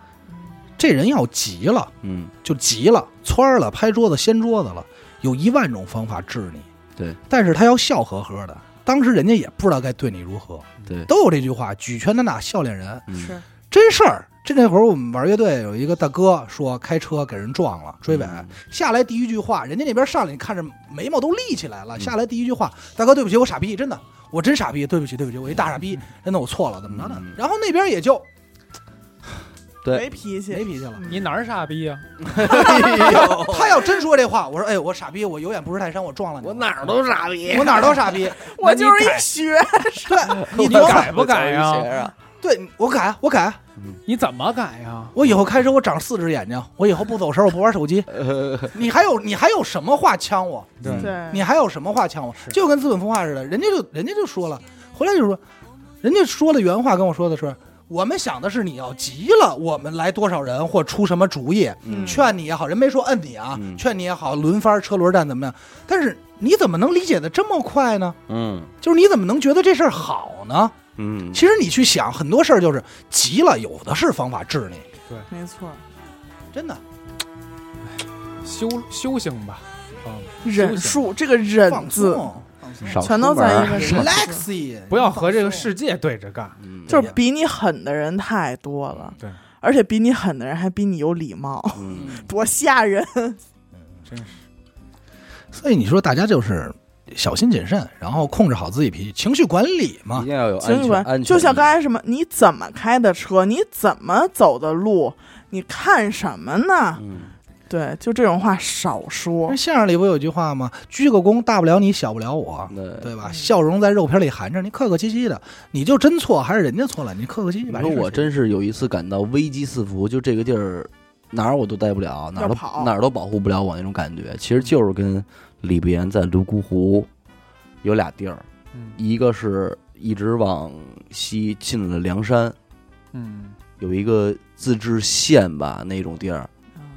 D: 这人要急了
A: 嗯
D: 就急了，窜儿了，拍桌子掀桌子了，有一万种方法治你。
A: 对，
D: 但是他要笑呵呵的，当时人家也不知道该对你如何，
A: 对，
D: 都有这句话：举拳难打笑脸人，
A: 嗯
B: 是
D: 真事儿。这那会儿我们玩乐队，有一个大哥说开车给人撞了，追尾、
A: 嗯
D: 下来第一句话，人家那边上来，你看着眉毛都立起来了。
A: 嗯
D: 下来第一句话，大哥对不起，我傻逼，真的，我真傻逼，对不起，对不起，我一大傻逼，真的我错了，怎么着呢
A: 嗯？
D: 然后那边也就
A: 对
B: 没脾气，
D: 没脾气了。
C: 你哪儿傻逼呀、
A: 哎
D: 他要真说这话，我说哎，我傻逼，我有眼不识泰山，我撞了你，
A: 我哪儿都傻逼，
D: 我哪 儿都傻逼。
B: 我就是一学，
D: 对，
A: 你
D: 琢磨
C: 改不改呀
A: 呀？
D: 对我改，我改，
C: 你怎么改呀、
D: 我以后开车我长四只眼睛，我以后不走神，我不玩 手机。
A: 呃，
D: 你还有你还有什么话呛我？
A: 对
B: 对，
D: 你还有什么话呛我？
C: 是
D: 就跟资本风化似的，人家就人家就说了，回来就说，人家说的原话跟我说的是，我们想的是你要急了，我们来多少人或出什么主意，
A: 嗯
D: 劝你也好，人没说摁你啊，
A: 嗯
D: 劝你也好，轮番车轮战怎么样？但是你怎么能理解的这么快呢？
A: 嗯
D: 就是你怎么能觉得这事儿好呢？
A: 嗯，
D: 其实你去想，很多事儿就是急了，有的是方法治你，
B: 没错，
D: 真的。
C: 修修行吧，啊，
B: 忍术这个忍
D: 放
B: 字
D: 松，放松
A: 呃少
B: 全都
A: 出门
B: 在
A: 儿
B: 一个人
D: relaxy，
C: 不要和这个
D: 放松
C: 世界对着干。
A: 嗯
B: 就是比你狠的人太多了，
C: 对，
B: 而且比你狠的人还比你有礼貌，
A: 嗯
B: 多吓人！
C: 真是
D: 所以你说大家就是小心谨慎，然后控制好自己脾气，情绪管理
A: 一
D: 嘛。
A: 定要有
B: 行
A: 安
B: 不
A: 全，安
B: 管，
A: 全
B: 就像
A: 意识
B: 刚才什么，你怎么开的车，你怎么走的路，你看什么呢？
A: 嗯
B: 对，就这种话少说
D: 那。相声里不有句话吗？鞠个躬，大不了你，小不了我，
A: 对。
D: 啊对吧？
B: 嗯
D: 笑容在肉皮里含着，你客客气气的，你就真错还是人家错了？你客客气气
A: 你
D: 吧。
A: 说
D: 这事
A: 我
D: 情
A: 真是有一次感到危机四伏，就这个地儿哪儿我都待不了，哪儿
B: 要
A: 都
B: 跑
A: 哪儿都保护不了我那种感觉。其实就是跟李不言在泸沽湖有俩地儿，
C: 嗯
A: 一个是一直往西进了梁山，
C: 嗯，
A: 有一个自治县吧那种地儿，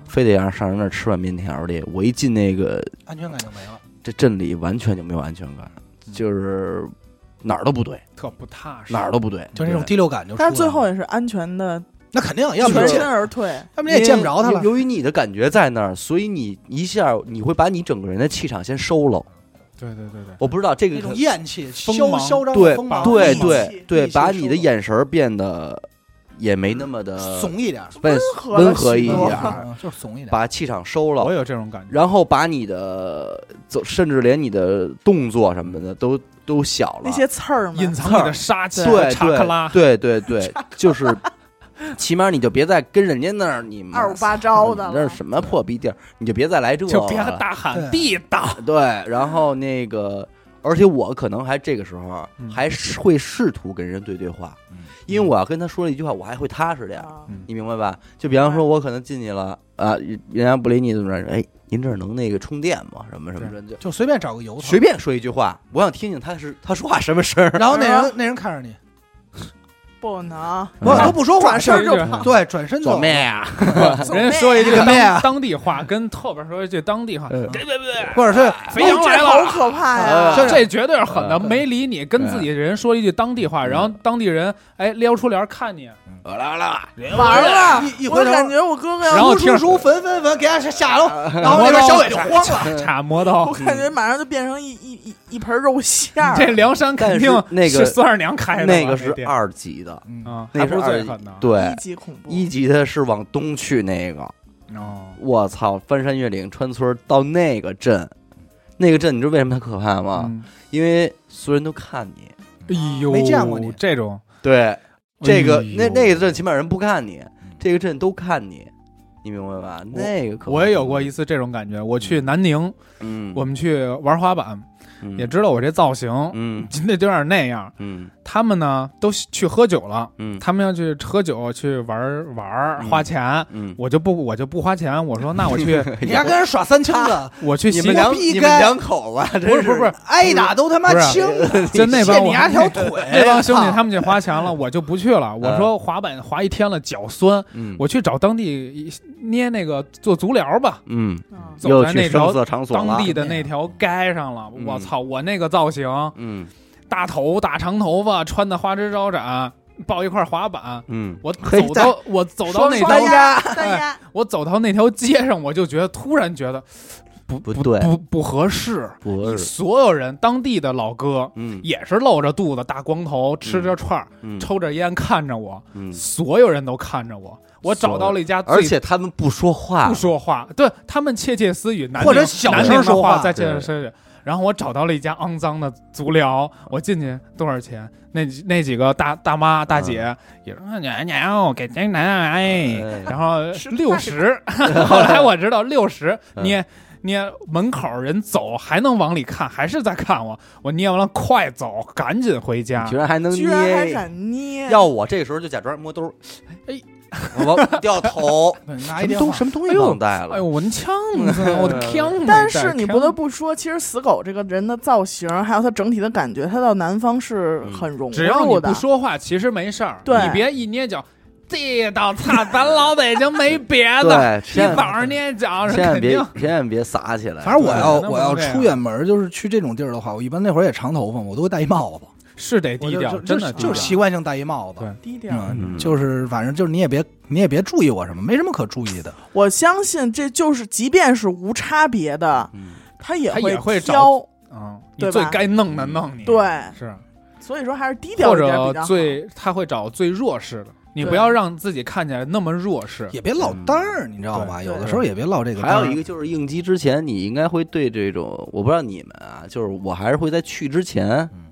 A: 非得让上人那儿吃碗面条去。我一进那个
D: 安全感就没了。
A: 这镇里，完全就没有安全感，就是哪儿都不对，
C: 特不踏实，
A: 哪儿都不对，
D: 就是那种
A: 对
D: 第六感就出来
B: 但
D: 了。
B: 是最后也是安全的，
D: 那肯定，要不
B: 全
D: 然
B: 身
D: 见，
B: 而退。
D: 要不然也见不着他了。
A: 由由于你的感觉在那儿，所以你一下你会把你整个人的气场先收了。
C: 对对对对，
A: 我不知道这个
D: 那种
A: 可
D: 厌气、
C: 锋
D: 嚣
C: 芒
D: 嚣张的
A: 对
D: 锋芒
A: 对
D: 逆
A: 对
B: 气
A: 对，
D: 逆气
A: 把
D: 收
A: 你的
D: 了
A: 眼神儿变得也没那么的
D: 怂一点儿，
A: 温
B: 和了
A: 温和一
B: 许
A: 点
B: 多
A: 儿，啊
D: 嗯就是怂一点儿。
A: 把气场收
C: 我
A: 了，
C: 有这种感觉。
A: 然后把你的走，甚至连你的动作什么的都都小了。
B: 那些刺儿
C: 隐
B: 们，
C: 藏你的杀气，
A: 对
C: 查克拉，
A: 对对对，就是 起码你就别再跟人家那儿你妈
B: 二五八糟的
A: 嗯你
B: 了
A: 这是什么破逼地儿，你就别再来这
C: 就别
A: 了。
C: 大喊
D: 对
C: 地道。
A: 对，然后那个，而且我可能还这个时候啊
C: 嗯
A: 还是会试图跟人对对话，因为我要跟他说了一句话，我还会踏实点儿，
B: 啊
C: 嗯
A: 你明白吧？就比方说，我可能进去了啊，人家不理你怎么着？哎，您这儿能那个充电吗？什么什么什么就
D: 就随便找个由头，
A: 随 便说一句话，我想听听他是他说话什么声儿。啊
D: 然后那人那人看着你，
B: 不
C: 啊
B: 能，
D: 我
A: 嗯
D: 都不说话，
B: 转身就
C: 这
B: 跑。
D: 对，转身
A: 做
D: 走。
A: 妹啊，
C: 人家说一句
D: 走妹啊
C: 当当地话，跟后边说一句当地话，
A: 嗯
C: 对对对，
D: 或者是
C: 肥羊来
B: 啊这
C: 了
B: 好。可怕
A: 啊
B: 呀！
A: 真
C: 这绝对是狠的，
A: 呃
C: 没理你，跟自己人说一句当地话，
A: 嗯
C: 然后当地人哎撩出帘儿看你，
A: 完了完了，
B: 完了
D: 一一，
B: 我
D: 回头
B: 感觉我哥哥
C: 哎然
B: 要，
C: 后
D: 叔
C: 听
D: 叔叔粉粉粉，给他吓了，
A: 啊
D: 然后那边小伟就慌 了。
C: 插磨刀
B: 我，感觉马上就变成一一一一盆肉馅儿。
C: 这梁山肯定
A: 但是那个
C: 是孙二娘开的吧，
A: 那个是
C: 店
A: 二级的，
D: 嗯
C: 啊，
A: 那
C: 还
A: 是
C: 不是
A: 二
C: 最
A: 级
C: 狠的，
A: 对
B: 一，级恐怖，嗯
A: 一级的是往东去那个，
C: 哦，
A: 我操，翻山越岭穿村儿到那个镇，那个镇你知道为什么它可怕吗？
C: 嗯
A: 因为所有人都看你。
C: 哎呦，
D: 啊没见过你
C: 这种，
A: 对，这个、
C: 哎
A: 那
C: 呦嗯
A: 那个镇起码人不看你，这个镇都看你，你明白吧？那个可
C: 我也有过一，次这种感觉。我去南宁，
A: 嗯，
C: 我们去玩滑板，
A: 嗯
C: 也知道我这造型，
A: 嗯
C: 那有点那样。
A: 嗯
C: 他们呢都去喝酒了，
A: 嗯
C: 他们要去喝酒去玩玩儿
A: 嗯
C: 花钱，
A: 嗯，
C: 我就不我就不花钱。我说那我 去
D: 你还跟人耍三清子，
C: 我去
A: 你
C: 洗
A: 们，两
D: 我逼
A: 你们
D: 该
A: 两口子，啊
C: 不是不是不是，
D: 挨打都他妈
C: 不是
D: 轻的，
C: 就那帮
D: 卸你
C: 我
D: 丫条腿。
C: 那帮兄弟
A: 啊
D: 操
C: 他们去花钱了，我就不去了。我说滑板滑一天了，脚酸，
A: 嗯
C: 我去找当地捏那个做足疗吧。
A: 嗯，
B: 嗯
C: 走
A: 又
C: 在
A: 去
C: 那
A: 声
C: 条
A: 色场所了
C: 当地的那条街上了，
A: 嗯
C: 我操！我那个造型，
A: 嗯
C: 大头大长头发，穿的花枝招展，抱一块滑板，
A: 嗯，
C: 我
A: 嘿
C: 走到我走到那
B: 双
C: 条
B: 双
A: 啊
D: 家
B: 三 丫，
C: 我走到那条街上，我就觉得突然觉得不
A: 不
C: 不
A: 对
C: 不不合适。
A: 不是，
C: 所有人当地的老哥
A: 嗯
C: 也是露着肚子大光头，吃着串儿，
A: 嗯
C: 抽着烟看着我，
A: 嗯，
C: 所有人都看着我。我找到了一家最
A: 而且他们不说话
C: 不，说话，对他们窃窃私语，男
D: 或者
C: 女
D: 小
C: 男
D: 声
C: 女的
D: 说
C: 话
D: 话
C: 在窃窃
A: 对
C: 私语。然后我找到了一家肮脏的足疗，我进去多少钱？那几那几个大大妈大姐也说娘娘给您拿哎，
A: 哎
C: 然后
B: 吃
C: 六十。 后来我知道六十，捏捏门口人走还能往里看，还是在看我。我捏完了，快走，赶紧回家
A: 居。然还能
B: 啊居然还
A: 捏，
B: 敢捏，
A: 要我这时候就假装摸兜，哎
C: 哎，
A: 我 掉头，
D: 拿
A: 什
D: 一
A: 么
D: 电
A: 东
D: 话，
A: 什么东
C: 哎
A: 西
C: 呦
A: 忘带
C: 哎
A: 了
C: 呦，，我那呛死了，我的天！
B: 嗯但是你不得
C: 能
B: 不说，其实死狗这个人的造型，还有他整体的感觉，他到南方是很融
C: 嗯只要你
B: 入的
C: 不。说话，其实没事儿。
B: 对
C: 你别一捏脚，这道菜咱老北京没别的，
A: 对，
C: 一
A: 千
C: 早
A: 万
C: 上捏脚是
A: 千万
C: 肯
A: 别
C: 定。
A: 千万别撒起来，
D: 反正我要
C: 对
D: 我
C: 那不
D: 要
C: 能这样
D: 出远门，就是去这种地儿的话，我一般那会儿也长头发嘛，我都会戴一帽子，
C: 是得
D: 我
C: 低
D: 就
C: 调
D: 就，
C: 真的
D: 就就
C: 低
D: 是
C: 调
D: 习惯性戴一帽子
C: 对。
B: 低调，
D: 嗯，
A: 嗯
D: 就是反正就是你也别你也别注意我什么，没什么可注意的。
B: 我相信这就是，即便是无差别的，
A: 嗯
B: 他也
C: 他也会找
B: 挑。
C: 嗯，你
B: 对吧
C: 最该弄的弄你，
B: 对，
C: 是
B: 所以说还是低调
C: 或
B: 一点比
C: 者
B: 较好。
C: 最他会找最弱势的，你不
B: 对
C: 要让自己看起来那么弱势。
D: 也别落单儿，你知道吧？
B: 对
D: 有的时候也别落这个
A: 嗯
D: 单
A: 还
D: 儿。
A: 有一个就是应激之前，你应该会对这种，我不知道你们啊，就是我还是会在去之前
D: 嗯，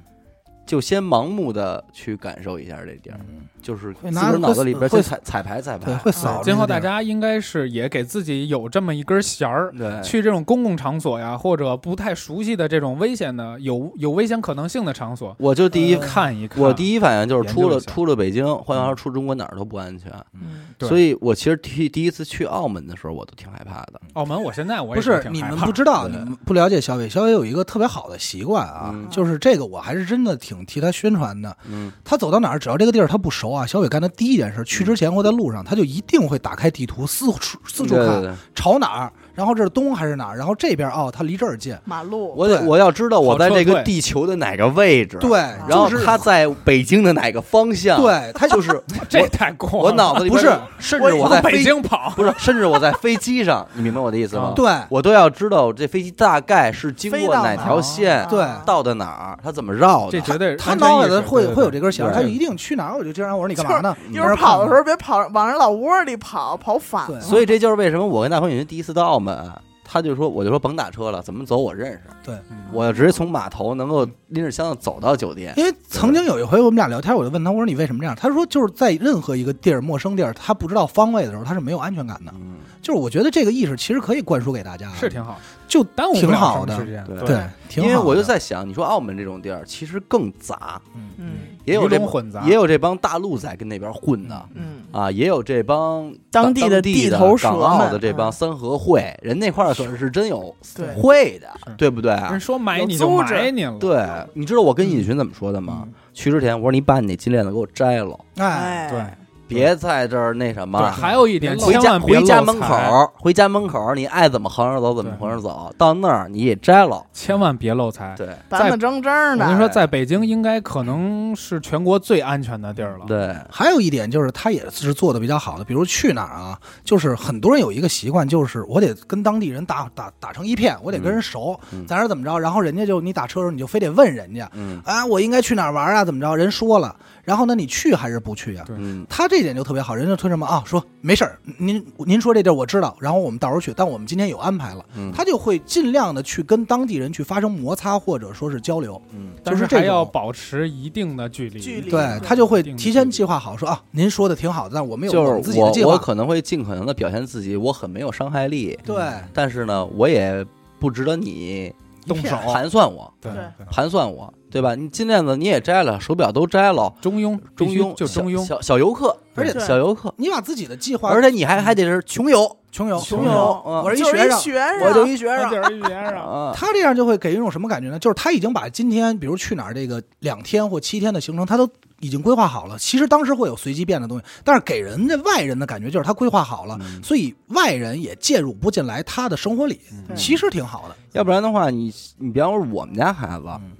A: 就先盲目的去感受一下这地儿，
D: 嗯，
A: 就是
D: 会
A: 自
D: 拿
A: 个儿脑子里边
D: 会
A: 去彩彩排彩
D: 对，
A: 排，
D: 会扫
B: 好
D: 这
C: 今
D: 个
C: 后
D: 地
C: 大
D: 儿。
C: 家应该是也给自己有这么一根弦儿，
A: 对，
C: 去这种公共场所呀，或者不太熟悉的这种危险的有有危险可能性的场所，
A: 我就第一，
D: 呃
C: 看一看。
A: 我第一反应就是
C: 研
A: 出
C: 究一
A: 了
C: 下
A: 出了北京，换
D: 嗯
A: 句话说，出中国哪儿都不安全。
B: 嗯，
C: 对
A: 所以我其实第第一次去澳门的时候，我都挺害怕的。
C: 澳门，我现在我也
D: 不是
C: 挺
D: 你
C: 害
D: 们
C: 怕
D: 不知道，你
A: 对
D: 们不了解小伟。小伟有一个特别好的习惯啊
A: 嗯，
D: 就是这个我还是真的挺替他宣传的。
A: 嗯，
D: 他走到哪儿，只要这个地儿他不熟啊，小伟干的第一件事，去之前或在路上，他就一定会打开地图，四处四处
A: 对对
D: 看，
A: 对，
D: 朝哪儿，然后这是东还是哪儿，然后这边哦，他离这儿近，
B: 马路
A: 我得
D: 对
A: 我要知道我在这
C: 好
A: 个
C: 撤退
A: 地球的哪个位置，
D: 对，，
A: 然后
D: 就是
A: 他在北京的哪个方向，，
D: 对他
A: 就是
C: 这太过了，
A: 我脑子里边
D: 不是，
A: 甚至我
C: 往
A: 在
C: 北
A: 飞
C: 京跑，
A: 不是，甚至我在飞机上，你明白我的意思吗
C: 啊？，
D: 对
A: 我都要知道这飞机大概是经
B: 飞
A: 过
B: 到
A: 哪
B: 哪
A: 条
C: 儿
A: 线，
D: 对
A: 到的哪儿，它怎么绕
C: 这
A: 的。
C: 绝对
D: 他脑袋里会会有这
C: 个
D: 根弦儿，
A: 对
D: 他就一定去哪儿我就经常我说你干嘛呢？
B: 一会儿跑的时候别跑往人老窝里跑，跑反
D: 对
B: 了。
A: 所以这就是为什么我跟大鹏宇第一次到澳门啊，他就说我就说甭打车了，怎么走我认识，我直接从码头能够拎着箱子走到酒店。
D: 因为曾经有一回我们俩聊天，我就问他我说你为什么这样？他说就是在任何一个地儿陌生地儿，他不知道方位的时候，他是没有安全感的。
A: 嗯，
D: 就是我觉得这个意识其实可以灌输给大家，
C: 是挺好，
D: 就
C: 耽误不了
D: 挺好
C: 什么时
D: 的，
C: 间
A: 对
D: 对，挺
A: 因
D: 好的。
A: 为我就在想，你说澳门这种地儿其实更杂，
D: 嗯，
B: 嗯
A: 也有这
C: 鱼龙混杂，
A: 也有这帮大陆在跟那边混呢。
B: 嗯，
A: 啊，也有这帮
B: 当
A: 地
B: 地的
A: 地
B: 地头蛇
A: 港澳的
B: 们
A: 这帮
B: 嗯
A: 三合会，人那块儿可是真有
B: 对
A: 会的，
C: 是嗯
A: 对不对啊
C: 人？说买
B: 有
C: 你就
B: 组织
C: 买你了，
A: 对，你知道我跟尹群怎么说的吗？去之前我说你把你那金链子给我摘了，
D: 哎，
B: 哎，
C: 对
A: 别在这儿那什
D: 啊
C: 对，
A: 么。
C: 还有一点，
A: 回
C: 千
A: 家
C: 万别
A: 回家
C: 漏
A: 门
C: 财，
A: 口，回家门口，你爱怎么横着走怎么
C: 对哎
A: 横着走，到那儿你也摘了。
C: 千万别漏财。
A: 对
B: 板板正正
C: 我
B: 的
C: 跟你，说，在北京应该可能是全国最安全的地儿了。
A: 对，
D: 还有一点就是，他也是做的比较好的，比如去哪儿啊，就是很多人有一个习惯，就是我得跟当地人打打打成一片，我得跟人熟，
A: 嗯嗯
D: 咱是怎么着，然后人家就你打车的时候你就非得问人家，
A: 嗯
D: 啊，我应该去哪儿玩啊，怎么着，人说了，然后呢你去还是不去呀、
C: 对
A: 嗯，
D: 他这点就特别好，人家推什么啊？说没事儿，您您说这地儿我知道，然后我们到时候去，但我们今天有安排了，
A: 嗯
D: 他就会尽量的去跟当地人去发生摩擦或者说是交流，
A: 嗯
C: 但
D: 就是是这
C: 还要
D: 种
C: 保持一定的距离。
B: 距离
D: 对他就会提前计划好说啊，您说的挺好的，但我们有我
A: 就
D: 们自
A: 是
D: 己的
A: 我
D: 计
A: 我
D: 划，
A: 可能会尽可能的表现自己，我很没有伤害力，
D: 对。
A: 但是呢，我也不值得你
C: 动手
A: 盘算我，
C: 对
B: 对
A: 盘算我，对吧？你金链子你也摘了，手表都摘了，
C: 中庸，
A: 中
C: 必须
A: 庸
C: 就中
A: 小
C: 庸，
A: 小小游客，
D: 而且
B: 对
A: 小游客，
D: 你把自己的计划，
A: 而且你还还得是穷游，
D: 穷游
C: 穷
A: 游
B: 游
A: 嗯
D: 我是一
B: 就是
D: 学
B: 一
D: 生，
B: 学生，
A: 我就一学
C: 那
A: 生
C: 地儿一边儿啊，
A: 啊，
D: 他这样就会给人一种什么感觉呢？就是他已经把今天，比如去哪儿这个两天或七天的行程，他都已经规划好了。其实当时会有随机变的东西，但是给人家外人的感觉就是他规划好了，
A: 嗯
D: 所以外人也介入不进来他的生活里，
B: 对
D: 其实挺好的。
A: 要不然的话，你你比方说我们家孩子
D: 嗯，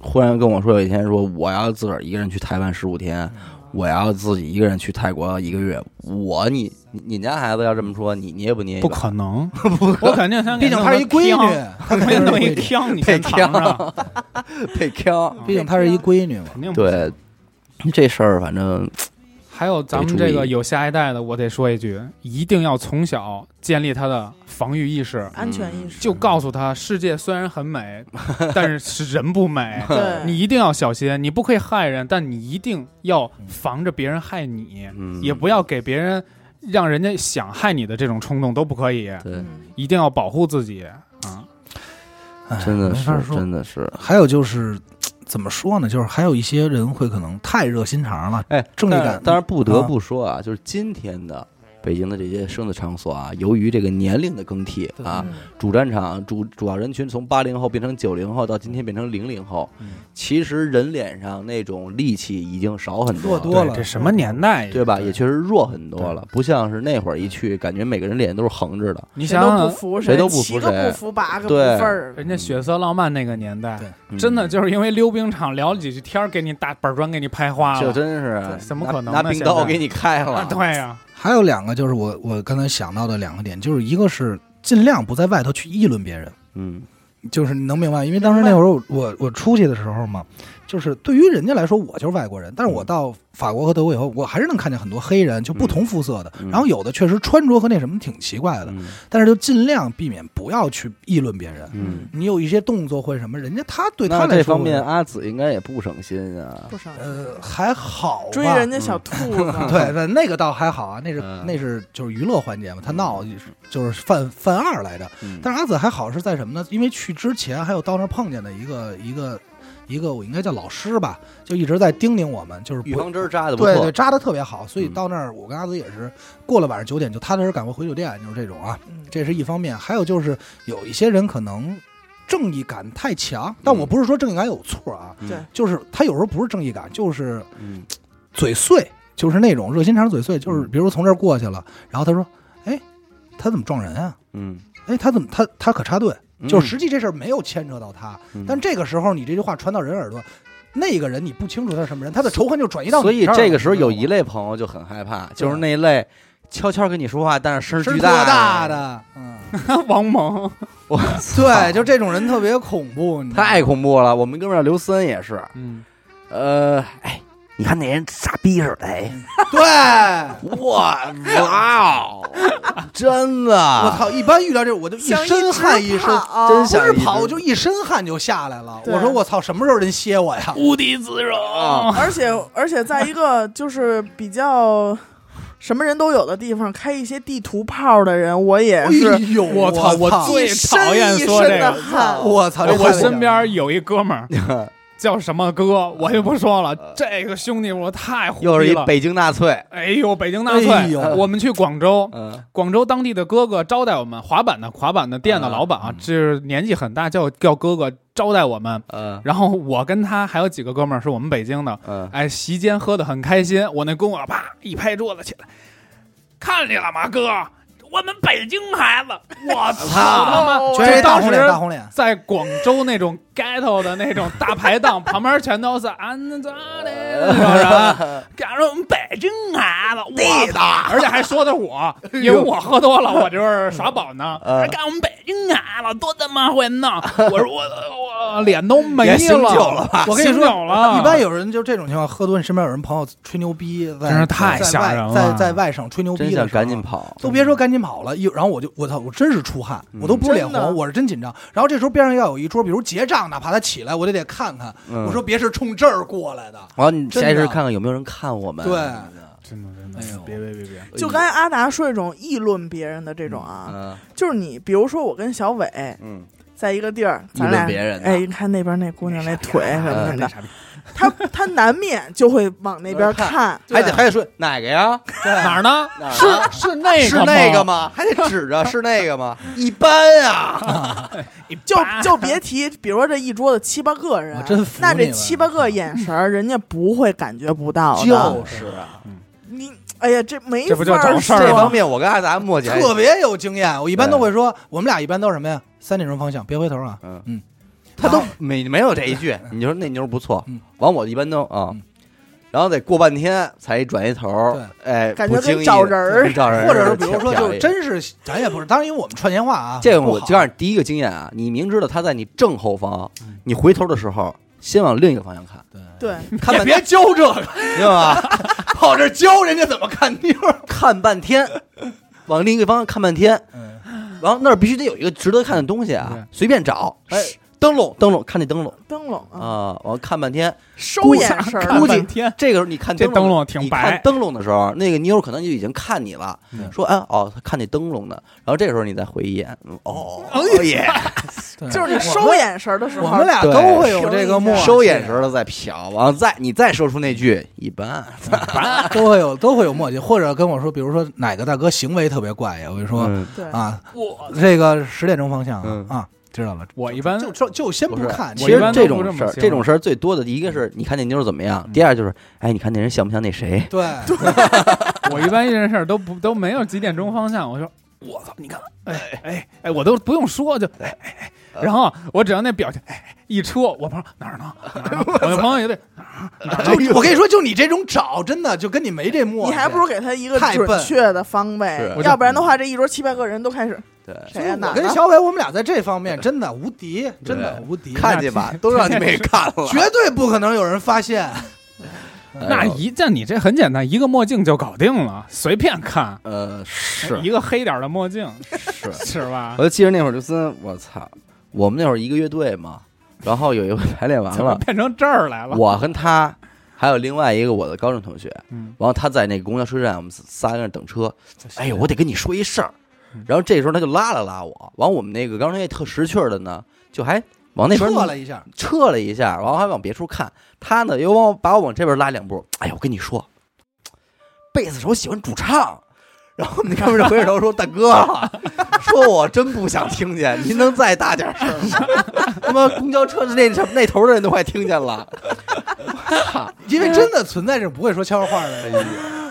A: 忽然跟我说有一天说我要自个儿一个人去台湾十五天，
C: 嗯
A: 我要自己一个人去泰国一个月，我你你你家孩子要这么说，你捏不捏一把？
C: 不可能，我肯定先给
D: 毕竟她是一
C: 弄个
D: 闺
C: 腔
D: 女，，她肯
C: 肯定
D: 定是
C: 弄一
D: 闺女，
C: 腔，你先
A: 被
C: 尝尝，
A: 被坑。
D: 毕竟她是一闺女嘛。
C: 肯定不
A: 对，这事儿反正
C: 还有咱们
A: 得注
C: 这
A: 意
C: 个有下一代的，我得说一句，一定要从小建立他的防御意识，
B: 安全意识，
C: 就告诉他，世界虽然很美，但是是人不美。
B: 对，
C: 你一定要小心，你不可以害人，但你一定要防着别人害你，
A: 嗯
C: 也不要给别人让人家想害你的这种冲动都不可以，
A: 对，
B: 嗯
C: 一定要保护自己啊！
D: 哎
A: 啊真的
D: 没法
A: 是
D: 说
A: 真的是，
D: 还有就是，怎么说呢？就是还有一些人会可能太热心肠了，
A: 哎，
D: 正义
A: 但
D: 感
A: 当然不得
D: 啊
A: 不说啊，就是今天的北京的这些生的场所啊，由于这个年龄的更替啊，
B: 嗯
A: 主战场主主要人群从八零后变成九零后，到今天变成零零后，
C: 嗯
A: 其实人脸上那种戾气已经少很多
D: 弱多了
C: 对这什么年代呀？
A: 对吧？也确实弱很多了，不像是那会儿一去，感觉每个人脸都是横着的。
C: 你
B: 谁
C: 想
B: 都
C: 想啊
B: 不，服
A: 谁都不服
B: 七个
A: 谁
B: 不服八个不
A: 对
B: 分儿，
C: 人家血色浪漫那个年代，
D: 对
A: 嗯
C: 真的就是因为溜冰场聊了几句天儿，给你大板砖给你拍花
A: 这
C: 了，
A: 真是
C: 对怎么可能呢
A: 拿拿冰刀
C: 现在
A: 给你开
C: 啊
A: 了，
C: 对呀，
D: 还有两个就是我我刚才想到的两个点，就是一个是尽量不在外头去议论别人，
A: 嗯
D: 就是你能明白，因为当时那会儿我我我出去的时候嘛，就是对于人家来说我就是外国人，但是我到法国和德国以后，我还是能看见很多黑人，就不同肤色的，
A: 嗯
D: 然后有的确实穿着和那什么挺奇怪的，
A: 嗯
D: 但是就尽量避免不要去议论别人。
A: 嗯。
D: 你有一些动作或者什么，人家他对他
A: 那
D: 来说
A: 这方面，阿紫应该也不省心啊。
B: 不少
D: 呃还好吧
B: 追人家小兔子，
D: 对对，那个倒还好啊，那是、
A: 嗯
D: 那是就是娱乐环节嘛，他闹就是犯犯二来着。
A: 嗯
D: 但是阿紫还好是在什么呢？因为去之前还有到那儿碰见的一个一个一个，我应该叫老师吧，就一直在叮咛我们，就是
A: 预
D: 不
A: 防针扎的不
D: 对对
A: 错，
D: 扎的特别好，所以
A: 嗯
D: 到那儿我跟阿紫也是过了晚上九点就踏踏实实赶快回酒店，就是这种啊，
B: 嗯
D: 这是一方面。还有就是有一些人可能正义感太强，但我不是说正义感有错啊，
A: 嗯
B: 对
D: 就是他有时候不是正义感，就是
A: 嗯
D: 嘴碎，就是那种热心肠嘴碎，就是比如从这儿过去了，然后他说：“哎，他怎么撞人啊？
A: 嗯，
D: 哎，他怎么他他可插队？”
A: 嗯
D: 就是实际这事儿没有牵扯到他，
A: 嗯
D: 但这个时候你这句话传到人耳朵，那个人你不清楚他是什么人，他的仇恨就转移到
A: 所
D: 你
A: 以
D: 这儿了
A: 这个时候有一
D: 你知
A: 类朋友就很害怕，就是那一类悄悄跟你说话，但是声儿
D: 道吗声
A: 巨
D: 儿特
A: 大
D: 大，的，嗯，
C: 王蒙，
A: 我
D: 对，就这种人特别恐怖，你知道吗
A: 太恐怖了。我们哥们儿刘森也是，
C: 嗯，
A: 呃，哎，你看那人傻逼似的，哎，
D: 对。
A: 我哇哦，真的，
D: 我
A: 我，
D: 操！一般遇到这种我就一
B: 像
D: 身汗一
B: 只
D: 身，
B: 跑
A: 真
D: 不
A: 像
D: 是
A: 一只
D: 跑我就一身汗就下来了。
B: 对
D: 我说我操，什么时候人歇我呀？
C: 无地自容，
D: 啊
B: 而且而且在一个就是比较什么人都有的地方开一些地图炮的人，我也
D: 哎
B: 是
D: 呦，
C: 我操
D: 我
C: 最讨厌说这
B: 一身一身的
C: 个。
B: 汗，
D: 我操！这
C: 我
D: 太危
A: 嗯
D: 险
C: 身边有一哥们儿，叫什么哥，我就不说了。这个兄弟我太虎逼了
A: 呃又是一北京纳粹，
C: 哎呦，北京纳
D: 哎
C: 粹
D: 呦！
C: 我们去广州，
A: 嗯，
C: 广州当地的哥哥招待我们，滑板的滑板的店的老板啊
D: 嗯，
C: 这是年纪很大，叫叫哥哥招待我们。
A: 嗯
C: 然后我跟他还有几个哥们儿是我们北京的，
A: 嗯，
C: 哎，席间喝得很开心。我那哥们儿啪一拍桌子起来，看见了吗，哥？我们北京孩子，我操他妈！
B: 哦
D: 全是
C: 就
D: 大
C: 当
D: 红脸，
C: 时
D: 大红脸。
C: 在广州那种 ghetto 的那种大排档旁边全都是俺这的，是不是？赶上我们北京孩子，我操！而且还说的是我，因为我喝多了，我就是耍宝呢。
A: 嗯
C: 还干我们北京孩子多他妈会闹！我说我我我脸都没
A: 也醒酒了吧
C: 我跟你
D: 醒
C: 说，了
D: 一般有人就这种情况，喝多，你身边有人朋友吹牛逼，在
C: 真是太吓人了
D: 在外在在外省吹牛逼
A: 真
D: 的时候
A: 想赶紧跑，
D: 都别说赶紧跑了，一然后我就我操，我真是出汗，
A: 嗯
D: 我都不是脸
B: 真的
D: 红，我是真紧张。然后这时候边上要有一桌，比如结账，哪怕他起来，我就得看看。
A: 嗯
D: 我说别是冲这儿过来的，
A: 然后你下意识
D: 真的
A: 看看有没有人看我们，哎
D: 对
C: 真的真
D: 哎呦
C: 别别别别，
B: 就刚才阿达说这种议论别人的这种啊，
A: 嗯
B: 就是你，比如说我跟小伟
A: 嗯
B: 在一个地儿，
A: 议
B: 咱
A: 论
B: 俩
A: 别人呢
B: 哎，你看那边那姑娘那腿什么
A: 嗯
C: 哎
D: 哎
B: 的，他他难免就会往那边看，
D: 对
A: 还得还得说哪个呀？
C: 哪
D: 对，
C: 儿呢？
A: 哪儿
C: 是
A: 呢
C: 是那个
A: 是那个？吗？ 还得指着是那个吗？一般 啊，
B: 就就别提，比如说这一桌子七八个人啊
D: 我真服，
B: 那
D: 你
B: 这
D: 们
B: 七八个眼神儿，人家不会感觉不到
D: 就
B: 的。
D: 是啊
B: 你哎呀，这没
C: 这不就
B: 法儿
C: 找事儿
B: 说
A: 这方面我跟阿达默契还
D: 特别有经验。我一般都会说，我们俩一般都是什么呀？三点钟方向，别回头啊。
A: 嗯
D: 嗯，
A: 他都没没有这一句，你说那妞儿不错
D: 嗯，
A: 完我一般都啊
D: 嗯，
A: 然后得过半天才一转一头儿，哎，
B: 感觉
A: 不经
B: 跟
A: 意
B: 找人儿
A: 跟找人儿
D: 或者是比如说，就
A: 挑
D: 是
A: 一
D: 真是咱也不是，当然因为我们串闲话啊，
A: 这个我
D: 不好
A: 就让你第一个经验啊，你明知道他在你正后方，
D: 嗯
A: 你回头的时候先往另一个方向 看，
B: 对，
A: 看
D: 也
A: 半
D: 别
A: 天，
D: 教这个，
A: 明 白吧？
D: 跑这教人家怎么看妞儿。
A: 看半天，往另一个方向看半天，
D: 嗯，
A: 然后那儿必须得有一个值得看的东西啊
C: 对，
A: 随便找，哎，灯笼灯笼，看那灯笼
B: 灯笼啊，
A: 啊，完看半天，
B: 收眼神
A: 看
B: 儿
A: 估计
C: 半天
A: 这个时候你看
C: 这灯
A: 笼
C: 笼挺
A: 你
C: 白
A: 看，灯笼的时候，那个妞儿可能就已经看你了，
D: 嗯
A: 说哎哦，她看那灯笼呢。然后这时候你再回一眼，嗯哦耶，
D: 对
B: 就是你收眼神儿的时候，
D: 我们俩
A: 对
D: 都会有这个默契，嗯
A: 收眼神了再瞟，完了再你再说出那句一般，
D: 都会有都会有默契，或者跟我说，比如说哪个大哥行为特别怪呀，我就说、
A: 嗯
B: 对
D: 啊，
C: 我
D: 这个十点钟方向啊、
A: 嗯
D: 啊，知道了，
C: 我一般
D: 就就就先
A: 不
D: 不
A: 是
D: 看，
A: 其
C: 我一
A: 实
C: 般
A: 这
C: 都不
A: 种
C: 这么
A: 事儿，
C: 形
A: 这
C: 容
A: 种事儿最多的一个是你看那妞儿怎么样，第二就是哎，你看那人像不像那谁？
D: 对
C: 我一般遇见事儿都不都没有几点钟方向，我说我操，你看，哎哎哎，我都不用说就哎哎
A: 啊
C: 哎，然后我只要那表情，哎哎一戳，我朋友哪儿呢？哪儿 呢？我的朋友也得
D: 就我跟你说，就你这种找，真的就跟你没这默契，
B: 你还不如给他一个
D: 太笨
B: 准确的方位
A: 是，
B: 要不然的话，这一桌七八个人都开始
A: 对，
D: 就
B: 谁
D: 是
B: 呀、
D: 我
B: 哪
D: 跟
B: 呢？
D: 小伟，我们俩在这方面真的无敌，真的无 敌，
A: 看见吧，都让你没看了。哎
D: 绝对不可能有人发现。
C: 那一这你这很简单，一个墨镜就搞定了，随便看，
A: 呃是
C: 一个黑点儿的墨镜
A: 是，
C: 是吧
A: 我？就记着那会儿就真我操，我们那会儿一个乐队嘛，然后有一回排练完
C: 怎么
A: 了，
C: 变成这儿来了？
A: 我跟他还有另外一个我的高中同学，
C: 嗯，
A: 然后他在那个公交车站，我们仨在那等车。哎呦，我得跟你说一事儿。然后这时候他就拉了拉我，完我们那个刚才那特识趣儿的呢，就还往那边
D: 撤了一下，
A: 撤了一下，然后还往别处看。他呢又往我把我往这边拉两步。哎呦，我跟你说，贝斯手喜欢主唱。然后我们那边就回着头说：“大哥，啊 说我真不想听见，您能再大点声吗？ 他妈公交车的那那头的人都快听见了。
D: 因为真的存在这种不会说悄悄话
A: 哎
D: 的人。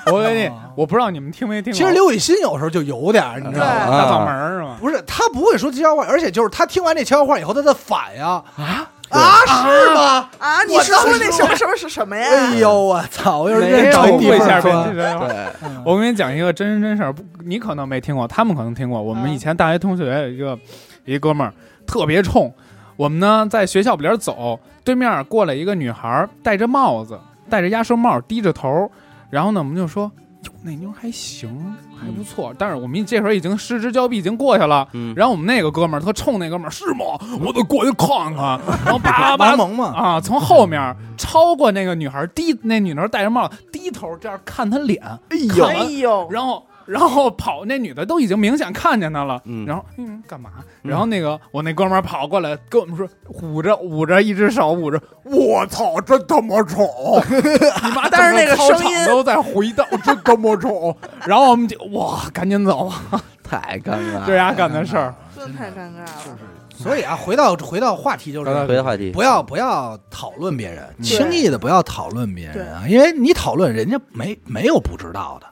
C: 我跟你，我不知道你们听没听过，
D: 其实刘雨欣有时候就有点儿，你知道吗
B: 对？
A: 啊
C: 大嗓门儿是吗？
D: 不是，他不会说悄悄话，而且就是他听完这悄悄话以后，他的反呀啊是吗？
B: 啊，你
D: 我
B: 是
D: 当
B: 说
D: 时
B: 那什么什么是什么呀？
D: 哎呦我操！我要是
A: 没
D: 认
A: 有
D: 着地
A: 会
D: 方
A: 下
D: 说
A: 边
C: 对”
A: 对，
C: 我跟你讲一个真人真事儿，不你可能没听过，他们可能听过。我们以前大学同学有一个一哥们儿特别冲，我们呢在学校里边走，对面过来一个女孩儿，戴着帽子，戴着鸭舌帽，低着头，然后呢我们就说。哟，那妞儿还行，还不错。但是我们这时候已经失之交臂，已经过去了。
A: 嗯
C: 然后我们那个哥们儿特冲那哥们儿是吗？我得过去看看。然后叭叭叭
D: 王 蒙嘛，
C: 啊，从后面超过那个女孩儿，低那女孩儿戴着帽子，低头这样看她脸，
B: 哎
C: 呦
B: 哎呦，
C: 然后然后跑那女的都已经明显看见他了，
A: 嗯
C: 然后嗯干嘛？
A: 嗯
C: 然后那个我那哥们儿跑过来跟我们说，捂着捂着一只手捂着，我操，真他妈丑！你妈！
B: 但是那个声音
C: 都在回荡，真他妈丑。然后我们就哇，赶紧走吧，
A: 太尴尬。
C: 这，丫干的事儿。
B: 真的太尴尬了。
D: 所以啊，回到回到话题就
C: 刚才
D: 是。
A: 回到话题，
D: 不要不要讨论别人，
C: 嗯
D: 轻易的不要讨论别人啊，因为你讨论人家没没有不知道的。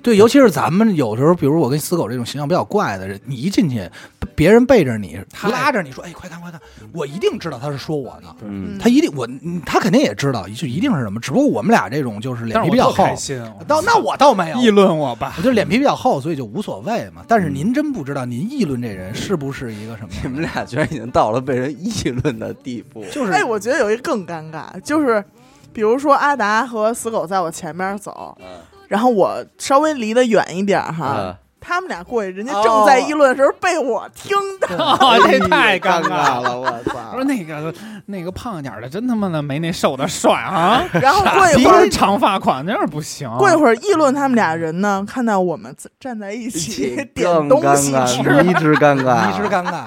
D: 对，尤其是咱们有时候，比如我跟死狗这种形象比较怪的人，你一进去，别人背着你，
C: 太
D: 拉着你说：“哎，快看快看！”我一定知道他是说我呢，
A: 嗯，
D: 他一定我嗯他肯定也知道，就一定是什么。只不过我们俩这种就是哎脸
C: 但
D: 皮
C: 是
D: 比
C: 我
D: 较
C: 特
D: 厚，
C: 开心，我
D: 倒那我倒没 有，
C: 议论嗯我吧
D: 我。就脸皮比较厚，所以就无所谓嘛。但是您真不知道，您议论这人是不是一个什么？
A: 你们俩居然已经到了被人议论的地步，
D: 就是
B: 哎，我觉得有一个更尴尬，就是比如说阿达和死狗在我前面走，
A: 嗯
B: 然后我稍微离得远一点儿
D: 嗯
B: 哈，
A: 啊，
B: 他们俩过去，人家正在议论的时候被我听到，
C: 啊， 这太尴尬了。
A: 哎了，我操
C: 说那个那个胖一点的，真他妈的没那瘦的帅啊！
B: 然后过一
C: 一个
B: 会儿
C: 是。长发款，那样不行。
B: 过一会儿议论他们俩人呢，看到我们站在一起点
A: 更
B: 东
A: 尴
B: 西
A: 尬，
B: 吃，
A: 迷之尴尬，
D: 迷之尴尬，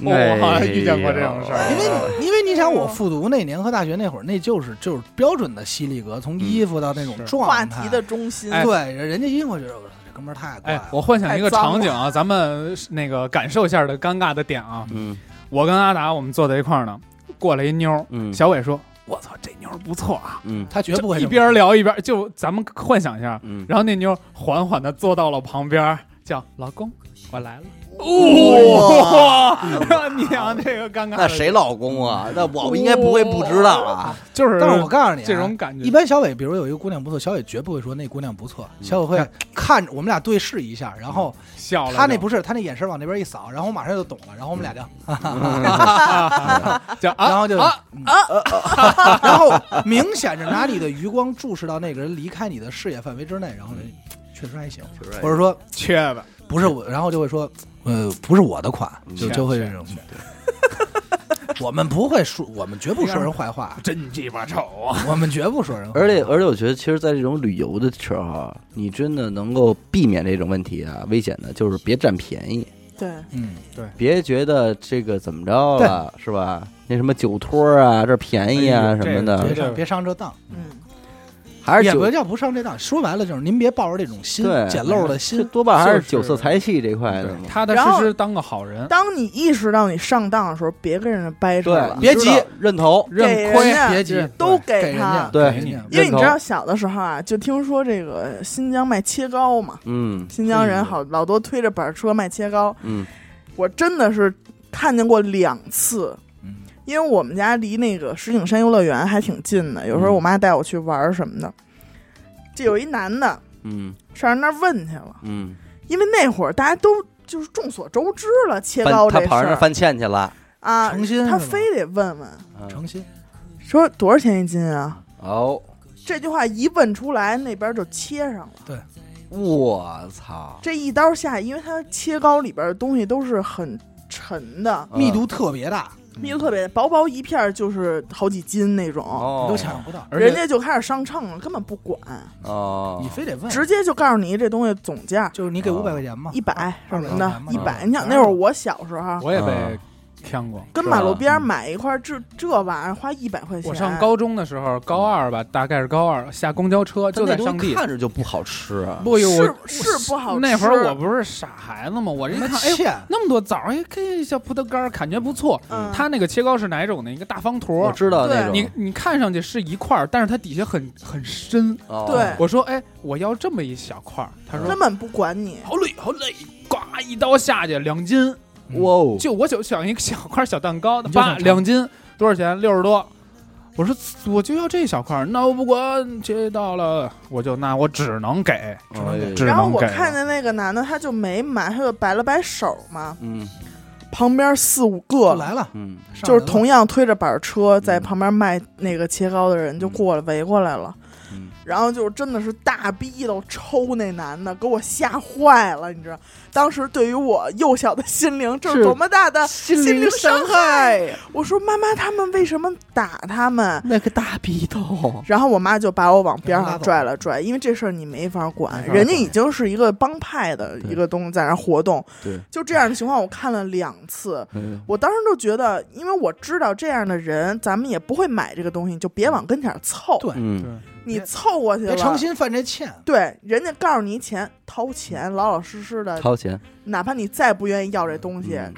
C: 我好像遇见过这种事儿
A: 哎哎呀
D: 因为因为你想，我复读那年和大学那会儿，那就是就是标准的犀利格，从衣服到那种
C: 是
B: 话
D: 状态，
B: 题的中心。
C: 哎
D: 对，人家一定会觉得我操这哥们儿太怪
C: 哎
D: 了，。
C: 我幻想一个场景啊，咱们那个感受一下的尴尬的点啊。
A: 嗯
C: 我跟阿达我们坐在一块儿呢，过来一妞儿，
A: 嗯
C: 小伟说：“我操，这妞儿不错啊
A: 嗯
D: 他绝！”不会
C: 一
D: 这么
C: 边聊一边就咱们幻想一下，
A: 嗯，
C: 然后那妞儿缓缓的坐到了旁边儿，叫老公，我来了。
A: 哇
C: 哇！你想这个尴尬的，
A: 嗯那谁老公啊？那我应该不会不知道啊，
C: 就是？
D: 但是我告诉你啊，
C: 这种感觉
D: 一般小伟，比如有一个姑娘不错，小伟绝不会说那姑娘不错，
A: 嗯
D: 小伟会看着我们俩对视一下，然后
C: 笑嗯了就，
D: 他那不是他那眼神往那边一扫，然后我马上就懂了，然后我们俩就，
C: 叫啊
D: 然后就，
C: 啊
D: 嗯 然后明显是拿你的余光注视到那个人离开你的视野范围之内，然后
C: 嗯
D: 人确实还行，或者说
C: 缺的，
D: 不是我，然后就会说，呃，不是我的款，就
C: 嗯
D: 就会
C: 是
D: 这种。对 我们不会说，我们绝不说人坏话，
C: 真鸡巴丑啊！
D: 我们绝不说人坏 话。
A: 而且而且，我觉得其实，在这种旅游的时候，啊你真的能够避免这种问题啊，危险的就是别占便宜，
B: 对，
D: 嗯，
A: 别觉得这个怎么着了，是吧？那什么酒托啊，这便宜啊
C: 哎呦
A: 什么
C: 这
A: 的
D: 别
C: 这，
D: 上别上这当，
B: 嗯，
A: 还是
D: 也不
A: 酒
D: 叫不上这当。说白了就是，您别抱着这种心
A: 对
D: 捡漏的
A: 这
D: 心，
A: 多半还是酒
C: 就是
A: 色财气这块的嘛。
C: 踏踏实实当个好人，
B: 当你意识到你上当的时候，别跟人家掰扯了
A: 对，，
D: 别急
A: 你知道，认头，
C: 认
B: 给人
C: 亏
B: 家
D: 别急，
B: 都
D: 给
B: 给
D: 人家，
B: 他
A: 对
D: 给人家
B: 因
A: 认
B: 为你知
A: 同
B: 道小的时候啊，就听说这个新疆卖切糕嘛，
A: 嗯
B: 新疆人好老多推着板车卖切糕，
A: 嗯
B: 我真的是看见过两次。
D: 嗯
B: 因为我们家离那个石景山游乐园还挺近的，有时候我妈带我去玩儿什么的，这有一男的
A: 嗯
B: 上人那儿问去了，
A: 嗯，
B: 因为那会儿大家都就是众所周知了切
A: 翻
B: 糕
A: 他
B: 这事
A: 跑人那
B: 儿
A: 翻欠去了，
B: 啊，
D: 诚心是
B: 他
D: 吗
B: 非得问问
A: 嗯
D: 诚心。
B: 说多少钱一斤啊？
A: 哦，
B: 这句话一问出来，那边就切上了。
A: 我操，
B: 这一刀下，因为它切糕里边的东西都是很沉的，
A: 嗯
D: 密度特别大，
B: 密度特别薄薄一片儿就是好几斤那种，
A: 哦
D: 你都抢不到，
C: 而
B: 人
C: 且
B: 家就开始上秤了，根本不管，
A: 哦，
D: 你非得问，
B: 直接就告诉你这东西总价
D: 就是你给
A: 哦
D: 五百块钱
C: 啊
D: 嘛，
B: 一百什
D: 二
B: 么
D: 百
B: 的，一
D: 块
B: 百。
D: 钱
B: 你
D: 嘛
B: 想那会儿我小时候。
C: 我也被
A: 啊
C: 骗过。
B: 跟马路边儿买一块儿这这玩意儿花一百块钱，
C: 我上高中的时候，高二吧，大概是高二，下公交车就
A: 那
C: 在
A: 东西
C: 上地。
A: 看着就不好吃啊，
C: 不有我
B: 是是不好吃
C: 那会儿我不是傻孩子嘛，我这一
D: 那
C: 看，哎呦，
D: 欠
C: 那么多枣，哎，这小葡萄干儿感觉不错。
B: 嗯，
C: 它那个切糕是哪种呢？一个大方坨
A: 我
C: 儿，
A: 知道那种，
C: 你你看上去是一块儿，但是它底下很很深。
A: 哦
B: 对
C: 我说，哎，我要这么一小块儿。他说
B: 根本不管你，
C: 好累好累，呱一刀下去两斤，
A: 哇哦，
C: 就我就想一个小块小蛋糕，
D: 你就想
C: 八
D: 尝
C: 两斤多少钱？六十多。我说我就要这小块儿，那我不管，接到了我就那我只能给，
A: 哎
C: 只
B: 然后
C: 能
B: 我
C: 给。
B: 看见那个男的，他就没买，他就摆了摆手嘛，
A: 嗯
B: 旁边四五
D: 就
B: 个
D: 来了，
A: 嗯，
D: 上
B: 就是
D: 来
C: 嗯
D: 了
B: 同样推着板车在旁边卖那个切糕的人就过来围过来了，
A: 嗯
B: 然后就是真的是大逼斗抽那男的，给我吓坏了，你知道？当时对于我幼小的心灵，这
C: 是
B: 是多么大的
A: 心
B: 心灵伤害
A: 害，
B: 我说妈妈，他们为什么打他们？
A: 那个大逼斗，
B: 然后我妈就把我往边
D: 拉
B: 上
D: 倒
B: 拽了拽，因为这事儿你没法
A: 没
B: 管
A: 法，管
B: 人家已经是一个帮派的
A: 对
B: 一个东西在那儿活动。
A: 对，
B: 就这样的情况，我看了两次，
A: 嗯
B: 我当时就觉得，因为我知道这样的人，咱们也不会买这个东西，你就别往跟前儿凑，
D: 对
A: 嗯，
B: 你凑过去
D: 别哎诚
B: 了。
D: 心犯这欠。
B: 对，人家告诉你钱，掏钱，老老实实的，
A: 嗯掏钱，
B: 哪怕你再不愿意要这东西，
A: 嗯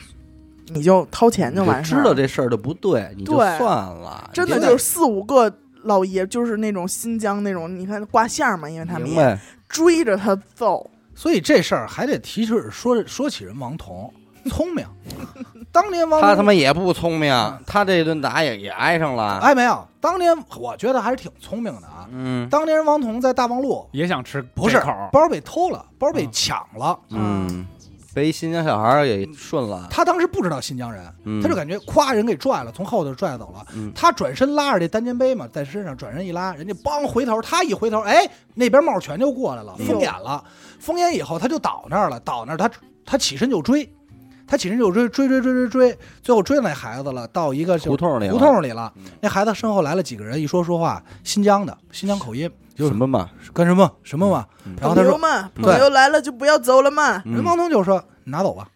B: 你就掏钱就
A: 你
B: 完事
A: 知
B: 儿了。
A: 道这事儿就不对，你就
B: 对
A: 算了，
B: 真的
A: 你
B: 就是四五个老爷，就是那种新疆那种，你看挂线儿嘛，因为他们
A: 明
B: 也
A: 白，
B: 追着他揍。
D: 所以这事儿还得提示说说起人王彤 聪明，当年王
A: 他他
D: 彤
A: 妈也不聪明，他这顿打也也挨上了，
D: 哎没有，当年我觉得还是挺聪明的啊。
A: 嗯
D: 当年王彤在大望路
C: 也想吃
D: 不是
C: 这口儿
D: 包被偷了，包被抢了，
A: 嗯，被新疆小孩儿给顺了，
D: 他当时不知道新疆人，
A: 嗯
D: 他就感觉咵人给拽了，从后头拽走了。
A: 嗯
D: 他转身拉着这单肩背嘛，在身上转身一拉，人家梆回头，他一回头，哎，那边冒拳就过来了，
B: 哎呦
D: 封眼了。封眼以后他就倒那儿了，倒那儿他他起身就追，他起身就追追追追追追，最后追到那孩子了，到一个就
A: 胡同里了
D: 胡同里了
A: 嗯。
D: 那孩子身后来了几个人，一说说话，新疆的新疆口音，
A: 什么嘛，
D: 干什么什么嘛
A: 嗯。
D: 然后他
B: 朋友
D: 说，
B: 嘛，
D: 对
B: 朋友来了就不要走了嘛。
A: 嗯
D: 人王通就说拿走吧，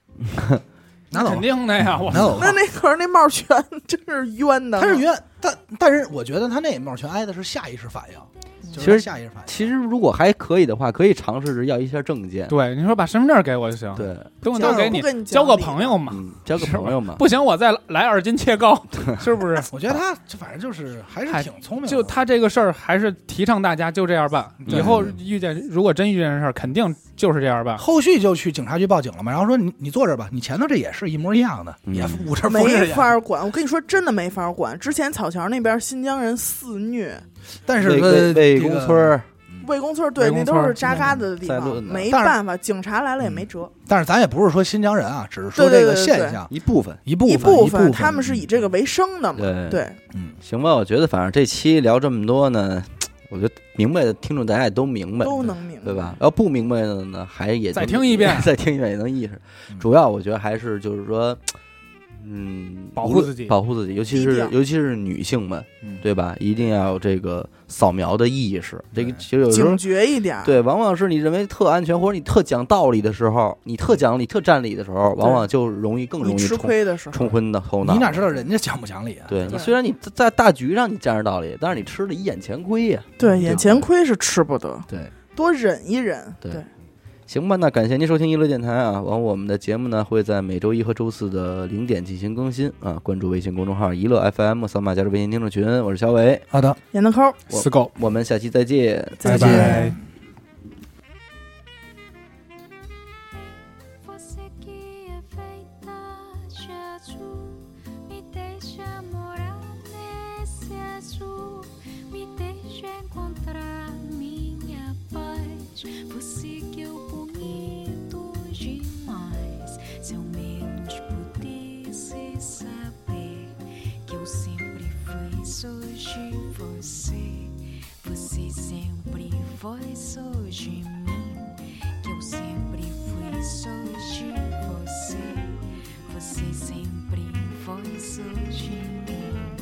D: 拿走吧
C: 肯，定的呀，我
A: 嗯
D: 拿走吧
B: 那。那会儿那帽全真是冤的，
D: 他是冤，但但是我觉得他那帽全挨的是下意识反
B: 嗯
D: 应，就是
A: 其实
D: 下意识反应。
A: 其实如果还可以的话，可以尝试着要一下证件，
C: 对，你说把身份证给我就行，
A: 对，
C: 等我
B: 交
C: 都
B: 了
C: 给
B: 不
C: 你，
B: 跟你
C: 交
B: 交
C: 个
B: 了
C: 朋友嘛，
A: 嗯，交个朋友嘛，
C: 不行我再来二斤切 糕，是不是？
D: 我觉得他这反正就是还是
C: 还
D: 挺聪明的，
C: 就他这个事儿，还是提倡大家就这样办。
D: 对
C: 以后遇见，如果真遇见这事儿，肯定就是这样办。
D: 后续就去警察局报警了嘛，然后说你你坐这儿吧，你前头这也是一模一样的，
A: 嗯
D: 也捂着缝着
B: 没
D: 眼，
B: 法管。我跟你说，真的没法管。之前草桥那边新疆人肆虐，
D: 但是
A: 魏
D: 呃
A: 魏魏
D: 这
A: 公
D: 个
A: 村儿，
B: 魏公村儿对
C: 魏
B: 那
C: 公
B: 都
C: 村儿
B: 是扎嘎子的地
A: 在
B: 方，
A: 论呢
B: 没
D: 但是
B: 办法，警察来了也没辙。
D: 但是咱也不是说新疆人啊，只是说
B: 对
D: 这
B: 对
D: 个
B: 对
D: 现
B: 对
D: 象
A: 啊一嗯部分，
D: 一部
B: 一
D: 分部
B: 分他们是以这个为生的嘛。
A: 对，
B: 对，
D: 嗯，
A: 行吧，我觉得反正这期聊这么多呢，我觉得明白的听众大家也都明白，
B: 都能明白
A: 对吧？？要不明白的呢，还也
C: 嗯再
A: 能
C: 听一遍
A: 再听一遍也能意识
D: 嗯。
A: 主要我觉得还是就是说，嗯，
C: 保
A: 无
C: 护
A: 论
C: 自己
A: 保护自己，尤其
B: 低
A: 是
B: 调
A: 尤其是女性们
D: 嗯，
A: 对吧？一定要有这个扫描的意识。这个
D: 对
A: 其实有时候
B: 警觉一点儿。
A: 对，往往是你认为特安全或者你特讲道理的时候，你特讲理、特占理的时候，往往就容易更容
B: 你
A: 易
B: 吃
A: 冲
B: 亏的时候，
A: 冲昏的头脑。
D: 你哪知道人家讲不讲理啊？
A: 对你
B: 对
A: 虽然你在在大局上你占着道理，但是你吃了一眼前亏呀。
B: 对
A: 对
B: 眼前亏是吃不得，
A: 对，
B: 多忍一忍。
A: 对
B: 对，
A: 行吧，那感谢您收听娱乐电台啊。完，我们的节目呢会在每周一和周四的零点进行更新啊。关注微信公众号“娱乐 FM”，扫码加入微信听众群。我是小伟，
D: 好的，
B: 闫德抠儿，
A: 我
C: 死狗，
A: 我们下期再见。
B: 再
D: 拜
B: 见。
D: 拜
E: Fosse-que é feita Jesus, me deixa morar nesse azul, me deixa encontrar minha paz. Você que é o bonito demais, se ao menos pudesse saber que eu sempre fui, hoje você, você sempre foi, hoje mim que eu sempre fui, sou de você. Você sempre foi, sou de mim.